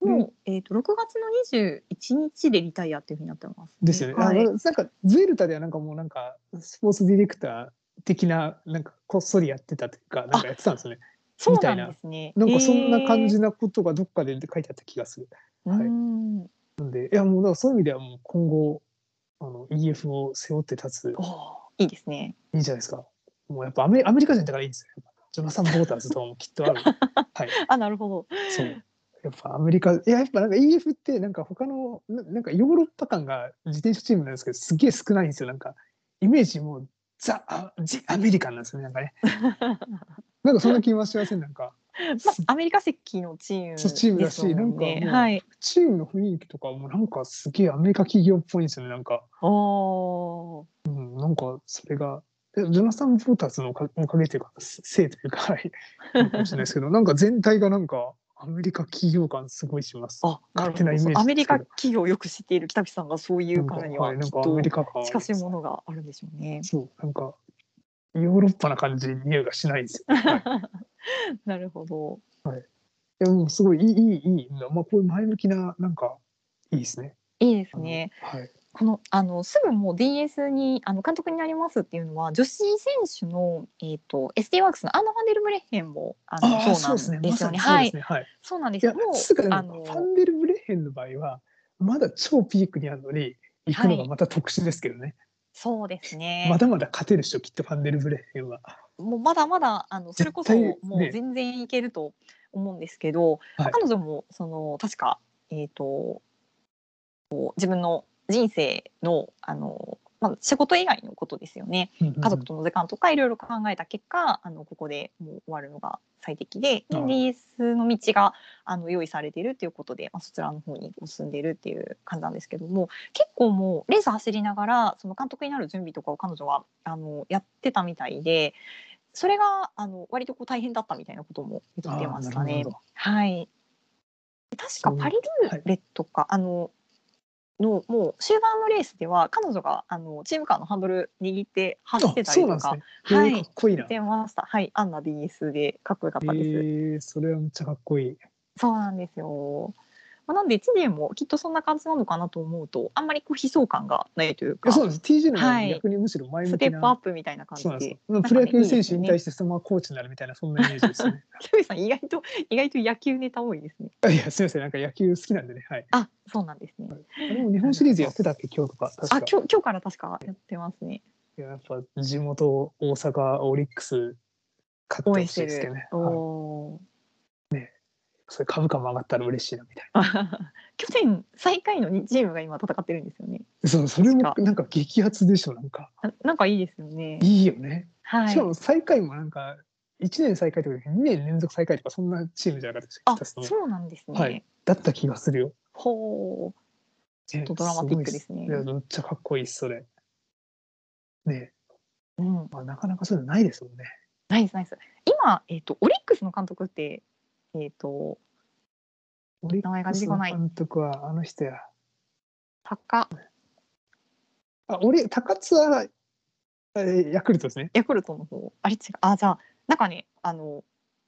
Speaker 1: もう、えー、と6月の21日でリタイアっていうふうになってます、
Speaker 2: ですよね。
Speaker 1: はい
Speaker 2: あのなんかズエルタではなんかもうなんかスポーツディレクター的ななんかこっそりやってたというかなんかやってたんですよね。
Speaker 1: そう
Speaker 2: み
Speaker 1: な
Speaker 2: た
Speaker 1: いん
Speaker 2: な
Speaker 1: ですね。
Speaker 2: なんかそんな感
Speaker 1: え
Speaker 2: じなことがどっかで書いてあった気がする。
Speaker 1: ー
Speaker 2: はい
Speaker 1: うん
Speaker 2: なんでいやもうだからそういう意味ではもう今後あの EF を背負って立つ
Speaker 1: おーいいですね。
Speaker 2: いいじゃないですか。もうやっぱアメアメリカ人だからいいんですよ。やっぱジョナサン・ボーターズとかもきっと
Speaker 1: <laughs>
Speaker 2: ある。はい。
Speaker 1: あ、なるほど。
Speaker 2: そう。やっぱアメリカいややっぱなんか EF ってなんか他のななんかヨーロッパ感が自転車チームなんですけどすげえ少ないんですよなんかイメージもうザ・あジ・アメリカンなんですよねなんかねなんかそんな気はしませんな
Speaker 1: <laughs>
Speaker 2: んか
Speaker 1: まあ、アメリカ籍のチーム
Speaker 2: そうチームだし
Speaker 1: ですもんね
Speaker 2: なんかもう
Speaker 1: はい。
Speaker 2: チームの雰囲気とかもなんかすげえアメリカ企業っぽいんですよねなんか、
Speaker 1: おお
Speaker 2: うん、なんかそれがえジョナサン・ボーターズのおかおかげというかせせいというかはいなのかもしれないです
Speaker 1: <laughs>
Speaker 2: けどなんか全体がなんかアメリカ企業感すごいします。
Speaker 1: ー。あ、なる
Speaker 2: 勝
Speaker 1: ほ
Speaker 2: 手なイメージです
Speaker 1: ど。
Speaker 2: けど
Speaker 1: アメリカ企業をよく知っている北口さんがそういうからには
Speaker 2: な
Speaker 1: き
Speaker 2: ん
Speaker 1: っ
Speaker 2: かはいなんかアメ
Speaker 1: と
Speaker 2: リカ感はあり
Speaker 1: 近
Speaker 2: ます
Speaker 1: しいものがあるんでしょうね。
Speaker 2: そう、なんか、ヨーロッパな感じ、匂いがしないんですよ。はい
Speaker 1: なるほど。
Speaker 2: でも、すごいいい、いい、いい、まあ、こういう前向きな、なんか、いいですね。
Speaker 1: いいですね。
Speaker 2: はい。
Speaker 1: このあのすぐもう DS にあの監督になりますっていうのは女子選手のえっ、と SD ワークスのアンナ・ファンデルブレッヘンもあの
Speaker 2: ー
Speaker 1: そうなんですよね。
Speaker 2: まさ
Speaker 1: は
Speaker 2: に
Speaker 1: い
Speaker 2: そうですね。はい。
Speaker 1: そうなんで
Speaker 2: い
Speaker 1: す
Speaker 2: や
Speaker 1: よ。も、
Speaker 2: つうかで
Speaker 1: う
Speaker 2: も
Speaker 1: あ
Speaker 2: ファ
Speaker 1: の
Speaker 2: ンデルブレッヘンの場合は、まだ超ピークにあるのに、行くのがまた特殊ですけどね。
Speaker 1: そうですね。
Speaker 2: まだまだ勝てる人、きっとファンデルブレッヘンは。
Speaker 1: もうまだまだあのそれこそ
Speaker 2: 絶対
Speaker 1: もう
Speaker 2: ね
Speaker 1: 全然いけると思うんですけど、
Speaker 2: はい
Speaker 1: 彼女もその確か、えー、とこう自分の人生のあの、まあ、仕事以外のことですよね家族との時間とかいろいろ考えた結果あのここでもう終わるのが最適で
Speaker 2: ああ
Speaker 1: DS の道があの用意されているということで、まあ、そちらの方にこう進んでいるっていう感じなんですけども結構もうレース走りながらその監督になる準備とかを彼女はあのやってたみたいで。それがあの割とこう大変だったみたいなことも言ってました
Speaker 2: ああなる
Speaker 1: ね
Speaker 2: ほどなるほど。
Speaker 1: はい。確
Speaker 2: そ
Speaker 1: か
Speaker 2: う
Speaker 1: パリルーレットか、あののもう終盤のレースでは彼女があのチームカーのハンドル握って走って
Speaker 2: あ
Speaker 1: た
Speaker 2: そ
Speaker 1: り
Speaker 2: うな
Speaker 1: と
Speaker 2: んです
Speaker 1: か、
Speaker 2: ね。
Speaker 1: は
Speaker 2: えー
Speaker 1: い
Speaker 2: かっこいいな。え
Speaker 1: 出ました。はい、アンナ DS でかっこよかったです。
Speaker 2: ー、それはめっちゃかっこいい。
Speaker 1: そうなんですよ。まあ、なんで知念もきっとそんな感じなのかなと思うと、あんまりこう悲壮感がないという
Speaker 2: いや
Speaker 1: か、
Speaker 2: そうなんです。TG の方が
Speaker 1: はい
Speaker 2: 逆にむしろ前向きな。
Speaker 1: ステップアップみたいな感じ
Speaker 2: そうなんです
Speaker 1: で
Speaker 2: よ。まあプロ野球選手引退してそのままコーチになるみたいなそんなイメージです
Speaker 1: <laughs>
Speaker 2: ね。
Speaker 1: キュウイさん意外と意外と野球ネタ多いですね。
Speaker 2: いやすみませんなんか野球好きなんでね。はい。
Speaker 1: あ、そうなんですね。
Speaker 2: でも日本シリーズやってたっけ今日とか確か。
Speaker 1: あ、今日今日から確かやってますね。
Speaker 2: いややっぱ地元大阪オリックス勝っ
Speaker 1: 応
Speaker 2: て
Speaker 1: 援し
Speaker 2: ほしい
Speaker 1: て
Speaker 2: ですけど
Speaker 1: る
Speaker 2: ね。。
Speaker 1: お
Speaker 2: はい、
Speaker 1: お
Speaker 2: それ株価も上がったら嬉しいなみたい
Speaker 1: ー。 <laughs> 去年最下位の2チームが今戦ってるんですよね。 <laughs>
Speaker 2: な。そうそれも
Speaker 1: 確か
Speaker 2: なんか激アツでしょなんか
Speaker 1: ななんかいいですよね。
Speaker 2: いいよね。
Speaker 1: は
Speaker 2: し
Speaker 1: い
Speaker 2: か。も最下位もなんか一年最下位とか2年連続最下位とかそんなチームじゃなかったです
Speaker 1: あ、
Speaker 2: か
Speaker 1: そうなんですね。
Speaker 2: はいだった気がするよ。
Speaker 1: ほう。
Speaker 2: ちょ
Speaker 1: っとドラマティックですね
Speaker 2: いやめっちゃかっこいいっすそれ。ねえ。
Speaker 1: うん。
Speaker 2: まあ、なかなかそういうのないですもんね。
Speaker 1: ナイスナイス。今えっ、とオリックスの監督ってえっ、と
Speaker 2: オ
Speaker 1: 名
Speaker 2: リッ
Speaker 1: 前が出
Speaker 2: クス
Speaker 1: てこ
Speaker 2: の
Speaker 1: ない
Speaker 2: 監督はあの人や。
Speaker 1: 高
Speaker 2: あ、俺、高津は、えヤクルトですね。
Speaker 1: ヤクルトの方あれ違うあじゃあなんかねあの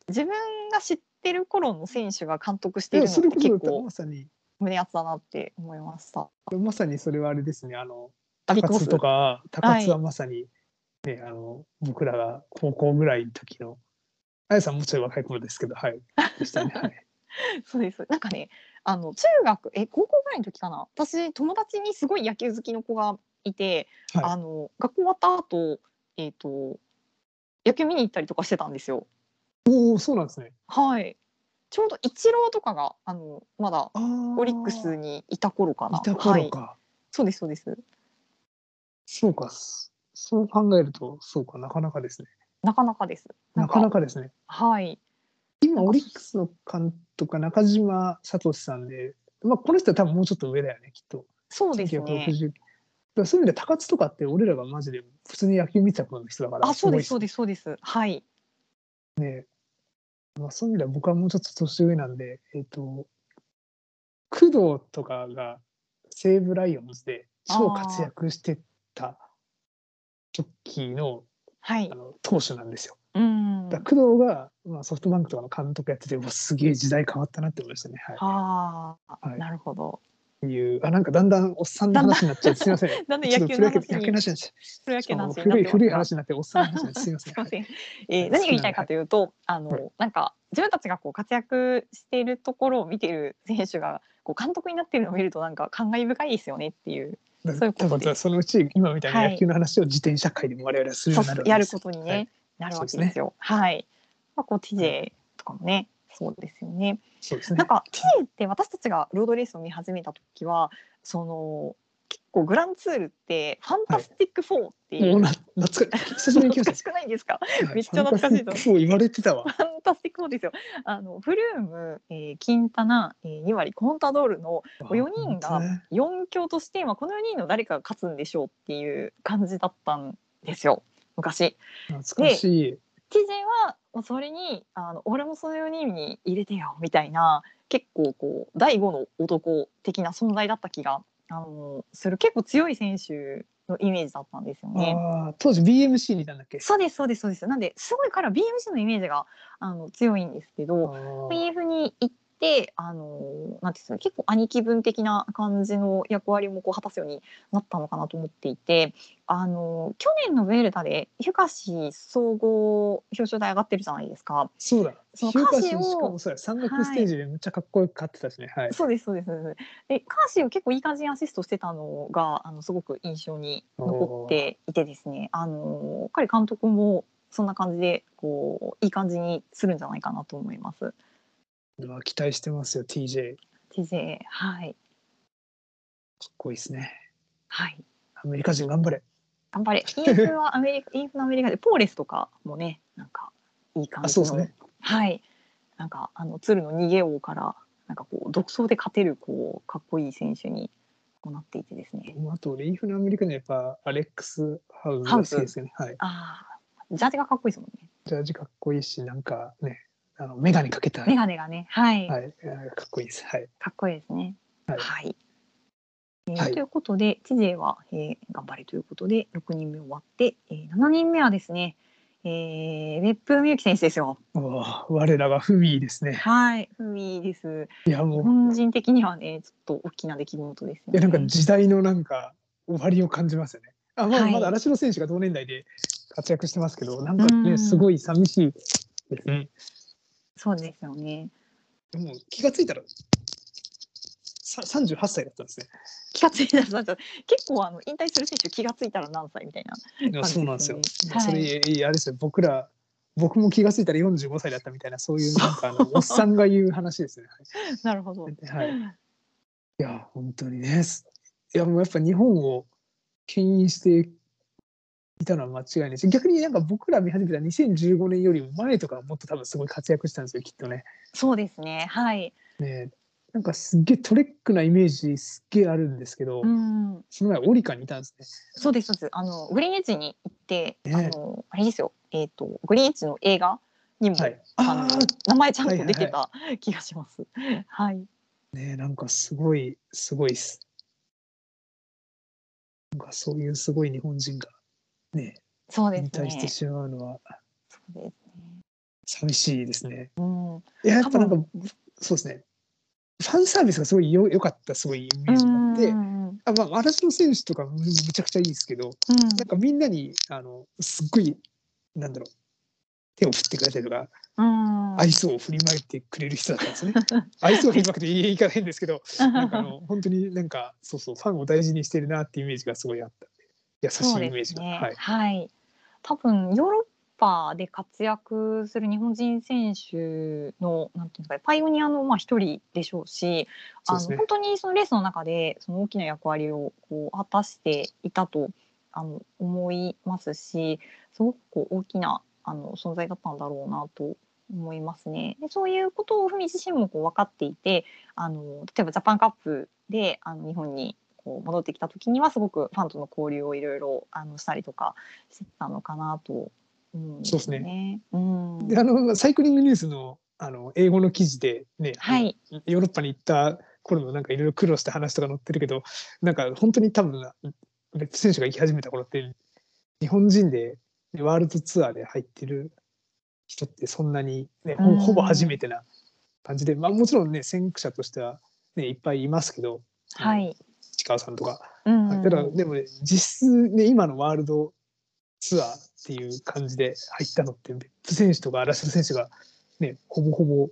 Speaker 1: 自分が知ってる頃の選手が監督してい
Speaker 2: い
Speaker 1: る
Speaker 2: や
Speaker 1: のっ
Speaker 2: そ
Speaker 1: て
Speaker 2: れこ
Speaker 1: 結
Speaker 2: そ、
Speaker 1: 構
Speaker 2: まさに、
Speaker 1: 胸熱だなって思いました。
Speaker 2: まさにそれはあれですね。あの、
Speaker 1: あビッ
Speaker 2: 高
Speaker 1: グボ
Speaker 2: 津
Speaker 1: ス
Speaker 2: とか、高津はまさに、ね、あの、僕らが高校ぐらいの時の、あやさんもちょい若い頃ですけど、はい。でしたね。はい。 <laughs>
Speaker 1: そうですなんかねあの中学え高校ぐらいの時かな私友達にすごい野球好きの子がいて、
Speaker 2: はい
Speaker 1: あの学校終わった後えっ、と野球見に行ったりとかしてたんですよ。
Speaker 2: おお、そうなんですね。
Speaker 1: はい。ちょうどイチローとかがあのまだ
Speaker 2: あー
Speaker 1: オリックスにいた頃かな。
Speaker 2: いた
Speaker 1: は
Speaker 2: 頃
Speaker 1: い
Speaker 2: か。。
Speaker 1: そうですそうです。
Speaker 2: そうか。そそう考えると、そうか、なかなかですね。
Speaker 1: なかなかです。
Speaker 2: なかな
Speaker 1: か
Speaker 2: かですね。
Speaker 1: はい。
Speaker 2: 今、オリックスの監督が中島聡さんで、まあ、この人は多分もうちょっと上だよね、きっと。
Speaker 1: そうですね。
Speaker 2: 1960だからそういう意味で、高津とかって俺らがマジで普通に野球見てた頃の人だから、
Speaker 1: あそうです
Speaker 2: す
Speaker 1: そ
Speaker 2: ご
Speaker 1: う
Speaker 2: い
Speaker 1: ですそうです。はい。
Speaker 2: まあ、そういう意味では僕はもうちょっと年上なんで、えっ、と、工藤とかが西武ライオンズで超活躍してた時の
Speaker 1: はい
Speaker 2: あ。の投手なんですよ。
Speaker 1: うん。
Speaker 2: だから工藤が、まあ、ソフトバンクとかの監督やってて、うわすげえ時代変わったなって思いましたね。はい
Speaker 1: ああ、
Speaker 2: はい
Speaker 1: なるほど。
Speaker 2: いう、あ、なんかだんだんおっさんの話になっちゃって、すみません。
Speaker 1: なんで
Speaker 2: ちょ
Speaker 1: <laughs> 野
Speaker 2: っと
Speaker 1: 球
Speaker 2: プロ
Speaker 1: の話
Speaker 2: 野球野
Speaker 1: に
Speaker 2: 球の話になっち
Speaker 1: プロ野
Speaker 2: ゃ
Speaker 1: 球の
Speaker 2: う。
Speaker 1: 話になっ
Speaker 2: 古い
Speaker 1: てます
Speaker 2: 古い
Speaker 1: が
Speaker 2: 話になって、おっさんの話になって、すみますせ
Speaker 1: い
Speaker 2: ん。
Speaker 1: ま
Speaker 2: はい
Speaker 1: せん。え
Speaker 2: は
Speaker 1: ー、
Speaker 2: い
Speaker 1: 何が言いたいかというと、あの、
Speaker 2: はい
Speaker 1: なんか自分たちがこう活躍しているところを見ている選手がこう監督になっているのを見るとなんか感慨深いですよねっていう、
Speaker 2: だ
Speaker 1: そういうこと
Speaker 2: 多
Speaker 1: です
Speaker 2: 分そのうち今みたい
Speaker 1: は
Speaker 2: ない野球の話を自転車界でも我々はするよ
Speaker 1: そう
Speaker 2: うになるわけ
Speaker 1: や
Speaker 2: で
Speaker 1: る
Speaker 2: すよ
Speaker 1: ことにね、
Speaker 2: はい
Speaker 1: なるわけ
Speaker 2: そうですね
Speaker 1: ですよ。はい。まあこう TJ とかもね、そうですよね。
Speaker 2: そうですね
Speaker 1: なんか TJ って私たちがロードレースを見始めた時は、その結構グランツールってファンタスティック4ってい
Speaker 2: も
Speaker 1: う、
Speaker 2: うな懐かしい久しぶりに
Speaker 1: 懐
Speaker 2: 来
Speaker 1: か
Speaker 2: ま
Speaker 1: し
Speaker 2: し
Speaker 1: くないですか？
Speaker 2: た、は
Speaker 1: <laughs>
Speaker 2: い
Speaker 1: めっちゃ懐かしいと
Speaker 2: そう言われてたわ
Speaker 1: ファンタスティック4ですよ。あのフルーム、えー、キンタナ、えー、2割コンタドールの4人が4強として、まあ、この4人の誰かが勝つんでしょうっていう感じだったんですよ昔。
Speaker 2: 懐かしい
Speaker 1: TJ はもうそれにあの俺もその4人に入れてよみたいな結構こう第5の男的な存在だった気があのする結構強い選手のイメージだったんですよね。
Speaker 2: ああ当時 BMC にいたんだっけ
Speaker 1: そうですそうですそうです。なんですごい彼は BMC のイメージがあの強いんですけど。
Speaker 2: あー
Speaker 1: BF に行って、あのーなんていうんですかね結構兄貴分的な感じの役割もこう果たすようになったのかなと思っていて、あのー去年のウェルダで湯菓子総合表彰台上がってるじゃないですか。
Speaker 2: そうだ
Speaker 1: その
Speaker 2: 日向
Speaker 1: 歌
Speaker 2: 新
Speaker 1: 詞を
Speaker 2: しかもそうや山岳ステージでめっちゃかっこよく勝ってたしねはい
Speaker 1: そうですそうですそうです。でカーシーを結構いい感じにアシストしてたのがあのすごく印象に残っていてですね。あのー彼監督もそんな感じでこういい感じにするんじゃないかなと思います。
Speaker 2: うわ期待してますよ TJ か
Speaker 1: TJ はい
Speaker 2: っこいいですね
Speaker 1: はい。
Speaker 2: アメリカ人頑張れ
Speaker 1: 頑
Speaker 2: <laughs>
Speaker 1: 張れ。インフはアメリカ、インフのアメリカで、ポーレスとかもね、なんかいい感
Speaker 2: あ
Speaker 1: じ
Speaker 2: そう
Speaker 1: の。
Speaker 2: ですね
Speaker 1: はい。なんか、あの鶴の逃げ王から、なんかこう独走で勝てる、こうかっこいい選手に。こうなっていてですね。
Speaker 2: あとリーフのアメリカにはやっぱアレックス・ハウズが好きですよねはい
Speaker 1: ああ、ジャージがかっこいいですもんね。
Speaker 2: ジャージかっこいいし、なんかね、あの眼鏡かけた。は
Speaker 1: メ
Speaker 2: い、
Speaker 1: ガネがね、はい、
Speaker 2: あーかっこいいです。はい。
Speaker 1: かっこいいですね。
Speaker 2: はい
Speaker 1: えー
Speaker 2: はい
Speaker 1: ということで、知事は、えー頑張れということで、6人目終わって、えー、7人目はですね、えー、別府みゆき選手ですよ。
Speaker 2: おー我らがフミーですね。
Speaker 1: はい、ふみです。
Speaker 2: いや、
Speaker 1: 日
Speaker 2: もう、
Speaker 1: 本人的にはね、ちょっと大きな出来事ですよ
Speaker 2: い
Speaker 1: ね。
Speaker 2: や、なんか時代のなんか終わりを感じますよね。あ、まあ、
Speaker 1: はい
Speaker 2: まだ荒城選手が同年代で活躍してますけど、なんか
Speaker 1: うん
Speaker 2: ね、すごい寂しいですね。
Speaker 1: そうですよね。
Speaker 2: でも気がついたら。さ38歳だったんですね。
Speaker 1: 気がついたらなんか結構あの引退する選手気がついたら何歳みたいな。
Speaker 2: いやそうなんですよ。
Speaker 1: はい
Speaker 2: それ、いやあれですよ、僕ら、僕も気がついたら45歳だったみたいな、そういうなん <laughs> かあの、おっさんが言う話ですね。
Speaker 1: なるほど。
Speaker 2: はい。いや、本当にね。すいや、もうやっぱ日本を牽引していたのは間違いないし、逆になんか僕ら見始めた2015年よりも前とかはもっと多分すごい活躍したんですよ、きっとね。
Speaker 1: そうですね。はい。
Speaker 2: ねなんかすっげえトレックなイメージすっげえあるんですけど、
Speaker 1: うん。
Speaker 2: その前オリカにいたんですね。
Speaker 1: そうですそうです。あのグリーンエッジに行って、
Speaker 2: ね
Speaker 1: あのあれですよ。えっ、とグリーンエッジの映画にも、
Speaker 2: はい。
Speaker 1: あ
Speaker 2: あ
Speaker 1: の
Speaker 2: あ、
Speaker 1: 名前ちゃんと出てた気がします。はい。
Speaker 2: ねえなんかすごい、すごいっす。なんかそういうすごい日本人が、ね
Speaker 1: そう
Speaker 2: え、
Speaker 1: で
Speaker 2: 引
Speaker 1: す
Speaker 2: 退
Speaker 1: ね。
Speaker 2: してしまうのは
Speaker 1: そうですね。
Speaker 2: 寂しいですね。
Speaker 1: うん。
Speaker 2: いや、やっぱなんか
Speaker 1: 多、
Speaker 2: そうですね。ファンサービスがすごいよ良かった、すごいイメージがあって
Speaker 1: う、んうん
Speaker 2: あまあ、私の選手とかむむちゃくちゃいいですけど、なんかみんなに、あの、すっごい、なんだろう、手を振ってくれたりとか、
Speaker 1: うん。うん
Speaker 2: 愛想を振りまいてくれる人だったんですね。愛想を振りまくて言い方変ですけど、
Speaker 1: <laughs>
Speaker 2: なんかあの本当になんかそうそうファンを大事にしてるなっていうイメージがすごいあったんで優し
Speaker 1: そう
Speaker 2: いイメー
Speaker 1: で
Speaker 2: ジ
Speaker 1: す
Speaker 2: が、
Speaker 1: ね。
Speaker 2: はい、
Speaker 1: はい。多分ヨーロッパで活躍する日本人選手のなんていうんですかね、パイオニアのまあ一人でしょうし、
Speaker 2: そう
Speaker 1: あ
Speaker 2: です
Speaker 1: の
Speaker 2: ね
Speaker 1: 本当にそのレースの中でその大きな役割をこう果たしていたとあの思いますし、すごくこう大きなあの存在だったんだろうなと思いますね。でそういうことを文自身もこう分かっていて、あの例えばジャパンカップであの日本にこう戻ってきた時にはすごくファンとの交流をいろいろあのしたりとかしてたのかなと思うんですよね。うん
Speaker 2: であのサイクリングニュースのあの英語の記事でね、
Speaker 1: はい、
Speaker 2: ヨーロッパに行った頃のなんかいろいろ苦労した話とか載ってるけどなんか本当に多分別選手が行き始めた頃って日本人でねワールドツアーで入ってる人ってそんなに、ね、ほほぼ初めてな感じで、まあ、もちろんね先駆者としては、ね、いっぱいいますけど、
Speaker 1: はい、
Speaker 2: 市川さんとか
Speaker 1: うん
Speaker 2: はい、ただでもね実質ね今のワールドツアーっていう感じで入ったのって別府選手とかラス選手が、ね、ほぼほぼ、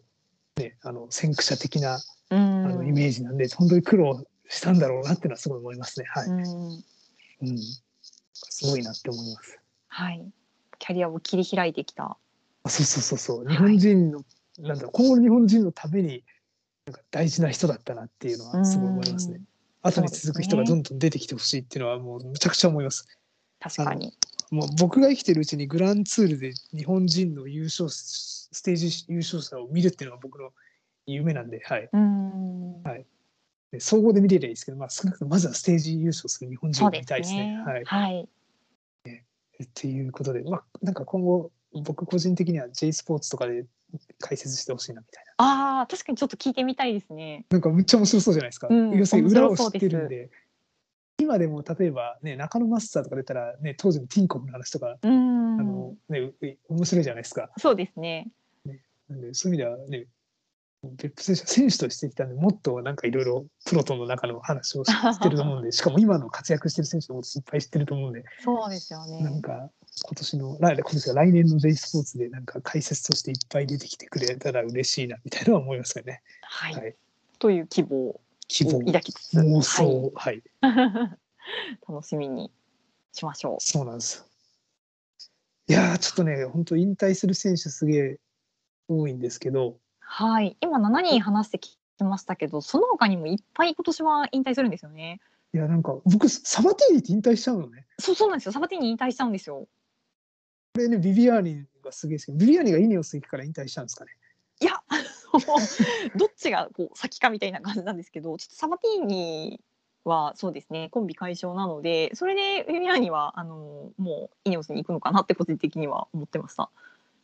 Speaker 2: ね、あの先駆者的なあのイメージなんで、本当に苦労したんだろうなっていうのはすごい思いますね。はい
Speaker 1: うん
Speaker 2: うん、すごいなって思います。
Speaker 1: はい、キャリアを切り開いてきた。
Speaker 2: あそうそうそうそう日本人の、なんだろう今後の日本人のためになんか大事な人だったなっていうのはすごい思いますね
Speaker 1: う。ん
Speaker 2: 後に続く人が
Speaker 1: そ
Speaker 2: ど
Speaker 1: うん
Speaker 2: どん出てきてほしいっていうのはもうむちゃくちゃ思います。
Speaker 1: 確かに。
Speaker 2: もう僕が生きてるうちにグランツールで日本人の優勝スステージ優勝者を見るっていうのが僕の夢なんで、はい、
Speaker 1: うん
Speaker 2: で総合で見れればいいですけど、まあ、少なくともまずはステージ優勝する日本人
Speaker 1: そ
Speaker 2: を
Speaker 1: う
Speaker 2: 見
Speaker 1: で
Speaker 2: たいですすね。
Speaker 1: ね。
Speaker 2: はい、
Speaker 1: はい。
Speaker 2: っていうことで、まあ、なんか今後僕個人的には J スポーツとかで解説してほしいなみたいな。
Speaker 1: ああ、確かにちょっと聞いてみたいですね。
Speaker 2: なんかめっちゃ面白そうじゃないですか。
Speaker 1: うん
Speaker 2: 要するに裏を
Speaker 1: 面白そ
Speaker 2: 知っ
Speaker 1: うで
Speaker 2: て
Speaker 1: す
Speaker 2: るんで。今でも例えば、ね、中野マスターとか出たら、ね、当時のティンコムの話とか、
Speaker 1: うん
Speaker 2: あのね、うう面白いじゃないですか。
Speaker 1: そうですね。
Speaker 2: なんでそういう意味ではね、別府選手は選手としてきたんで、もっとなんかいろいろプロとの中の話を知ってると思うんで、しかも今の活躍してる選手のこといっぱい知ってると思うんで、
Speaker 1: <laughs> そうですよ
Speaker 2: なん
Speaker 1: ね。
Speaker 2: か今年の、来今年は来年の J スポーツで、なんか解説としていっぱい出てきてくれたら嬉しいなみたいなのは思いますよね。
Speaker 1: は
Speaker 2: はい
Speaker 1: い。という希望を
Speaker 2: 希望、
Speaker 1: 抱きつつ、
Speaker 2: 妄
Speaker 1: はい
Speaker 2: 想、はい、
Speaker 1: <laughs> 楽しみにしましょ
Speaker 2: そうなんです。いやー、ちょっとね、本当、引退する選手、すげえ多いんですけど、
Speaker 1: う。はい、今7人話してきましたけど、その他にもいっぱい今年は引退するんですよね。
Speaker 2: いや、なんか僕、サバティーニって引退しちゃうのね。
Speaker 1: そうそうなんですよ。サバティーニ引退しちゃうんですよ。
Speaker 2: これね、ビビアーニがすげえですけど、ビビアーニがイネオス行くから引退したんですかね。
Speaker 1: いや、あの <laughs> どっちがこう先かみたいな感じなんですけど、ちょっとサバティーニはそうですね、コンビ解消なので、それでウィミアーニはあのもうイネオスに行くのかなって個人的には思ってました。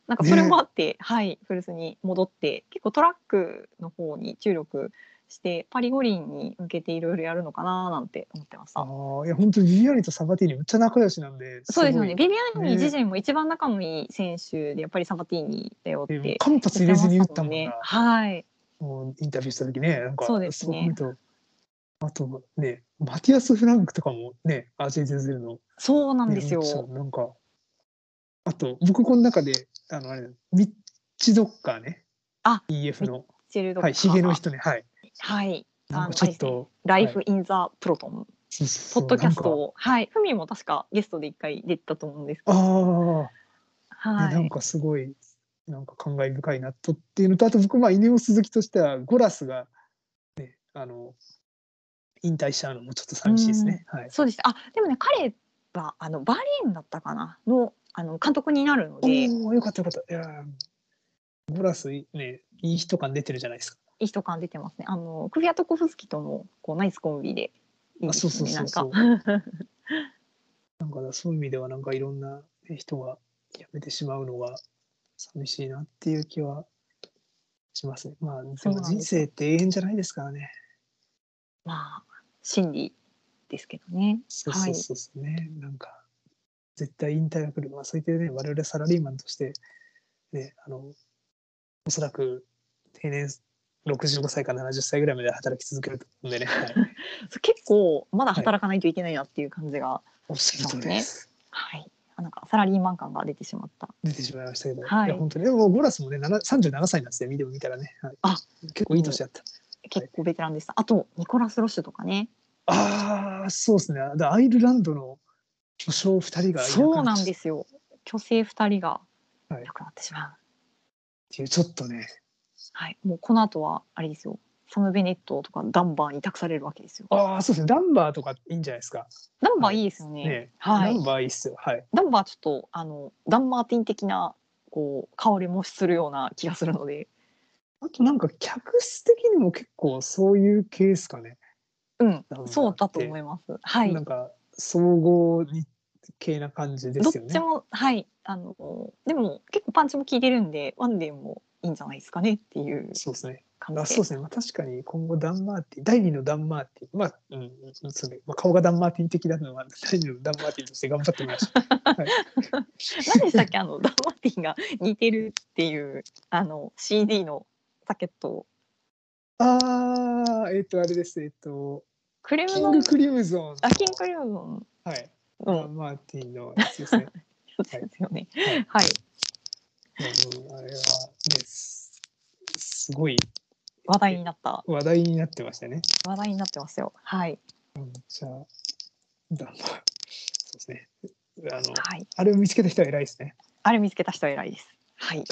Speaker 1: なんかそれもあって、はい、古巣に戻って、結構トラックの方に注力して、パリ五輪に向けていろいろやるのかななんて思ってました。
Speaker 2: ああ、いや、本当にビビアーニとサバティーニ、めっちゃ仲良しなんで、
Speaker 1: そうですよね。
Speaker 2: ごい。
Speaker 1: ビビアンニ自身も一番仲のいい選手で、やっぱりサバティーニだよって言って
Speaker 2: 間髪入れ
Speaker 1: ま
Speaker 2: ずに
Speaker 1: し
Speaker 2: 打ったた
Speaker 1: もん
Speaker 2: もん
Speaker 1: ね
Speaker 2: な。。
Speaker 1: はい。
Speaker 2: もうインタビューした時ね、なんか、
Speaker 1: そうですね
Speaker 2: ごく見るとあとね、マティアス・フランクとかもね、アジェゼゼルの、ね、
Speaker 1: そうなんですよ。
Speaker 2: そうなんか、あと、僕この中で、あの、あれ、ミッチ・ドッカーね。
Speaker 1: あ
Speaker 2: EF の、
Speaker 1: チルド
Speaker 2: はい、ヒゲの。人ね、はい。
Speaker 1: はい。
Speaker 2: なん
Speaker 1: あ
Speaker 2: か
Speaker 1: の
Speaker 2: ちょっと、
Speaker 1: ライフインザプロトン、
Speaker 2: そ
Speaker 1: ポ
Speaker 2: うそうそう
Speaker 1: ッドキャスト
Speaker 2: なんか
Speaker 1: を、はい、ふみも確かゲストで一回出てたと思うんですけど、
Speaker 2: ああ。ね
Speaker 1: は
Speaker 2: なん
Speaker 1: い、
Speaker 2: かすごいなんか感慨深いなとっていうのとあと僕まあ犬を鈴木としてはゴラスが、ね、あの引退しちゃうのもちょっと寂しいですね。はい、
Speaker 1: そうでした。あ、でもね、彼はあのバーレーンだったかなのあの監督になるので、い
Speaker 2: おおよかったよかった。いやーゴラスねいい人感出てるじゃないですか。
Speaker 1: い人感出てますね。あのクフィアトコフスキともこうナイスコンビでいいで
Speaker 2: あ
Speaker 1: す
Speaker 2: そう
Speaker 1: ね。
Speaker 2: そうそうそう。
Speaker 1: なんか <laughs>
Speaker 2: なんかそういう意味ではなんかいろんな人が辞めてしまうのが寂しいなっていう気はしますね。まあ、で
Speaker 1: そう
Speaker 2: も
Speaker 1: なんです
Speaker 2: 人生って永遠じゃないですからね。
Speaker 1: まあ心理ですけどね。
Speaker 2: そうそうそうですね、なんか絶対引退が来る、まあ、そういったね我々サラリーマンとして、ね、あのおそらく定年65歳から70歳ぐらいまで働き続けると思うんでね、はい、
Speaker 1: <laughs> そう結構まだ働かないといけないなっていう感じが、
Speaker 2: おっしゃる通りです。
Speaker 1: はい、あなんかサラリーマン感が出てしまった。
Speaker 2: 出てしまいましたけど、
Speaker 1: はい
Speaker 2: や本当にでもゴラスもね7 37歳なんですね見ても見たらね、はい
Speaker 1: あ
Speaker 2: 結構いい年だった、
Speaker 1: 結構ベテランでした。あとニコラスロッシュとかね。
Speaker 2: ああそうですねだアイルランドの巨匠2人がい
Speaker 1: そう
Speaker 2: な
Speaker 1: な
Speaker 2: く
Speaker 1: ん
Speaker 2: っ
Speaker 1: ですよ。虚勢二人が
Speaker 2: はい
Speaker 1: 亡くなってしまう。はい、
Speaker 2: ていうちょっとね
Speaker 1: もうこの後はあれですよ。サムベネットとかダンバーに託されるわけですよ。
Speaker 2: ああそうですねダンバーとかいいんじゃないですか
Speaker 1: ダンバーいいですよね。
Speaker 2: ね、
Speaker 1: はい
Speaker 2: ダンバーいいっすよはい
Speaker 1: ダンバーちょっとあのダンマーティン的なこう香りもするような気がするので、
Speaker 2: あとなんか客室的にも結構そういうケースかね。
Speaker 1: うん
Speaker 2: ダンバー、って
Speaker 1: そうだと思います。はい。
Speaker 2: なんか総合に系な感じで
Speaker 1: どっ
Speaker 2: すよね
Speaker 1: ち。もはいあのでも結構パンチも効いてるんでワンデーもいいんじゃないですかねっていう
Speaker 2: そうですね。
Speaker 1: 感
Speaker 2: あ
Speaker 1: じ
Speaker 2: そ
Speaker 1: で
Speaker 2: うですね。まあ、確かに今後ダンマーティン、第二のダンマーティン、まあ、うん、そうね。まあ、顔がダンマーティン的なのは、第二のダンマーティンとして頑張ってみ
Speaker 1: <laughs>
Speaker 2: ました。
Speaker 1: 何でしたっけあのダンマティンが似てるっていうあの CD のジャケット
Speaker 2: ああ、えっ、と、あれです。えっ、と、
Speaker 1: クレム
Speaker 2: キン
Speaker 1: ゾン
Speaker 2: グクリムゾン。
Speaker 1: あキングクレムゾン
Speaker 2: はい。ダ
Speaker 1: の
Speaker 2: ンマーティンのやつですね。 <laughs>
Speaker 1: やつですよねはい
Speaker 2: うんあれは、ね、すすごい
Speaker 1: 話題になった
Speaker 2: 話題になってましたね。
Speaker 1: 話題になってますよはい
Speaker 2: じゃあ、だまあ、そうですね。あの、
Speaker 1: はい
Speaker 2: あれを見つけた人は偉いですね。
Speaker 1: あれ見つけた人は偉いですはい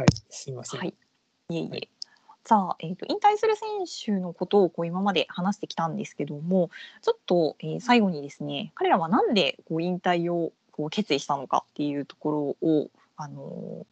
Speaker 2: はい、すみません。
Speaker 1: はい。いえいえ。
Speaker 2: はい
Speaker 1: じゃあ、えー、と引退する選手のことをこう今まで話してきたんですけどもちょっと、えー最後にですね彼らはなんでこう引退をこう決意したのかっていうところを、あのー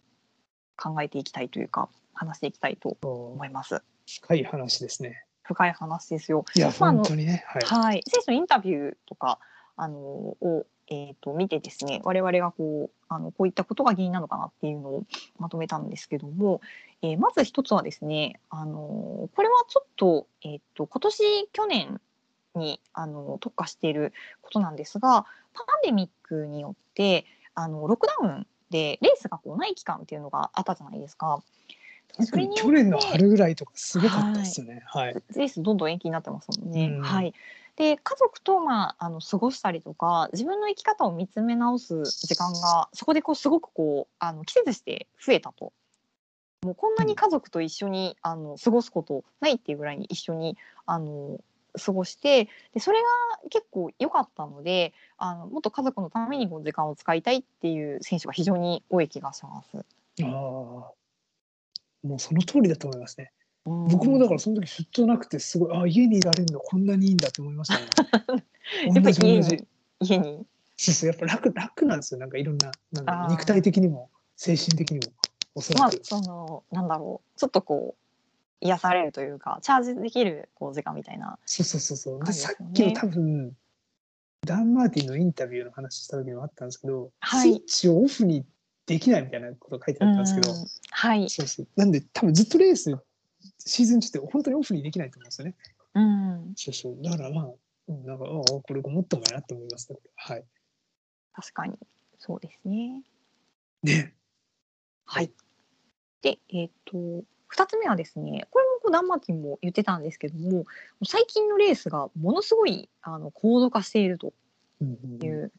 Speaker 1: 考えていきたいというか話していきたいと思います。
Speaker 2: 深い話ですね。
Speaker 1: 深い話ですよ。
Speaker 2: いや、
Speaker 1: まああの
Speaker 2: 本当にね。はい。
Speaker 1: はい、選手のインタビューとかあのを、えー、と見てですね我々がこうあのこういったことが原因なのかなっていうのをまとめたんですけども、えーまず一つはですねあのこれはちょっと,、えー、と今年去年にあの特化していることなんですがパンデミックによってあのロックダウンでレースがこうない期間っていうのがあったじゃないですか。
Speaker 2: 確
Speaker 1: そ
Speaker 2: か
Speaker 1: れ
Speaker 2: に
Speaker 1: によって
Speaker 2: 去年の春ぐらいとかすごかったですよね。はい。
Speaker 1: レースどんどん延期になってますもんね。
Speaker 2: うん
Speaker 1: はい。で家族とまああの過ごしたりとか自分の生き方を見つめ直す時間がそこでこうすごくこうあの季節して増えたと。もうこんなに家族と一緒にあの過ごすことないっていうぐらいに一緒にあの過ごしてでそれが結構良かったのであのもっと家族のためにこう時間を使いたいっていう選手が非常に多い気がします。
Speaker 2: ああ。もうその通りだと思いますね。僕もだからその時出張なくてすごい、ああ、家にいられるのこんなにいいんだって思いましたね。
Speaker 1: うん <laughs> やっぱ
Speaker 2: 同じ
Speaker 1: り家
Speaker 2: 同じ
Speaker 1: に。家に
Speaker 2: そうそう、やっぱ楽、楽なんですよ。なんかいろんな、なん
Speaker 1: あ
Speaker 2: か
Speaker 1: ー
Speaker 2: 肉体的にも精神的にも、おそ
Speaker 1: ま
Speaker 2: ら
Speaker 1: あ
Speaker 2: く。
Speaker 1: そのなんだろうちょっとこう癒されるというかチャージできるこう時間みたいな
Speaker 2: そうそうそうそう。
Speaker 1: 感
Speaker 2: で
Speaker 1: じです
Speaker 2: さ
Speaker 1: よね
Speaker 2: っきの多分ダン・マーティンのインタビューの話した時にもあったんですけど、
Speaker 1: はい
Speaker 2: スイッチをオフにできないみたいなこと書いてあったんですけど、
Speaker 1: うんはい
Speaker 2: そうそうなんで多分ずっとレースシーズン中って本当にオフにできないと思うんですよね。
Speaker 1: うん
Speaker 2: そうそうだからまあうんなんかああこれごもっともやなと思いますね。はい。
Speaker 1: 確かにそうですね
Speaker 2: ね。
Speaker 1: はいでえっ、と2つ目はですねこれもこうダンマーティンも言ってたんですけども最近のレースがものすごいあの高度化していると
Speaker 2: うん
Speaker 1: い
Speaker 2: うん
Speaker 1: う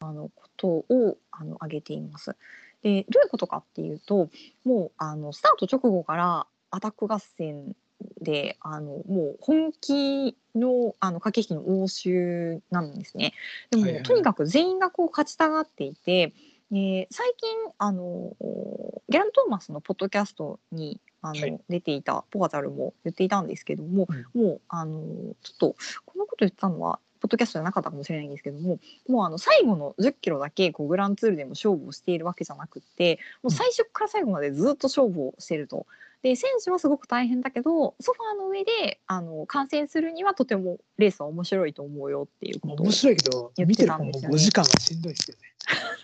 Speaker 1: あのことをあの挙げています。でどういうことかっていうともうあのスタート直後からアタック合戦であのもう本気のあの駆け引きの応酬なんですね。でも、
Speaker 2: はいはい
Speaker 1: とにかく全員がこう勝ちたがっていて、で最近あのギャラン・トーマスのポッドキャストにあの、
Speaker 2: はい
Speaker 1: 出ていたポガチャルも言っていたんですけども、もうあのちょっとこのこと言ってたのはポッドキャストじゃなかったかもしれないんですけどももうあの最後の1 0キロだけこうグランツールでも勝負をしているわけじゃなくてもう最初から最後までずっと勝負をしていると。で選手はすごく大変だけどソファーの上であの観戦するにはとてもレースは面白いと思うよっていう
Speaker 2: まあ
Speaker 1: ことを
Speaker 2: 面白いけど、
Speaker 1: 言っ
Speaker 2: 見
Speaker 1: て
Speaker 2: てる
Speaker 1: た
Speaker 2: 方
Speaker 1: ん
Speaker 2: も
Speaker 1: ですよね
Speaker 2: 5時間はしんどいですよね。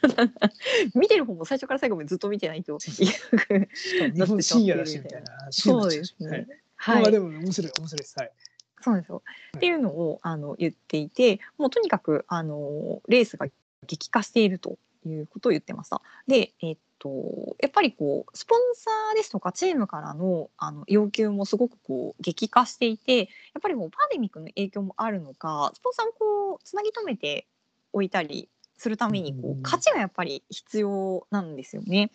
Speaker 1: <laughs> 見てる方も最初から最後までずっと見てないという。
Speaker 2: 日本深夜だしみたいな。
Speaker 1: そうですね。<laughs>
Speaker 2: は、
Speaker 1: はいい
Speaker 2: まあ、でも面白い面白いです。はい。
Speaker 1: そうなんですよ。っていうのをあの言っていて、もうとにかくあのレースが激化しているということを言ってました。で、えっとやっぱりこうスポンサーですとかチームからのあの要求もすごくこう激化していて、やっぱりこうパンデミックの影響もあるのか、スポンサーをこうつなぎ止めておいたり。するために
Speaker 2: うん
Speaker 1: こ
Speaker 2: うんう
Speaker 1: うん価値がやっぱり必要なんですよね。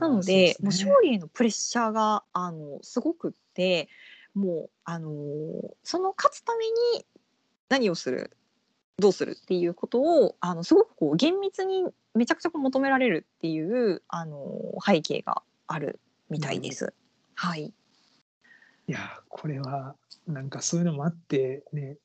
Speaker 1: なので
Speaker 2: あ
Speaker 1: もう
Speaker 2: ーそう
Speaker 1: 勝利へのプレッシャーがあのすごくってもうあのーその勝つために何をするどうするっていうことをあのすごくこう厳密にめちゃくちゃこう求められるっていうあのー背景があるみたいです。はい、
Speaker 2: いやーこれはなんかそういうのもあってね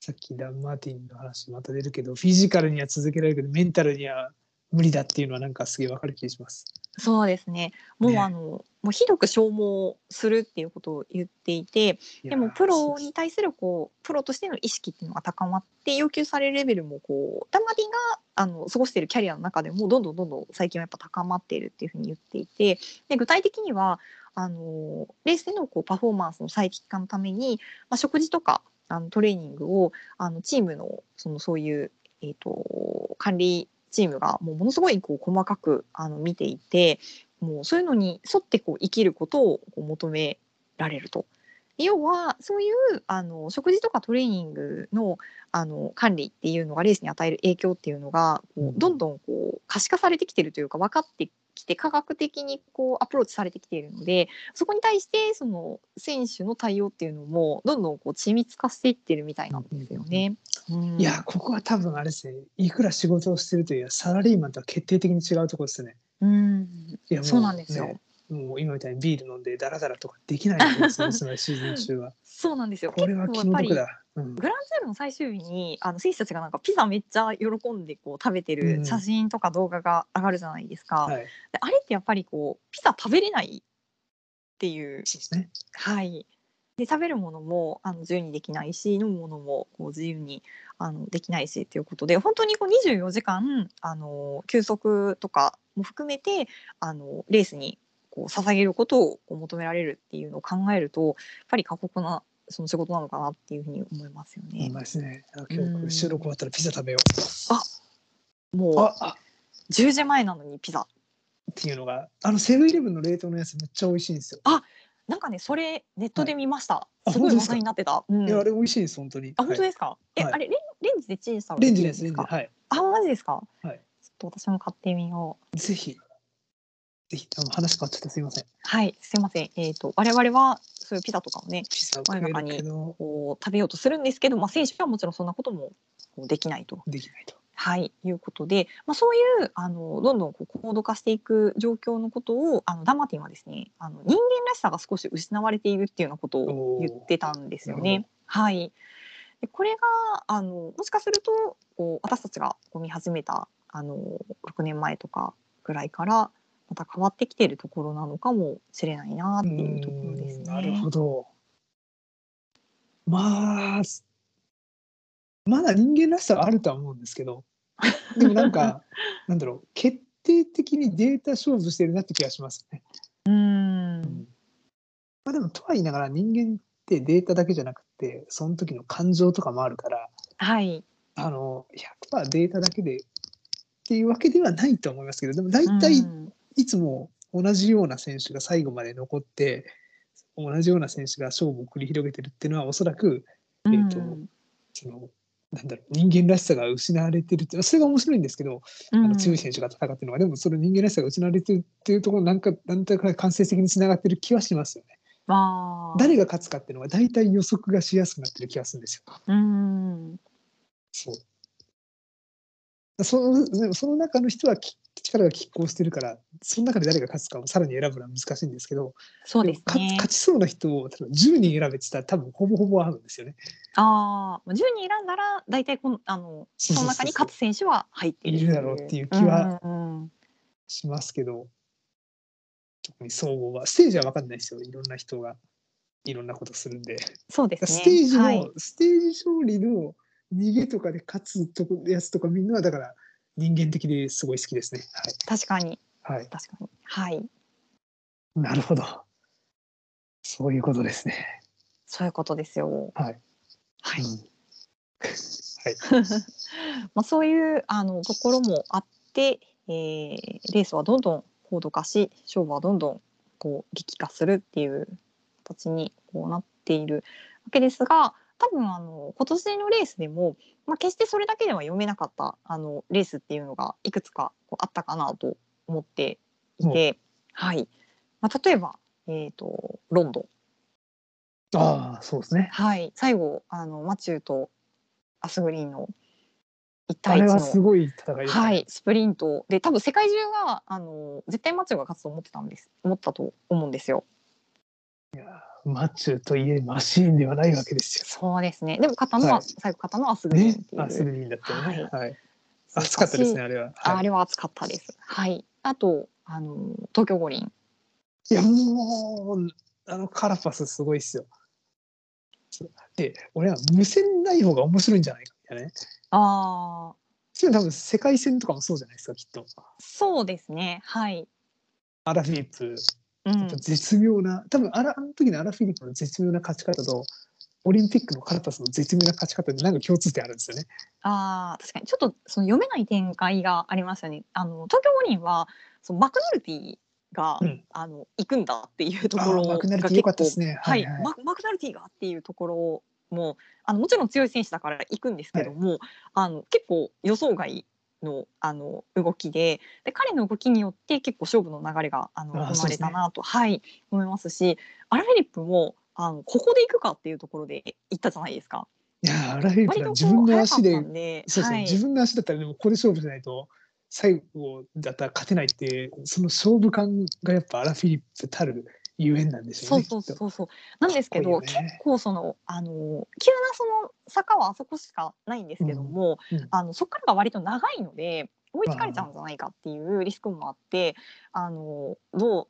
Speaker 2: さっきダン・マーティンの話また出るけどフィジカルには続けられるけどメンタルには無理だっていうのはなんかすげえわかる気がします。
Speaker 1: そうですねもう
Speaker 2: ね
Speaker 1: あのもうひどく消耗するっていうことを言っていて、
Speaker 2: いや
Speaker 1: で
Speaker 2: ー
Speaker 1: もプロ
Speaker 2: そう
Speaker 1: に対するこうプロとしての意識っていうのが高まって要求されるレベルもこうダマディがあの過ごしているキャリアの中でもどんどんどんどん最近はやっぱ高まっているっていうふうに言っていてで具体的にはあのレースでのこうパフォーマンスの最適化のために、まあ、食事とかあのトレーニングをあのチームのそのそういう、えー、と管理チームがもうものすごいこう細かくあの見ていてもうそういうのに沿ってこう生きることをこう求められると。要はそういうあの食事とかトレーニングのあの管理っていうのがレースに与える影響っていうのがこ
Speaker 2: うん
Speaker 1: うどんどんこう可視化されてきてるというか分かってきて科学的にこうアプローチされてきているのでそこに対してその選手の対応っていうのもどんどんこう緻密化していってるみたいなんですよね。うん
Speaker 2: いやーここは多分あれですねいくら仕事をしてるというよりはサラリーマンとは決定的に違うところですね。
Speaker 1: うん
Speaker 2: いやも
Speaker 1: そうなんですよ
Speaker 2: ねもう今みたいにビール飲んでダラダラとかできないと思うんで
Speaker 1: <laughs>
Speaker 2: すよつまりシーズン中は。
Speaker 1: そうなんですよ
Speaker 2: これは
Speaker 1: 結構やっ
Speaker 2: 気の
Speaker 1: ぱり
Speaker 2: 毒だ。うん
Speaker 1: グランツールの最終日にあの選手たちがなんかピザめっちゃ喜んでこう食べて
Speaker 2: うん
Speaker 1: る写真とか動画が上がるじゃないですか、
Speaker 2: はい、
Speaker 1: であれってやっぱりこうピザ食べれないっていう、
Speaker 2: そうですね。
Speaker 1: はい、で食べるものもあの自由にできないし飲むものもこう自由にあのできないしということで本当にこう24時間あの休息とかも含めてあのレースにこう捧げることをこう求められるっていうのを考えるとやっぱり過酷なその仕事なのかなっていうふうに思いますよ
Speaker 2: う
Speaker 1: ね。
Speaker 2: まいですね。あ今日これ収録終わったらピザ食べよ
Speaker 1: も
Speaker 2: う。
Speaker 1: う
Speaker 2: ああ
Speaker 1: 10時前なのにピザ
Speaker 2: っていうのがあのセブンイレブンの冷凍のやつめっちゃ美味しいんですよ。
Speaker 1: なんかねそれネットで見ました、
Speaker 2: いあ
Speaker 1: すごい話
Speaker 2: 本当ですか
Speaker 1: 題になってた。うん
Speaker 2: いやあれ美味しいです本当に。
Speaker 1: あ、本当
Speaker 2: はい
Speaker 1: ですか。え、
Speaker 2: はい
Speaker 1: あれレンレンジでチンしたの
Speaker 2: レンジですレンジ
Speaker 1: か。
Speaker 2: はい。
Speaker 1: あ、マジですか。
Speaker 2: はい
Speaker 1: ちょっと私も買ってみよう。
Speaker 2: ぜひぜひあの話変わっちゃってすいません。
Speaker 1: はい、すいません。えっ、と我々はそういうピザとかをね、
Speaker 2: ピザを食べるけど
Speaker 1: こう食べようとするんですけど、まあ選手はもちろんそんなこともこうできないと。
Speaker 2: できないと。
Speaker 1: はい、いうことで、まあ、そういうあのどんどんこう高度化していく状況のことをあのダンマティンはですねあの人間らしさが少し失われているっていうようなことを言ってたんですよ
Speaker 2: おーなる
Speaker 1: ね。はい、でこれがあのもしかするとこう私たちがこう見始めたあの6年前とかぐらいからまた変わってきているところなのかもしれないなっていうところです
Speaker 2: うーん
Speaker 1: ね。
Speaker 2: なるほど。まあまだ人間らしさはあるとは思うんですけど、でもなんか
Speaker 1: <laughs>
Speaker 2: なんだろう決定的にデータ勝負してるなって気がしますね。
Speaker 1: うーん
Speaker 2: まあ、でもとは言いながら人間ってデータだけじゃなくてその時の感情とかもあるから
Speaker 1: はい、
Speaker 2: あの100%データだけでっていうわけではないと思いますけどでも大体
Speaker 1: うん
Speaker 2: いつも同じような選手が最後まで残って同じような選手が勝負を繰り広げてるっていうのはおそらくえーと
Speaker 1: うん
Speaker 2: そのなんだろう人間らしさが失われてるってそれが面白いんですけど、あの強い選手が戦ってるのがでもその人間らしさが失われてるっていうところなんかなんとなく間接的につながってる気はしますよね。
Speaker 1: まあ
Speaker 2: 誰が勝つかっていうのは大体予測がしやすくなってる気がするんですよ。
Speaker 1: うん
Speaker 2: そうそのでもその中の人はき力が拮抗してるからその中で誰が勝つかをさらに選ぶのは難しいんですけど
Speaker 1: そうです
Speaker 2: も勝
Speaker 1: ね。
Speaker 2: 勝ちそうな人を例えば10人選べてたら多分ほぼほぼ合うんですよね。
Speaker 1: ああ、10人選んだら大体このあのそ
Speaker 2: そ
Speaker 1: う
Speaker 2: そうそうそう
Speaker 1: の中に勝つ選手は入っている
Speaker 2: いるだろうっていう気は。
Speaker 1: うんうん
Speaker 2: しますけど特に総合はステージは分かんないですよいろんな人がいろんなことするんで。
Speaker 1: そうですね。
Speaker 2: ステージの、
Speaker 1: はい、
Speaker 2: ステージ勝利の逃げとかで勝つとこやつとかみんなはだから人間的ですごい好きですね。
Speaker 1: 確かに
Speaker 2: はい。はい、
Speaker 1: 確かにはい
Speaker 2: なるほど。そういうことですね。
Speaker 1: そういうことですよ。
Speaker 2: はい。
Speaker 1: はい
Speaker 2: うんはい。
Speaker 1: まあ、そういうあのところもあって、えーレースはどんどん高度化し勝負はどんどんこう激化するっていう形にこうなっているわけですが多分あの今年のレースでも、まあ、決してそれだけでは読めなかったあのレースっていうのがいくつかこうあったかなと思っていて、はいまあ、例えば、えー、とロンドン
Speaker 2: ああ、そうですね。
Speaker 1: はい、最後あのマチューとアスグリーンの一
Speaker 2: あ
Speaker 1: 対一
Speaker 2: れ
Speaker 1: の
Speaker 2: はすごい戦いです、ね。
Speaker 1: はい、スプリントで多分世界中があの絶対マッチョが勝つと思ってたんです思ったと思うんですよ。
Speaker 2: マッチュといえマシーンではないわけですよ。
Speaker 1: そうですねでも肩のは、
Speaker 2: はい
Speaker 1: 最後肩のアスグリーンっ
Speaker 2: ね
Speaker 1: てい。う、
Speaker 2: あ、スリーだったよね。はい。
Speaker 1: 素晴らしい
Speaker 2: 熱かったですね、あれは。
Speaker 1: あ
Speaker 2: は
Speaker 1: あ
Speaker 2: い、
Speaker 1: れは熱かったです。はい、あとあの東京五輪
Speaker 2: いや、もう、あのカラパスすごいっすよ。で、俺は無線ない方が面白いんじゃないかみたいなね。
Speaker 1: あー
Speaker 2: それ多分世界戦とかもそうじゃないですか、きっと。
Speaker 1: そうですねはい、
Speaker 2: アラフィリップ、
Speaker 1: うん、
Speaker 2: 絶妙な、多分あらあの時のアラフィリップの絶妙な勝ち方と、オリンピックのカラパスの絶妙な勝ち方でなんか共通点あるんですよね。
Speaker 1: あー確かにちょっとその読めない展開がありましたね。あの東京五輪はそのマクナルティが、
Speaker 2: うん
Speaker 1: あの行くんだっていうと
Speaker 2: あ
Speaker 1: ころ
Speaker 2: ー
Speaker 1: が
Speaker 2: マクナル
Speaker 1: 結
Speaker 2: テ
Speaker 1: 構
Speaker 2: ィ良かったですね。
Speaker 1: はいママクナルティがっていうところもあのもちろん強い選手だから行くんですけども、あの結構予想外のあの動きでで彼の動きによって結構勝負の流れがあの
Speaker 2: あー
Speaker 1: 生
Speaker 2: そう
Speaker 1: ま
Speaker 2: で
Speaker 1: れ
Speaker 2: すね
Speaker 1: たなと、はい、思いますしアラフィリップもあのここで行くかっていうところで行ったじゃないですか。
Speaker 2: いやーアラフィリップ
Speaker 1: 割
Speaker 2: は
Speaker 1: と
Speaker 2: 自分の足で
Speaker 1: こう早かったんで
Speaker 2: そうですね、
Speaker 1: はい
Speaker 2: 自分の足だったらでもここで勝負しないと最後だったら勝てないってその勝負感がやっぱアラフィリップたるゆえんなんです
Speaker 1: そ
Speaker 2: よ
Speaker 1: う
Speaker 2: ね。
Speaker 1: そうそ
Speaker 2: きっ
Speaker 1: うそうなんですけど
Speaker 2: かっこいいよね
Speaker 1: 結構そのあの急なその坂はあそこしかないんですけども、
Speaker 2: うんうん
Speaker 1: あのそこからが割と長いので追いつかれちゃうんじゃないかっていうリスクもあってあのどう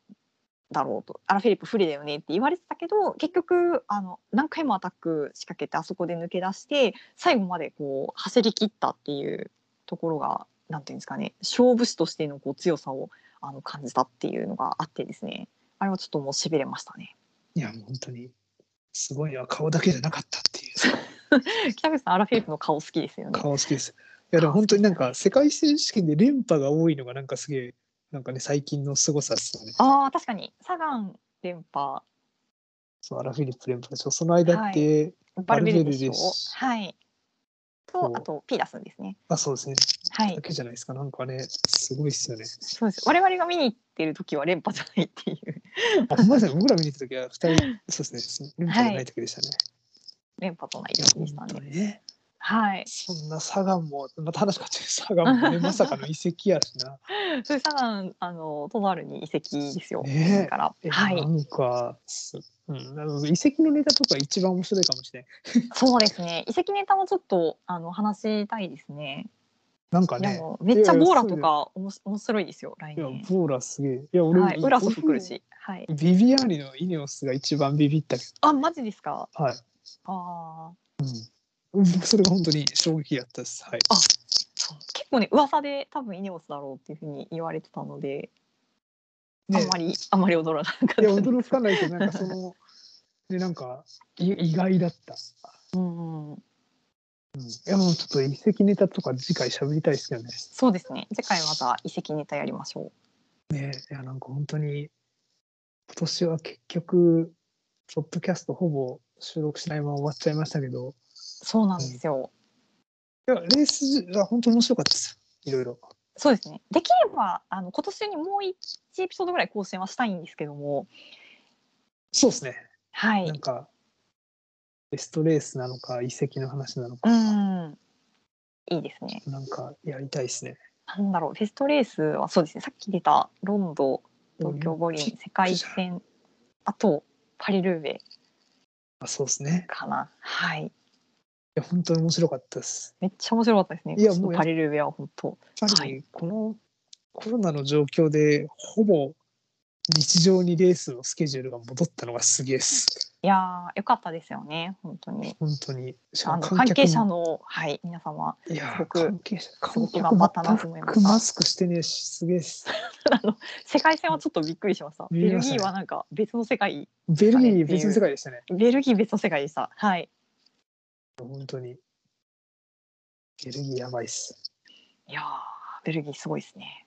Speaker 1: だろうとアラフィリップ不利だよねって言われてたけど結局あの何回もアタック仕掛けてあそこで抜け出して最後までこう走り切ったっていうところがなんていうんですかね勝負師としてのこう強さをあの感じたっていうのがあってですねあれはちょっともうしびれましたね。
Speaker 2: といやもう本当にすごいのは顔だけじゃなかったっていう
Speaker 1: 北口さんアラフィリップの顔好きですよね。
Speaker 2: 顔好きです。いやでも本当になんか世界選手権で連覇が多いのがなんかすげえなんかね最近の凄さですよね。
Speaker 1: ああ確かにサガン連覇
Speaker 2: そうアラフィリップ連覇でしょその間って、
Speaker 1: バルベルデで
Speaker 2: バルベルデ
Speaker 1: しょ
Speaker 2: で。す
Speaker 1: はい。
Speaker 2: そう
Speaker 1: とあとピーダスンですね。
Speaker 2: あそうですね
Speaker 1: はい
Speaker 2: だ。けじゃないですかなんかねすごいですよね。
Speaker 1: そうです。我々が見に行ってる時は連覇じゃないっていう <laughs>
Speaker 2: あ、ほんまですね。僕ら見に行った時は二人、そうですね。連覇じゃない時でしたね。
Speaker 1: 連覇とない
Speaker 2: い、や、
Speaker 1: 時でした
Speaker 2: 本当
Speaker 1: ね。
Speaker 2: にね。
Speaker 1: はい。
Speaker 2: そんなサガンも、また話変わっちゃう。サガ
Speaker 1: <laughs>
Speaker 2: ンもね、まさかの移籍やしな。
Speaker 1: それサガンあのトナールに移籍ですよ。
Speaker 2: ねえ
Speaker 1: だから
Speaker 2: え
Speaker 1: は。
Speaker 2: ないんか、すうん、あの遺跡のネタとか一番面白いかもしれない。
Speaker 1: そうですね。移籍ネタもちょっとあの話したいですね。
Speaker 2: なんか
Speaker 1: いや
Speaker 2: ね、
Speaker 1: もうめっちゃ
Speaker 2: いやいや
Speaker 1: ボーラ
Speaker 2: そう
Speaker 1: とかおもし面白いですよ来
Speaker 2: いや
Speaker 1: 年、。
Speaker 2: ボーラすげえ。いや、俺、
Speaker 1: はい。ウラソフ来る。し。はい。
Speaker 2: ビビアーニのイネオスが一番ビビったけ
Speaker 1: あマジですか。
Speaker 2: ど、はい。
Speaker 1: ああ。
Speaker 2: うんそれが本当に衝撃やったです。はい。
Speaker 1: そう結構ね噂で多分イネオスだろうっていうふうに言われてたので、
Speaker 2: ね
Speaker 1: あんまりあんまり驚かなかった
Speaker 2: いや、
Speaker 1: です
Speaker 2: 驚かないけど、なんかその、ね、なんか、い意外だった。
Speaker 1: うんうん、
Speaker 2: うんいやもうちょっと遺跡ネタとか次回喋りたいですよね。
Speaker 1: そうですね次回また遺跡ネタやりましょ
Speaker 2: ねいやなんか本当に今年は結局ポッドキャストほぼ収録しないまま終わっちゃいましたけど
Speaker 1: うそうなんですよ、
Speaker 2: いやレースは本当面白かったですいろいろ。
Speaker 1: そうですねできればあの今年中にもう1エピソードぐらい更新はしたいんですけども
Speaker 2: そうですね、
Speaker 1: は
Speaker 2: ないんかベストレースなのか遺跡の話なの
Speaker 1: う
Speaker 2: か、
Speaker 1: んいいですね
Speaker 2: なんかやりたいですね。
Speaker 1: なんだろうフェストレースはそうですねさっき出たロンド東京五輪世界戦あとパリルーベ
Speaker 2: あそうですね。
Speaker 1: かなはい
Speaker 2: いや本当に面白かったです。
Speaker 1: めっちゃ面白かったですね
Speaker 2: いや
Speaker 1: ちょっと
Speaker 2: もうや
Speaker 1: パリルーベは本当
Speaker 2: やっぱ
Speaker 1: は
Speaker 2: りこのコロナの状況でほぼ日常にレースのスケジュールが戻ったのがすげえです。
Speaker 1: いやーよかったですよね本当に
Speaker 2: 本当に。しか
Speaker 1: あ
Speaker 2: も
Speaker 1: の
Speaker 2: 観客も
Speaker 1: 関係者のはい皆様
Speaker 2: いや
Speaker 1: す
Speaker 2: ー
Speaker 1: ごく
Speaker 2: 関係者、
Speaker 1: す
Speaker 2: 観
Speaker 1: ごく
Speaker 2: 客
Speaker 1: 頑張ったなと思いました
Speaker 2: 全くマスクしてねえし、すげえっす。
Speaker 1: あの世界戦はちょっとびっくりしましたベ
Speaker 2: 見え
Speaker 1: ル
Speaker 2: ました
Speaker 1: ギ
Speaker 2: ね
Speaker 1: ーはなんか別の世界
Speaker 2: ベルギ
Speaker 1: ってい
Speaker 2: ー
Speaker 1: う
Speaker 2: 別の世界でしたね。
Speaker 1: ベルギー別の世界でしたはい
Speaker 2: 本当に。ベルギーやばいっす。
Speaker 1: いやーベルギーすごいですね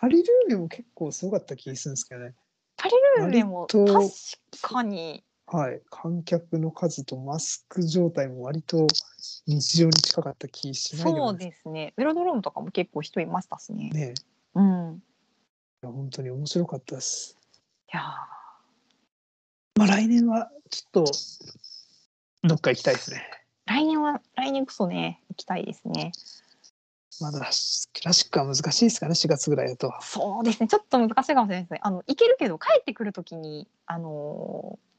Speaker 2: パリルーレも結構すごかった気がするんですけどね。
Speaker 1: パリルーレも確
Speaker 2: 割と
Speaker 1: かに
Speaker 2: はい。観客の数とマスク状態も割と日常に近かった気しないで
Speaker 1: そ
Speaker 2: も
Speaker 1: う
Speaker 2: ない
Speaker 1: ですねベロドロームとかも結構人いましたしね
Speaker 2: ね。
Speaker 1: うん
Speaker 2: いや本当に面白かったです。
Speaker 1: いや
Speaker 2: まあ来年はちょっとどっか行きたいですね。
Speaker 1: ー来年は来年こそね行きたいですね
Speaker 2: まだクラシックは難しいですかね、4月ぐらいだと。
Speaker 1: そうですねちょっと難しいかもしれないですねあの行けるけど帰ってくるときにあのー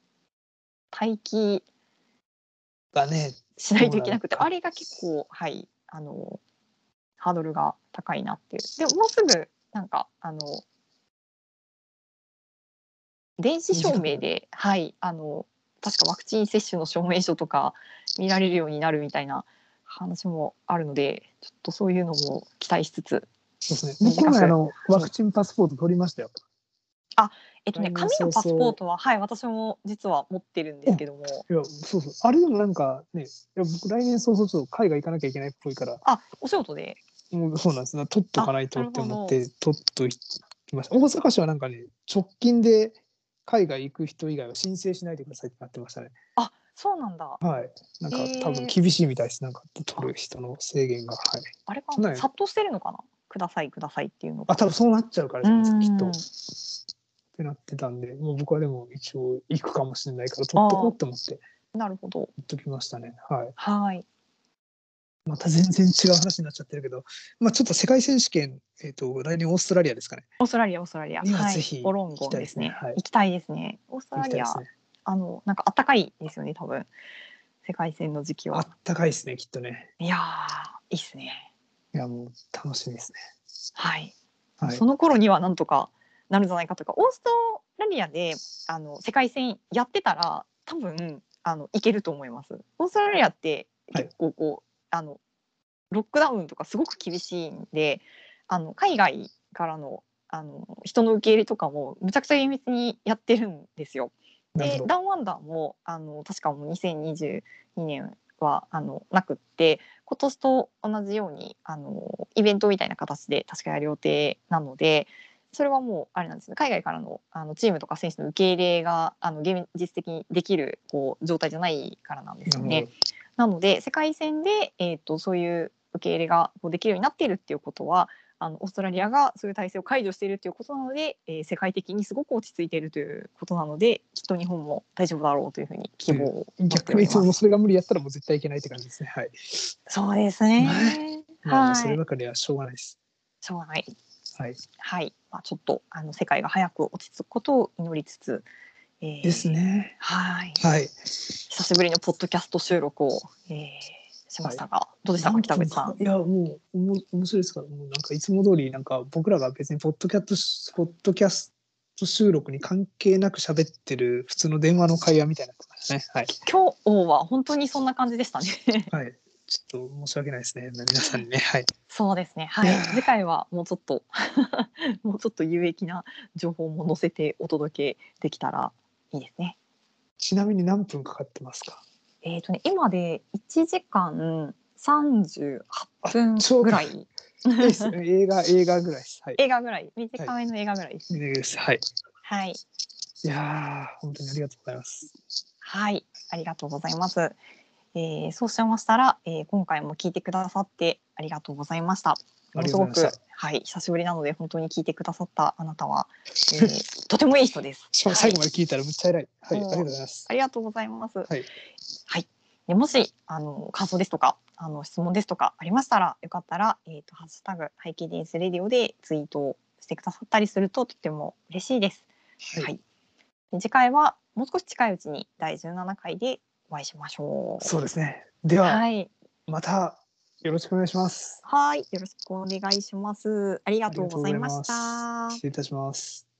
Speaker 1: 待機
Speaker 2: だね。
Speaker 1: しないといけなくて
Speaker 2: そうな
Speaker 1: あれが結構はいあのハードルが高いなっていうでもうすぐなんかあの電子証明ではいあの確かワクチン接種の証明書とか見られるようになるみたいな話もあるのでちょっとそういうのも期待しつつ
Speaker 2: そうですね。僕はあのワクチンパスポート取りましたよ。
Speaker 1: えっとね
Speaker 2: 来
Speaker 1: 紙
Speaker 2: 年
Speaker 1: の
Speaker 2: 早々
Speaker 1: パスポートははい私も実は持ってるんですけども
Speaker 2: いや、そうそう。あれでもなんかね、いや僕来年早々ちょっと海外行かなきゃいけないっぽいから、
Speaker 1: あお仕事で
Speaker 2: もうそうなんです。な取っとかないと
Speaker 1: あなる
Speaker 2: っ
Speaker 1: ほど
Speaker 2: て思って、取っときました。大阪市はなんかね、直近で海外行く人以外は申請しないでくださいってなってましたね。
Speaker 1: あそうなんだ
Speaker 2: はい。なんか
Speaker 1: へー
Speaker 2: 多分厳しいみたいです。なんか取る人の制限が。はい。
Speaker 1: あれか
Speaker 2: ね
Speaker 1: な殺到してるのかなくださいくださいっていうのが
Speaker 2: あ、多分そうなっちゃうからじゃないですか、きっと。
Speaker 1: うん
Speaker 2: ってなってたんで、もう僕はでも一応行くかもしれないから、取っとこうって思って、
Speaker 1: なるほど
Speaker 2: 取っときましたね。はい。
Speaker 1: はい
Speaker 2: また全然違う話になっちゃってるけど、まあ、ちょっと世界選手権、えっと来年オーストラリアですかね。
Speaker 1: オーストラリア、オーストラリア。
Speaker 2: いや
Speaker 1: はい。
Speaker 2: ぜひ
Speaker 1: オロンゴンですね。
Speaker 2: 行
Speaker 1: 行きたいですね。オースト
Speaker 2: 行
Speaker 1: ラ
Speaker 2: きたい
Speaker 1: リ
Speaker 2: で
Speaker 1: ア
Speaker 2: す、ね。
Speaker 1: あの、なんか暖かいですよね、多分。世界戦の時期
Speaker 2: あ
Speaker 1: は
Speaker 2: っ。たかいですね、きっとね。
Speaker 1: いやー、いいっすね。
Speaker 2: いや、もう楽しみですね。
Speaker 1: はい。
Speaker 2: はい
Speaker 1: そ。の頃にはなんとかなるんじゃないかとか、オーストラリアで、あの、世界戦やってたら、多分、あの、いけると思います。オーストラリアって、
Speaker 2: はい
Speaker 1: 結構こう、あの、ロックダウンとかすごく厳しいんで、あの、海外からの、あの人の受け入れとかもむちゃくちゃ厳密にやってるんですよ。
Speaker 2: なる
Speaker 1: で
Speaker 2: ほど。
Speaker 1: ダウンワンダーもあの確かもう2022年はあのなくって今年と同じようにあのイベントみたいな形で確かやる予定なのでそれはもうあれなんですね海外からのあのチームとか選手の受け入れがあの現実的にできるこう状態じゃないからなんですよ
Speaker 2: な
Speaker 1: ね
Speaker 2: る。
Speaker 1: なので世界戦で、えー、とそういう受け入れがこうできるようになっているっていうことはあのオーストラリアがそういう体制を解除しているということなので、えー世界的にすごく落ち着いているということなのできっと日本も大丈夫だろうというふうに希望を
Speaker 2: ほど
Speaker 1: 持って
Speaker 2: 逆
Speaker 1: お
Speaker 2: に
Speaker 1: り
Speaker 2: いつも
Speaker 1: ます。
Speaker 2: それが無理やったらもう絶対いけないって感じですね。はい。
Speaker 1: そうですね。
Speaker 2: まあ、
Speaker 1: は
Speaker 2: それ
Speaker 1: い。
Speaker 2: ばかりはしょうがないです。
Speaker 1: しょうがない。
Speaker 2: はい。
Speaker 1: はい。まあちょっとあの世界が早く落ち着くことを祈りつつ、えー
Speaker 2: です。ね。
Speaker 1: はい。
Speaker 2: はい。
Speaker 1: 久しぶりのポッドキャスト収録を、えー、しましたが、どうでした
Speaker 2: な
Speaker 1: か
Speaker 2: ん
Speaker 1: 北口さん。
Speaker 2: いや、もう、おも面白いですから、もうなんかいつも通り、なんか僕らが別にポッドキャット、ポッドキャスト収録に関係なく喋ってる普通の電話の会話みたいになって
Speaker 1: <laughs>
Speaker 2: ましたね。はい。
Speaker 1: 今日は本当にそんな感じでしたね。
Speaker 2: はい。ちょっと申し訳ないですね。皆さ
Speaker 1: <laughs>
Speaker 2: んにね。はい。
Speaker 1: そうですね。はい
Speaker 2: いやー。
Speaker 1: 次回はもうちょっと <laughs> もうちょっと有益な情報も載せてお届けできたらいいですね。
Speaker 2: ちなみに何分かかってますか
Speaker 1: <laughs> えっ、とね今で1時間38分
Speaker 2: あちょうど
Speaker 1: ぐらい
Speaker 2: いいですね。映画、映画ぐらいです。はい。
Speaker 1: 映画ぐらい短めの映画ぐらいです。
Speaker 2: いいです。はい。
Speaker 1: はい。
Speaker 2: いやー、本当にありがとうございます。
Speaker 1: はい、ありがとうございます。えー、そうしましたら、えー、今回も聞いてくださってありがとうございました。ものすご
Speaker 2: ありがとうござい
Speaker 1: く
Speaker 2: まし、
Speaker 1: はい、久しぶりなので本当に聞いてくださったあなたは、えー、とてもいい人です。
Speaker 2: しかも最後まで聞いたらむっちゃ偉い。はい。あ
Speaker 1: もう
Speaker 2: りがとうございます。。
Speaker 1: ありがとうございます。はいでもしあの感想ですとかあの質問ですとかありましたらよかったらえっ、とハッシュタグハイキデンスレディオでツイートをしてくださったりするととても嬉しいです。
Speaker 2: はい
Speaker 1: はい。で次回はもう少し近いうちに第17回でお会いしましょう。
Speaker 2: そうですね。では、
Speaker 1: はい。
Speaker 2: またよろしくお願いします。
Speaker 1: はい。よろしくお願いします。ありがとうございまし
Speaker 2: ありがとうございま
Speaker 1: た
Speaker 2: す。失。礼いたします。